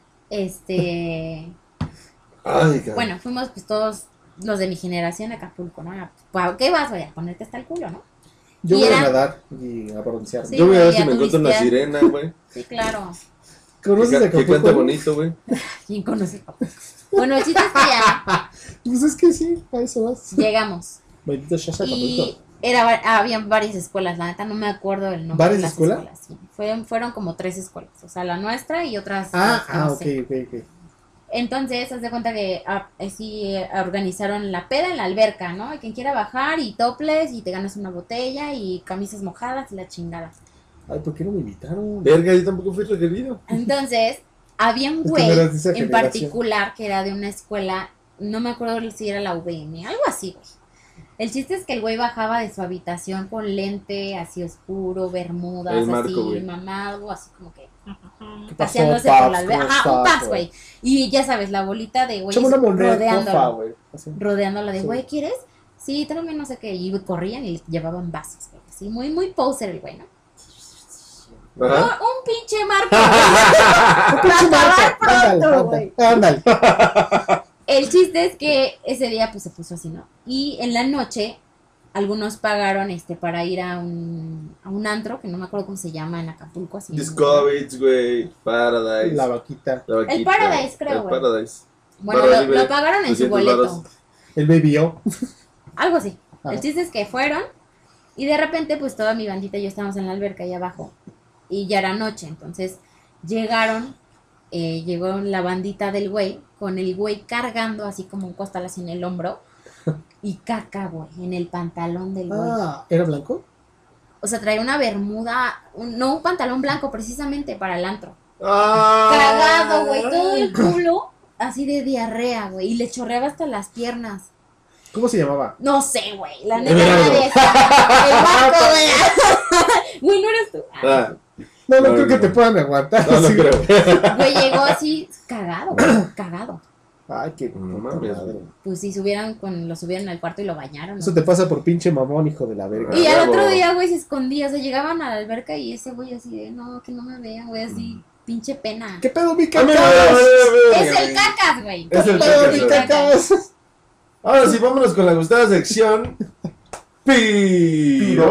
Speaker 2: este,
Speaker 1: Ay, cabrón.
Speaker 2: bueno, fuimos pues todos los de mi generación a Acapulco, ¿no? A- ¿pa- ¿Qué vas, güey? A ponerte hasta el culo, ¿no?
Speaker 3: Yo
Speaker 2: Y
Speaker 3: voy a
Speaker 2: era-
Speaker 3: nadar y a broncearme.
Speaker 2: Sí,
Speaker 1: Yo voy a ver
Speaker 2: güey,
Speaker 1: si
Speaker 2: a
Speaker 1: me encuentro una
Speaker 2: turistear.
Speaker 1: sirena, güey.
Speaker 2: Sí, claro.
Speaker 3: ¿Conoces
Speaker 1: Que,
Speaker 3: a
Speaker 1: ca- que canta
Speaker 3: Acapulco?
Speaker 1: bonito, güey.
Speaker 2: ¿Quién conoce Acapulco? Bueno, el chiste es que ya
Speaker 3: Pues es que sí, a eso vas.
Speaker 2: llegamos.
Speaker 3: Bendito Shasha
Speaker 2: Y
Speaker 3: Acapulco.
Speaker 2: era, va- había varias escuelas, la neta, no me acuerdo el nombre.
Speaker 3: ¿Varias
Speaker 2: de las
Speaker 3: escuelas?
Speaker 2: sí. Fueron, fueron como tres escuelas, o sea, la nuestra y otras.
Speaker 3: Ah,
Speaker 2: más que
Speaker 3: ah,
Speaker 2: no
Speaker 3: ok,
Speaker 2: sé.
Speaker 3: ok, ok.
Speaker 2: Entonces, haz de cuenta que ah, así eh, organizaron la peda en la alberca, ¿no? Y quien quiera bajar y toples y te ganas una botella y camisas mojadas y la chingada.
Speaker 3: Ay, ¿por qué no me invitaron?
Speaker 1: Verga, yo tampoco fui requerido.
Speaker 2: Entonces, había un
Speaker 3: Es que
Speaker 2: güey
Speaker 3: no eras de esa
Speaker 2: en
Speaker 3: generación.
Speaker 2: particular que era de una escuela, no me acuerdo si era la UVM, algo así, güey. El chiste es que el güey bajaba de su habitación con lente así oscuro, bermudas,
Speaker 1: El Marco,
Speaker 2: así
Speaker 1: güey.
Speaker 2: mamado, así como que ajá,
Speaker 3: ¿Qué pasó,
Speaker 2: paseándose
Speaker 3: paps?
Speaker 2: por la alberca.
Speaker 3: ¿Cómo
Speaker 2: Ajá, un
Speaker 3: estás,
Speaker 2: pas,
Speaker 3: güey?
Speaker 2: güey. Y ya sabes, la bolita de güeyes
Speaker 3: Echame una moneda, porfa,
Speaker 2: rodeándola,
Speaker 3: güey. Así.
Speaker 2: rodeándola de,
Speaker 3: Sí.
Speaker 2: güey, ¿quieres? Sí, tráeme no sé qué. Y corrían y llevaban vasos, güey. Así, muy, muy poser el güey, ¿no?
Speaker 1: Ajá.
Speaker 2: Un- Un pinche marco.
Speaker 3: Un pinche
Speaker 2: Para acabar
Speaker 3: marco. Ándale,
Speaker 2: pronto,
Speaker 3: ándale, ándale.
Speaker 2: El chiste es que ese día pues se puso así, ¿no? Y en la noche algunos pagaron este para ir a un, a un antro, que no me acuerdo cómo se llama en Acapulco, así.
Speaker 1: Discovery, güey. Paradise.
Speaker 3: La vaquita.
Speaker 1: La vaquita,
Speaker 2: Paradise, creo,
Speaker 1: El
Speaker 2: güey.
Speaker 1: Paradise.
Speaker 2: Bueno,
Speaker 1: Barra
Speaker 2: lo,
Speaker 1: libre,
Speaker 2: lo pagaron en su
Speaker 1: 200
Speaker 2: boleto.
Speaker 1: varos.
Speaker 3: El baby O.
Speaker 2: Algo así.
Speaker 3: Ah.
Speaker 2: El chiste es que fueron y de repente pues toda mi bandita y yo estábamos en la alberca ahí abajo y ya era noche, entonces llegaron, eh, llegó la bandita del güey con el güey cargando así como un costal así en el hombro y caca, güey, en el pantalón del güey.
Speaker 3: Ah, ¿era blanco?
Speaker 2: O sea, traía una bermuda, un- no un pantalón blanco precisamente para el antro.
Speaker 1: Ah.
Speaker 2: Cagado, güey, todo el culo así de diarrea, güey, y le chorreaba hasta las piernas.
Speaker 3: ¿Cómo se llamaba?
Speaker 2: No sé, güey, la neta
Speaker 1: Eduardo.
Speaker 2: era de esa. El barco, güey. Güey, no eres tú. Ah,
Speaker 1: Ah,
Speaker 3: No, no,
Speaker 1: No,
Speaker 3: creo
Speaker 1: no,
Speaker 3: que te
Speaker 1: no.
Speaker 3: puedan aguantar.
Speaker 1: no, no
Speaker 3: Sí.
Speaker 1: creo.
Speaker 2: Güey, llegó así cagado, güey, cagado.
Speaker 3: Ay, qué puta
Speaker 1: No mames,
Speaker 3: madre.
Speaker 1: güey.
Speaker 2: Pues si subieron con, lo subieron al cuarto y lo bañaron. ¿no?
Speaker 3: Eso te pasa por pinche mamón, hijo de la verga.
Speaker 2: Y
Speaker 1: Ah,
Speaker 2: al
Speaker 1: huevo.
Speaker 2: otro día, güey, se escondía. O sea, llegaban a la alberca y ese güey así de, no, que no me vean, güey, así, pinche pena.
Speaker 3: ¿Qué pedo, mi
Speaker 1: A mí me
Speaker 3: cacas?
Speaker 1: vale
Speaker 2: Es el
Speaker 1: Mm. verga.
Speaker 2: cacas, güey.
Speaker 1: Es
Speaker 3: ¿Qué
Speaker 1: el
Speaker 3: pedo,
Speaker 1: cacas,
Speaker 3: mi
Speaker 1: güey.
Speaker 3: cacas?
Speaker 1: Ahora sí, vámonos con la gustada sección.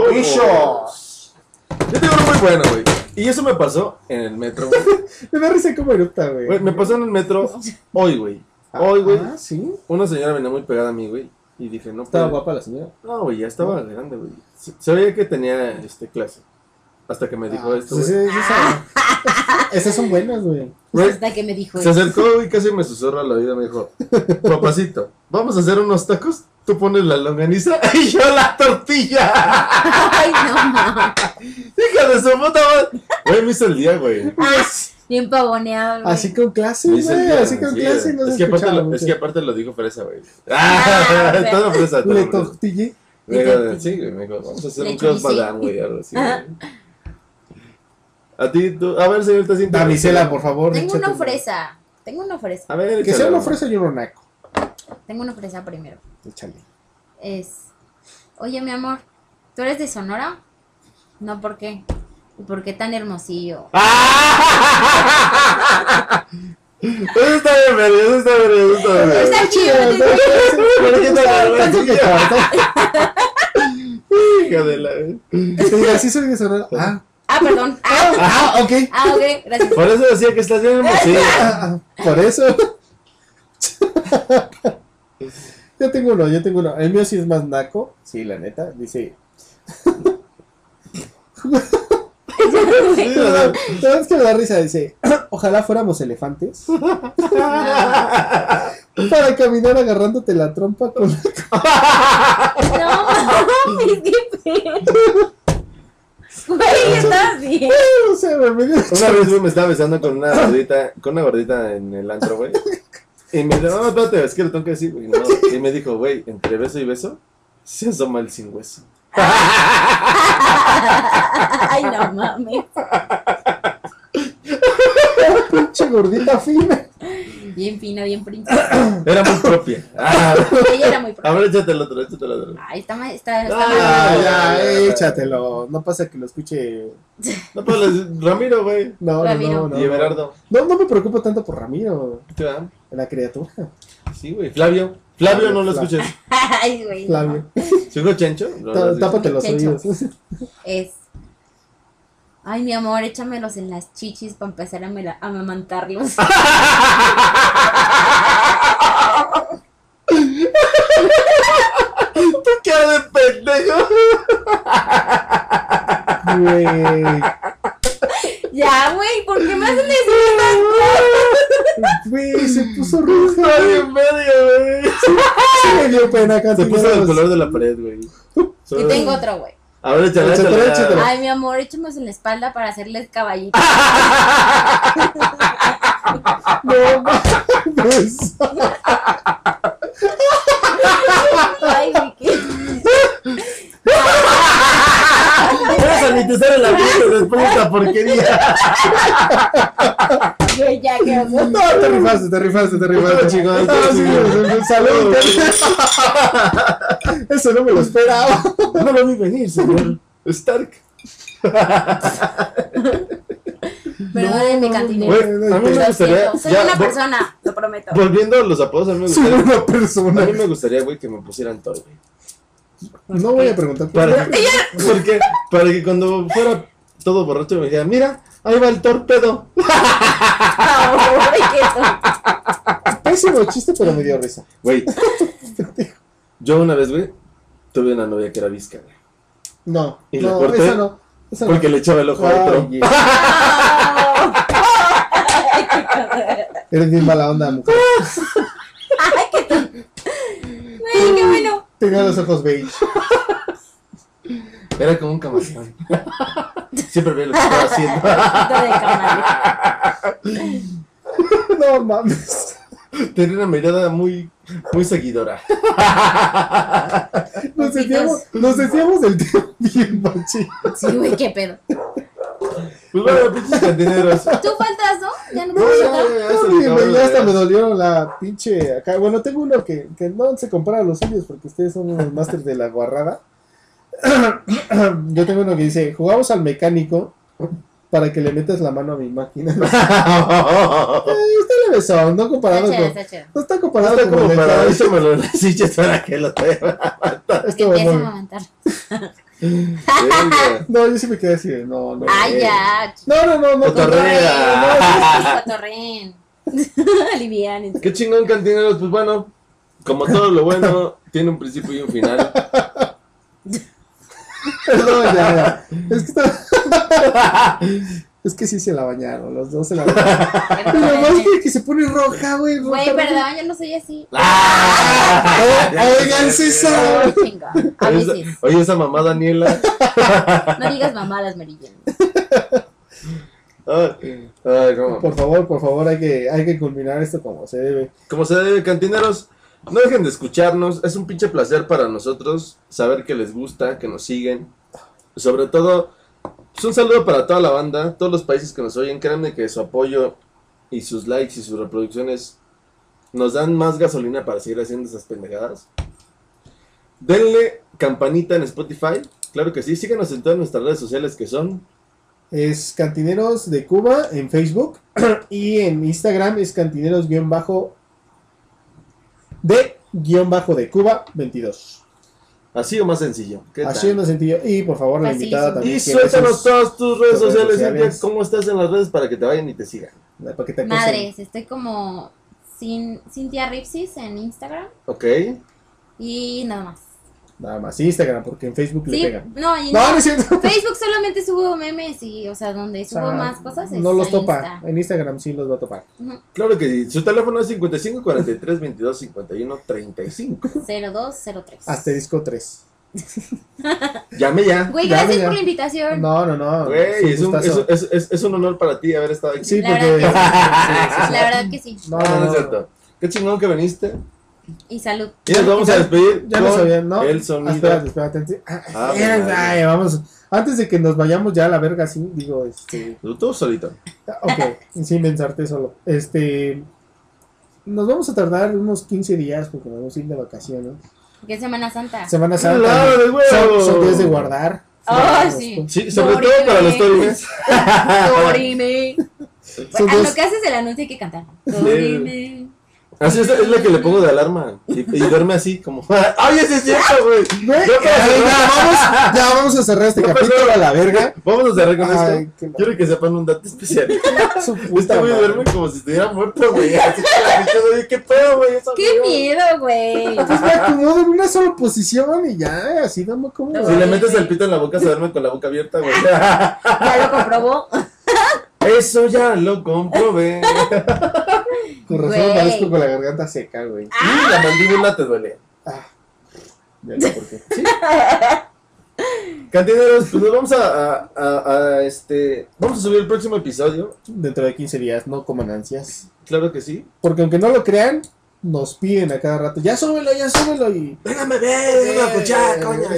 Speaker 1: Piropos. Yo tengo uno muy bueno, güey. Y eso me pasó en el metro, güey.
Speaker 3: Me da risa como eructa, güey.
Speaker 1: Güey, Me pasó en el metro hoy, güey.
Speaker 3: Ah,
Speaker 1: Hoy, güey.
Speaker 3: Ah, sí.
Speaker 1: Una señora venía muy pegada a mí, güey. Y dije, no,
Speaker 3: Estaba
Speaker 1: puede-
Speaker 3: guapa la señora.
Speaker 1: No, güey, ya estaba grande, güey. Se, se veía que tenía este, clase. Hasta que me dijo
Speaker 3: Ah,
Speaker 1: esto,
Speaker 3: pues
Speaker 1: güey.
Speaker 3: ese- ese- Esas son buenas, güey.
Speaker 1: Güey,
Speaker 2: Hasta que me dijo
Speaker 3: Pues,
Speaker 1: Se
Speaker 2: eso.
Speaker 1: acercó y casi me susurra la oído. Me dijo, papacito, vamos a hacer unos tacos. Tú pones la longaniza y yo la tortilla.
Speaker 2: Ay, no, mames.
Speaker 1: Hija de su puta madre. Güey, me hizo el día, güey.
Speaker 2: Bien pavoneado, güey.
Speaker 3: Así con clase,
Speaker 1: Me hizo el
Speaker 3: Ah, güey.
Speaker 1: día,
Speaker 3: Así con
Speaker 1: sí,
Speaker 3: clase.
Speaker 1: güey.
Speaker 3: No
Speaker 1: es,
Speaker 3: se
Speaker 1: que aparte
Speaker 3: escuchaba
Speaker 1: lo, es
Speaker 3: mucho.
Speaker 1: que aparte lo dijo fresa, güey.
Speaker 2: Ah, o sea.
Speaker 1: todo fresa, todo
Speaker 3: Le
Speaker 1: fresa.
Speaker 3: tortillé.
Speaker 1: Me
Speaker 2: Le
Speaker 1: dijo,
Speaker 2: tortilla.
Speaker 1: sí, güey, me dijo, vamos a hacer
Speaker 2: Le
Speaker 1: un cross
Speaker 2: chorizo.
Speaker 1: madame, güey, algo así.
Speaker 2: Ajá.
Speaker 1: güey. A ti, tú, a ver, señorita, siéntate.
Speaker 3: Damisela, por favor.
Speaker 2: Tengo
Speaker 3: échate
Speaker 2: una
Speaker 3: un-
Speaker 2: fresa. Tengo una fresa.
Speaker 1: A ver,
Speaker 3: Que sea
Speaker 1: échala,
Speaker 3: una fresa y un naco.
Speaker 2: Tengo una fresa primero.
Speaker 3: Échale.
Speaker 2: es, oye mi amor, ¿tú eres de Sonora? No, ¿por qué? ¿Y por qué tan hermosillo?
Speaker 1: ¡Ah! Eso está bien, verga, eso está bien, eso está bien.
Speaker 2: Está chido,
Speaker 3: Está
Speaker 2: ¿no?
Speaker 1: Pero qué tal,
Speaker 3: Está
Speaker 1: güey.
Speaker 3: chido.
Speaker 1: Hija de la-
Speaker 3: Te digo, Así soy de sonar. Ah,
Speaker 2: Ah, perdón. Ah,
Speaker 3: ah, ok.
Speaker 2: ah, ok, gracias.
Speaker 1: Por eso decía que estás bien pues hermosilla.
Speaker 3: Ah, ah, Por eso. Yo tengo uno, yo tengo uno. El mío sí es más naco. Sí, la neta. Dice.
Speaker 1: Sí, o
Speaker 3: La
Speaker 1: sea,
Speaker 3: verdad es que me da risa. Dice: Ojalá fuéramos elefantes. Para caminar agarrándote la trompa con
Speaker 2: No, mames, qué pedo.
Speaker 1: Ah,
Speaker 2: Güey, estás bien.
Speaker 3: No sé, güey, me dio-
Speaker 1: Una vez güey, me estaba besando con una gordita, con una gordita en el antro, güey. Y me dijo, no, espérate, es que lo tengo que decir, güey. no. Y me dijo, güey, entre beso y beso, se asoma el sin hueso.
Speaker 2: Ay, no mames.
Speaker 3: Pinche gordita fina.
Speaker 2: Bien fina, bien princesa.
Speaker 1: Era muy propia. Ah,
Speaker 2: Ella era muy pro.
Speaker 1: a ver, échate el otro, échate el otro.
Speaker 2: Ay, está mal, está, está
Speaker 1: Ah,
Speaker 3: Ah,
Speaker 2: mal.
Speaker 3: ya, échatelo. No pasa que lo escuche.
Speaker 1: No, pero les- Ramiro, güey.
Speaker 3: No, no, no,
Speaker 2: Ramiro.
Speaker 3: no.
Speaker 1: y Everardo.
Speaker 3: No, no me preocupo tanto por Ramiro,
Speaker 1: ¿Te va?
Speaker 3: la criatura.
Speaker 1: Sí, güey. Flavio. Flavio, no lo
Speaker 3: Fla-
Speaker 1: escuches.
Speaker 2: Ay, güey. no.
Speaker 3: Flavio.
Speaker 1: ¿Su hijo Chencho? Ah, No,
Speaker 3: Tá-
Speaker 1: no lo
Speaker 3: Tápate los
Speaker 2: Chencho.
Speaker 3: oídos.
Speaker 2: es ay mi amor échamelos en las chichis para empezar a mela- a amamantarlos
Speaker 1: escuches. ¿Tú qué de pendejo?
Speaker 3: Güey.
Speaker 2: Ya, güey, ¿por qué me hacen decir estas
Speaker 3: Güey, se puso
Speaker 1: Está
Speaker 3: roja.
Speaker 1: bien medio, güey.
Speaker 3: Sí, me dio pena acá.
Speaker 1: Se puso
Speaker 3: señoras.
Speaker 1: del color de la pared, güey.
Speaker 2: cosas? Y tengo Ah, otro, güey.
Speaker 1: A ver, échala,
Speaker 3: Échatela,
Speaker 1: échala.
Speaker 3: échatela.
Speaker 2: Ay, mi amor, échanos en la espalda para hacerles caballito.
Speaker 3: No mames.
Speaker 2: Ay, güey, qué.
Speaker 1: Puedes sanitizar el ambiente después de esta porquería.
Speaker 2: Güey, ya, qué oso.
Speaker 3: No, te rifaste, te rifaste, te rifaste,
Speaker 1: Estuvo chingón, estuvo
Speaker 3: Ah, sí,
Speaker 1: chingón.
Speaker 3: salud. Eso no me lo esperaba.
Speaker 1: No lo vi venir, señor. Stark.
Speaker 2: Perdónenme, cantinero.
Speaker 1: Güey, a mí me
Speaker 2: Lo
Speaker 1: gustaría.
Speaker 2: siento, Soy
Speaker 1: ya,
Speaker 2: una
Speaker 1: vol-
Speaker 2: persona, lo prometo.
Speaker 1: Volviendo a los apodos, a mí me
Speaker 3: Soy
Speaker 1: gustaría.
Speaker 3: una
Speaker 1: A
Speaker 3: persona.
Speaker 1: mí me gustaría, güey, que me pusieran Thor, güey.
Speaker 3: No voy a preguntar.
Speaker 1: Para que, porque, para que cuando fuera todo borracho me dijera, mira, ahí va el torpedo.
Speaker 2: Ay, Ah, qué oso.
Speaker 3: Pésimo chiste, pero me dio risa.
Speaker 1: Güey. Yo una vez, güey, tuve una novia que era visca, güey.
Speaker 3: No,
Speaker 1: ¿Y la
Speaker 3: no,
Speaker 1: corté?
Speaker 3: esa no. Esa no.
Speaker 1: Porque le echaba el ojo a otro.
Speaker 3: Ay, Eres bien mala onda, mujer.
Speaker 2: Ay, qué oso. Güey, qué bueno.
Speaker 3: Tenía los ojos beige.
Speaker 1: Era como un camaleón. Siempre veía lo que estaba haciendo.
Speaker 2: Poquito de camarón.
Speaker 3: No mames.
Speaker 1: Tenía una mirada muy, muy seguidora.
Speaker 3: Nos desviamos, nos desviamos del tema bien machín.
Speaker 2: Sí, güey, qué pedo.
Speaker 1: Pues bueno, pinches cantineros.
Speaker 2: Tú faltas, ¿no? Ya no
Speaker 1: No,
Speaker 2: puedo
Speaker 1: ya,
Speaker 2: faltar.
Speaker 1: ya, ya, se
Speaker 3: No,
Speaker 1: me acabó
Speaker 3: bien, ya
Speaker 1: la
Speaker 3: hasta me
Speaker 1: idea.
Speaker 3: dolió la pinche acá. Bueno, tengo uno que, que no se compara a los suyos porque ustedes son unos máster de la guarrada. Yo tengo uno que dice, jugamos al mecánico para que le metas la mano a mi máquina. Eh, está levesón, no comparado
Speaker 2: Está chido,
Speaker 3: con...
Speaker 2: está chido.
Speaker 3: No está comparado
Speaker 1: Está
Speaker 3: con...
Speaker 1: como
Speaker 3: el
Speaker 1: para
Speaker 3: mecánico.
Speaker 1: échamelo en las sillas para que lo traiga.
Speaker 3: Este
Speaker 2: Empieza a
Speaker 3: mamón.
Speaker 2: amamantar.
Speaker 1: Venga.
Speaker 3: No, yo sí me quedé así de, no, no.
Speaker 2: Ay, ya.
Speaker 3: No, no, no, no.
Speaker 1: Cotorrea.
Speaker 2: Cotorren. Aliviánense.
Speaker 1: Qué chingón cantineros, pues bueno, como todo lo bueno, tiene un principio y un final.
Speaker 3: Perdón, ya, ya. Es que está... Es que sí se la bañaron, los dos se la bañaron. Pero más que, que se pone roja, güey. roja,
Speaker 2: Güey,
Speaker 3: roja.
Speaker 2: perdón, yo no soy así.
Speaker 1: ¡Ah!
Speaker 3: Oigan, César.
Speaker 2: Ay, chinga. A
Speaker 1: Oye, esa-
Speaker 2: veces.
Speaker 1: Oye, esa mamá Daniela.
Speaker 2: No digas mamadas, Merilla.
Speaker 1: Ay, ay, cómo.
Speaker 3: Por favor, por favor, hay que, hay que culminar esto como se debe.
Speaker 1: Como se debe, cantineros, no dejen de escucharnos. Es un pinche placer para nosotros saber que les gusta, que nos siguen. Sobre todo, pues un saludo para toda la banda, todos los países que nos oyen. Créanme que su apoyo y sus likes y sus reproducciones nos dan más gasolina para seguir haciendo esas pendejadas. Denle campanita en Spotify. Claro que sí, síganos en todas nuestras redes sociales que son.
Speaker 3: Es Cantineros de Cuba en Facebook y en Instagram es cantineros-de-de Cuba 22.
Speaker 1: Así o más sencillo. ¿Qué tal?
Speaker 3: Así es más sencillo. Y por favor, la
Speaker 2: Facilísimo.
Speaker 3: invitada también.
Speaker 1: Y
Speaker 3: que veces-
Speaker 1: suéltanos todas tus redes
Speaker 3: tus redes
Speaker 1: sociales, Cintia,
Speaker 3: sociales.
Speaker 1: cómo estás en las redes para que te vayan y te sigan.
Speaker 3: para que te acosen.
Speaker 2: Madres, estoy como sin Cintia Ripsis en Instagram
Speaker 1: ¿Ok?
Speaker 2: y nada más.
Speaker 3: Nada más Instagram, porque en Facebook le
Speaker 2: Sí,
Speaker 3: pegan.
Speaker 2: no, y
Speaker 3: No,
Speaker 2: no.
Speaker 3: no es cierto.
Speaker 2: Facebook solamente subo memes y, o sea, donde
Speaker 3: O sea,
Speaker 2: subo más cosas es
Speaker 3: no los
Speaker 2: a
Speaker 3: topa.
Speaker 2: Insta.
Speaker 3: En Instagram sí los va a topar.
Speaker 2: Ujú.
Speaker 1: Claro que sí. Su teléfono es 55 43 22 51 35.
Speaker 2: 0203.
Speaker 3: Asterisco 3.
Speaker 1: Llame ya.
Speaker 2: Güey,
Speaker 3: Ya,
Speaker 2: gracias
Speaker 3: ya.
Speaker 2: por la invitación.
Speaker 3: No, no, no. es un
Speaker 1: Güey, es un, es,
Speaker 3: gustazo.
Speaker 1: un- es, es- es un honor para ti haber estado aquí.
Speaker 3: Sí,
Speaker 2: La
Speaker 3: porque.
Speaker 2: verdad La verdad que Ah, sí.
Speaker 3: No,
Speaker 1: Ah,
Speaker 3: no,
Speaker 1: no,
Speaker 3: no.
Speaker 1: es cierto. Qué chingón que viniste.
Speaker 2: Y salud.
Speaker 1: Y nos vamos a despedir.
Speaker 3: Ya lo
Speaker 1: con
Speaker 3: sabían, ¿no?
Speaker 1: El
Speaker 3: Ah,
Speaker 1: sonido.
Speaker 3: Espérate, espérate. antes- ah,
Speaker 1: Ah,
Speaker 3: espérate,
Speaker 1: madre.
Speaker 3: ay, vamos. Antes de que nos vayamos ya a la verga, sí, digo, este.
Speaker 1: Tú solito.
Speaker 3: Ok, sin pensarte solo. Este. Nos vamos a tardar unos 15 días porque nos vamos a ir de vacaciones.
Speaker 2: Porque es Semana Santa.
Speaker 3: Semana Santa.
Speaker 1: Claro, Ah, de
Speaker 3: son,
Speaker 1: huevo.
Speaker 3: son días de guardar. pues.
Speaker 2: Ah,
Speaker 3: Son-
Speaker 2: sí.
Speaker 1: Sí, sobre
Speaker 2: Moriré.
Speaker 1: todo para los Torres.
Speaker 2: Dorime.
Speaker 3: Son
Speaker 2: a
Speaker 3: días-
Speaker 2: lo que haces el anuncio hay que cantar. Dorime.
Speaker 1: Así es, es la que le pongo de alarma. Y, y duerme así, como. ¡Ay, ese es cierto, güey! pues,
Speaker 3: Güey,
Speaker 1: Yo para
Speaker 3: ya,
Speaker 1: cerrar-
Speaker 3: vamos, ya vamos a cerrar este
Speaker 1: Yo para
Speaker 3: capítulo a la verga.
Speaker 1: Vamos a cerrar con
Speaker 3: Ay,
Speaker 1: esto.
Speaker 3: qué mal.
Speaker 1: Quiero que sepan un dato especial.
Speaker 3: Su
Speaker 1: Este
Speaker 3: puta
Speaker 1: güey
Speaker 3: madre.
Speaker 1: duerme como si estuviera muerto, güey. Así que la pinche doy, ¿Qué pedo, güey? Esa
Speaker 2: ¡Qué
Speaker 1: güey.
Speaker 2: miedo, güey!
Speaker 3: Pues me acomodo en una sola posición y ya, así dame como.
Speaker 1: Si le metes el pito en la boca, se duerme con la boca abierta, güey.
Speaker 2: Ya lo comprobó.
Speaker 1: Eso ya lo comprobé.
Speaker 3: Con razón
Speaker 2: Güey.
Speaker 3: parezco con la garganta seca, güey.
Speaker 1: Y la mandíbula te duele.
Speaker 3: Ya sé por qué.
Speaker 1: ¿Sí? Cantineros, pues nos vamos a, a- a- a, este. Vamos a subir el próximo episodio.
Speaker 3: Dentro de 15 días, no coman ansias.
Speaker 1: Claro que sí.
Speaker 3: Porque aunque no lo crean, nos piden a cada rato, ya súbelo, ya súbelo y
Speaker 1: Déjame ver,
Speaker 3: una
Speaker 1: eh,
Speaker 3: cuchara, coño.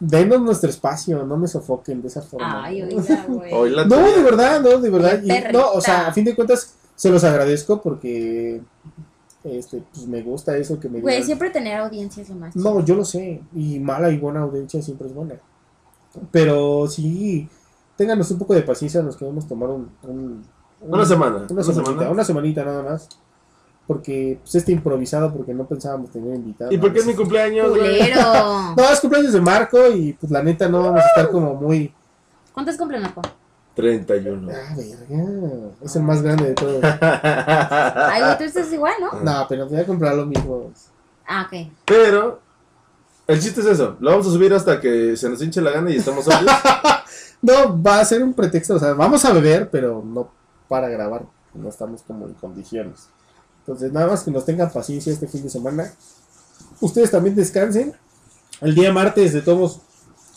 Speaker 3: denos nuestro espacio, no me sofoquen de esa forma.
Speaker 2: Ay, oiga, güey.
Speaker 1: eh. Hoy la
Speaker 3: No, de verdad, no, de verdad. Y
Speaker 2: Perrita.
Speaker 3: no, o sea, a fin de cuentas, se los agradezco porque este, pues me gusta eso que me
Speaker 2: Güey,
Speaker 3: digan.
Speaker 2: siempre tener audiencia es lo más.
Speaker 3: No, yo lo sé. Y mala y buena audiencia siempre es buena. Pero sí, ténganos un poco de paciencia, nos queremos tomar un, un-
Speaker 1: Una
Speaker 3: un-
Speaker 1: semana.
Speaker 3: Una, semanita, una semanita nada más. Porque pues, este improvisado, porque no pensábamos tener invitados.
Speaker 1: ¿Y por qué es mi cumpleaños? güey?
Speaker 2: Culero.
Speaker 3: No, es cumpleaños de Marco y pues la neta no vamos a estar como muy...
Speaker 2: ¿Cuántos cumplen, Marco?
Speaker 1: 31.
Speaker 3: Ah, verga. Es el más grande de todos.
Speaker 2: Ay, güey, tú estás igual, ¿no?
Speaker 3: No, pero voy a comprar lo mismo.
Speaker 2: Ah, ok.
Speaker 1: Pero el chiste es eso. Lo vamos a subir hasta que se nos hinche la gana y estamos solos.
Speaker 3: No, va a ser un pretexto. O sea, vamos a beber, pero no para grabar. No estamos como en condiciones. Entonces, nada más que nos tengan paciencia este fin de semana. Ustedes también descansen. El día martes, de todos,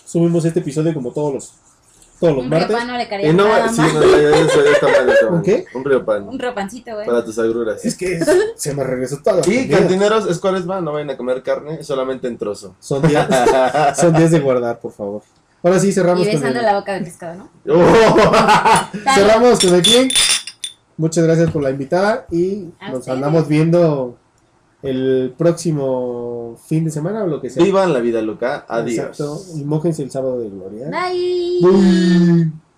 Speaker 3: subimos este episodio como todos los, todos los
Speaker 2: Un repan
Speaker 3: martes.
Speaker 2: no le
Speaker 1: y
Speaker 2: caería
Speaker 1: Eh, no,
Speaker 2: nada
Speaker 1: sí,
Speaker 2: más.
Speaker 1: no, ya, ya, ya está mal, ya está mal.
Speaker 3: ¿Un qué?
Speaker 1: Un río pan.
Speaker 2: Un repancito, güey.
Speaker 1: Para tus agruras.
Speaker 3: Es que se me regresó toda la
Speaker 1: Y
Speaker 3: comida.
Speaker 1: cantineros, es cuáles van, no vayan a comer carne, solamente en trozo.
Speaker 3: Son días, son días de guardar, por favor. Ahora sí, cerramos
Speaker 2: Y
Speaker 3: con
Speaker 2: besando
Speaker 3: el,
Speaker 2: la boca de pescado, ¿no?
Speaker 3: cerramos con el click. Muchas gracias por la invitada y
Speaker 2: A
Speaker 3: nos
Speaker 2: ustedes.
Speaker 3: andamos viendo el próximo fin de semana o lo que sea.
Speaker 1: Vivan la vida loca, adiós.
Speaker 3: Exacto. Y mójense el sábado de gloria.
Speaker 2: Bye.
Speaker 3: Bye.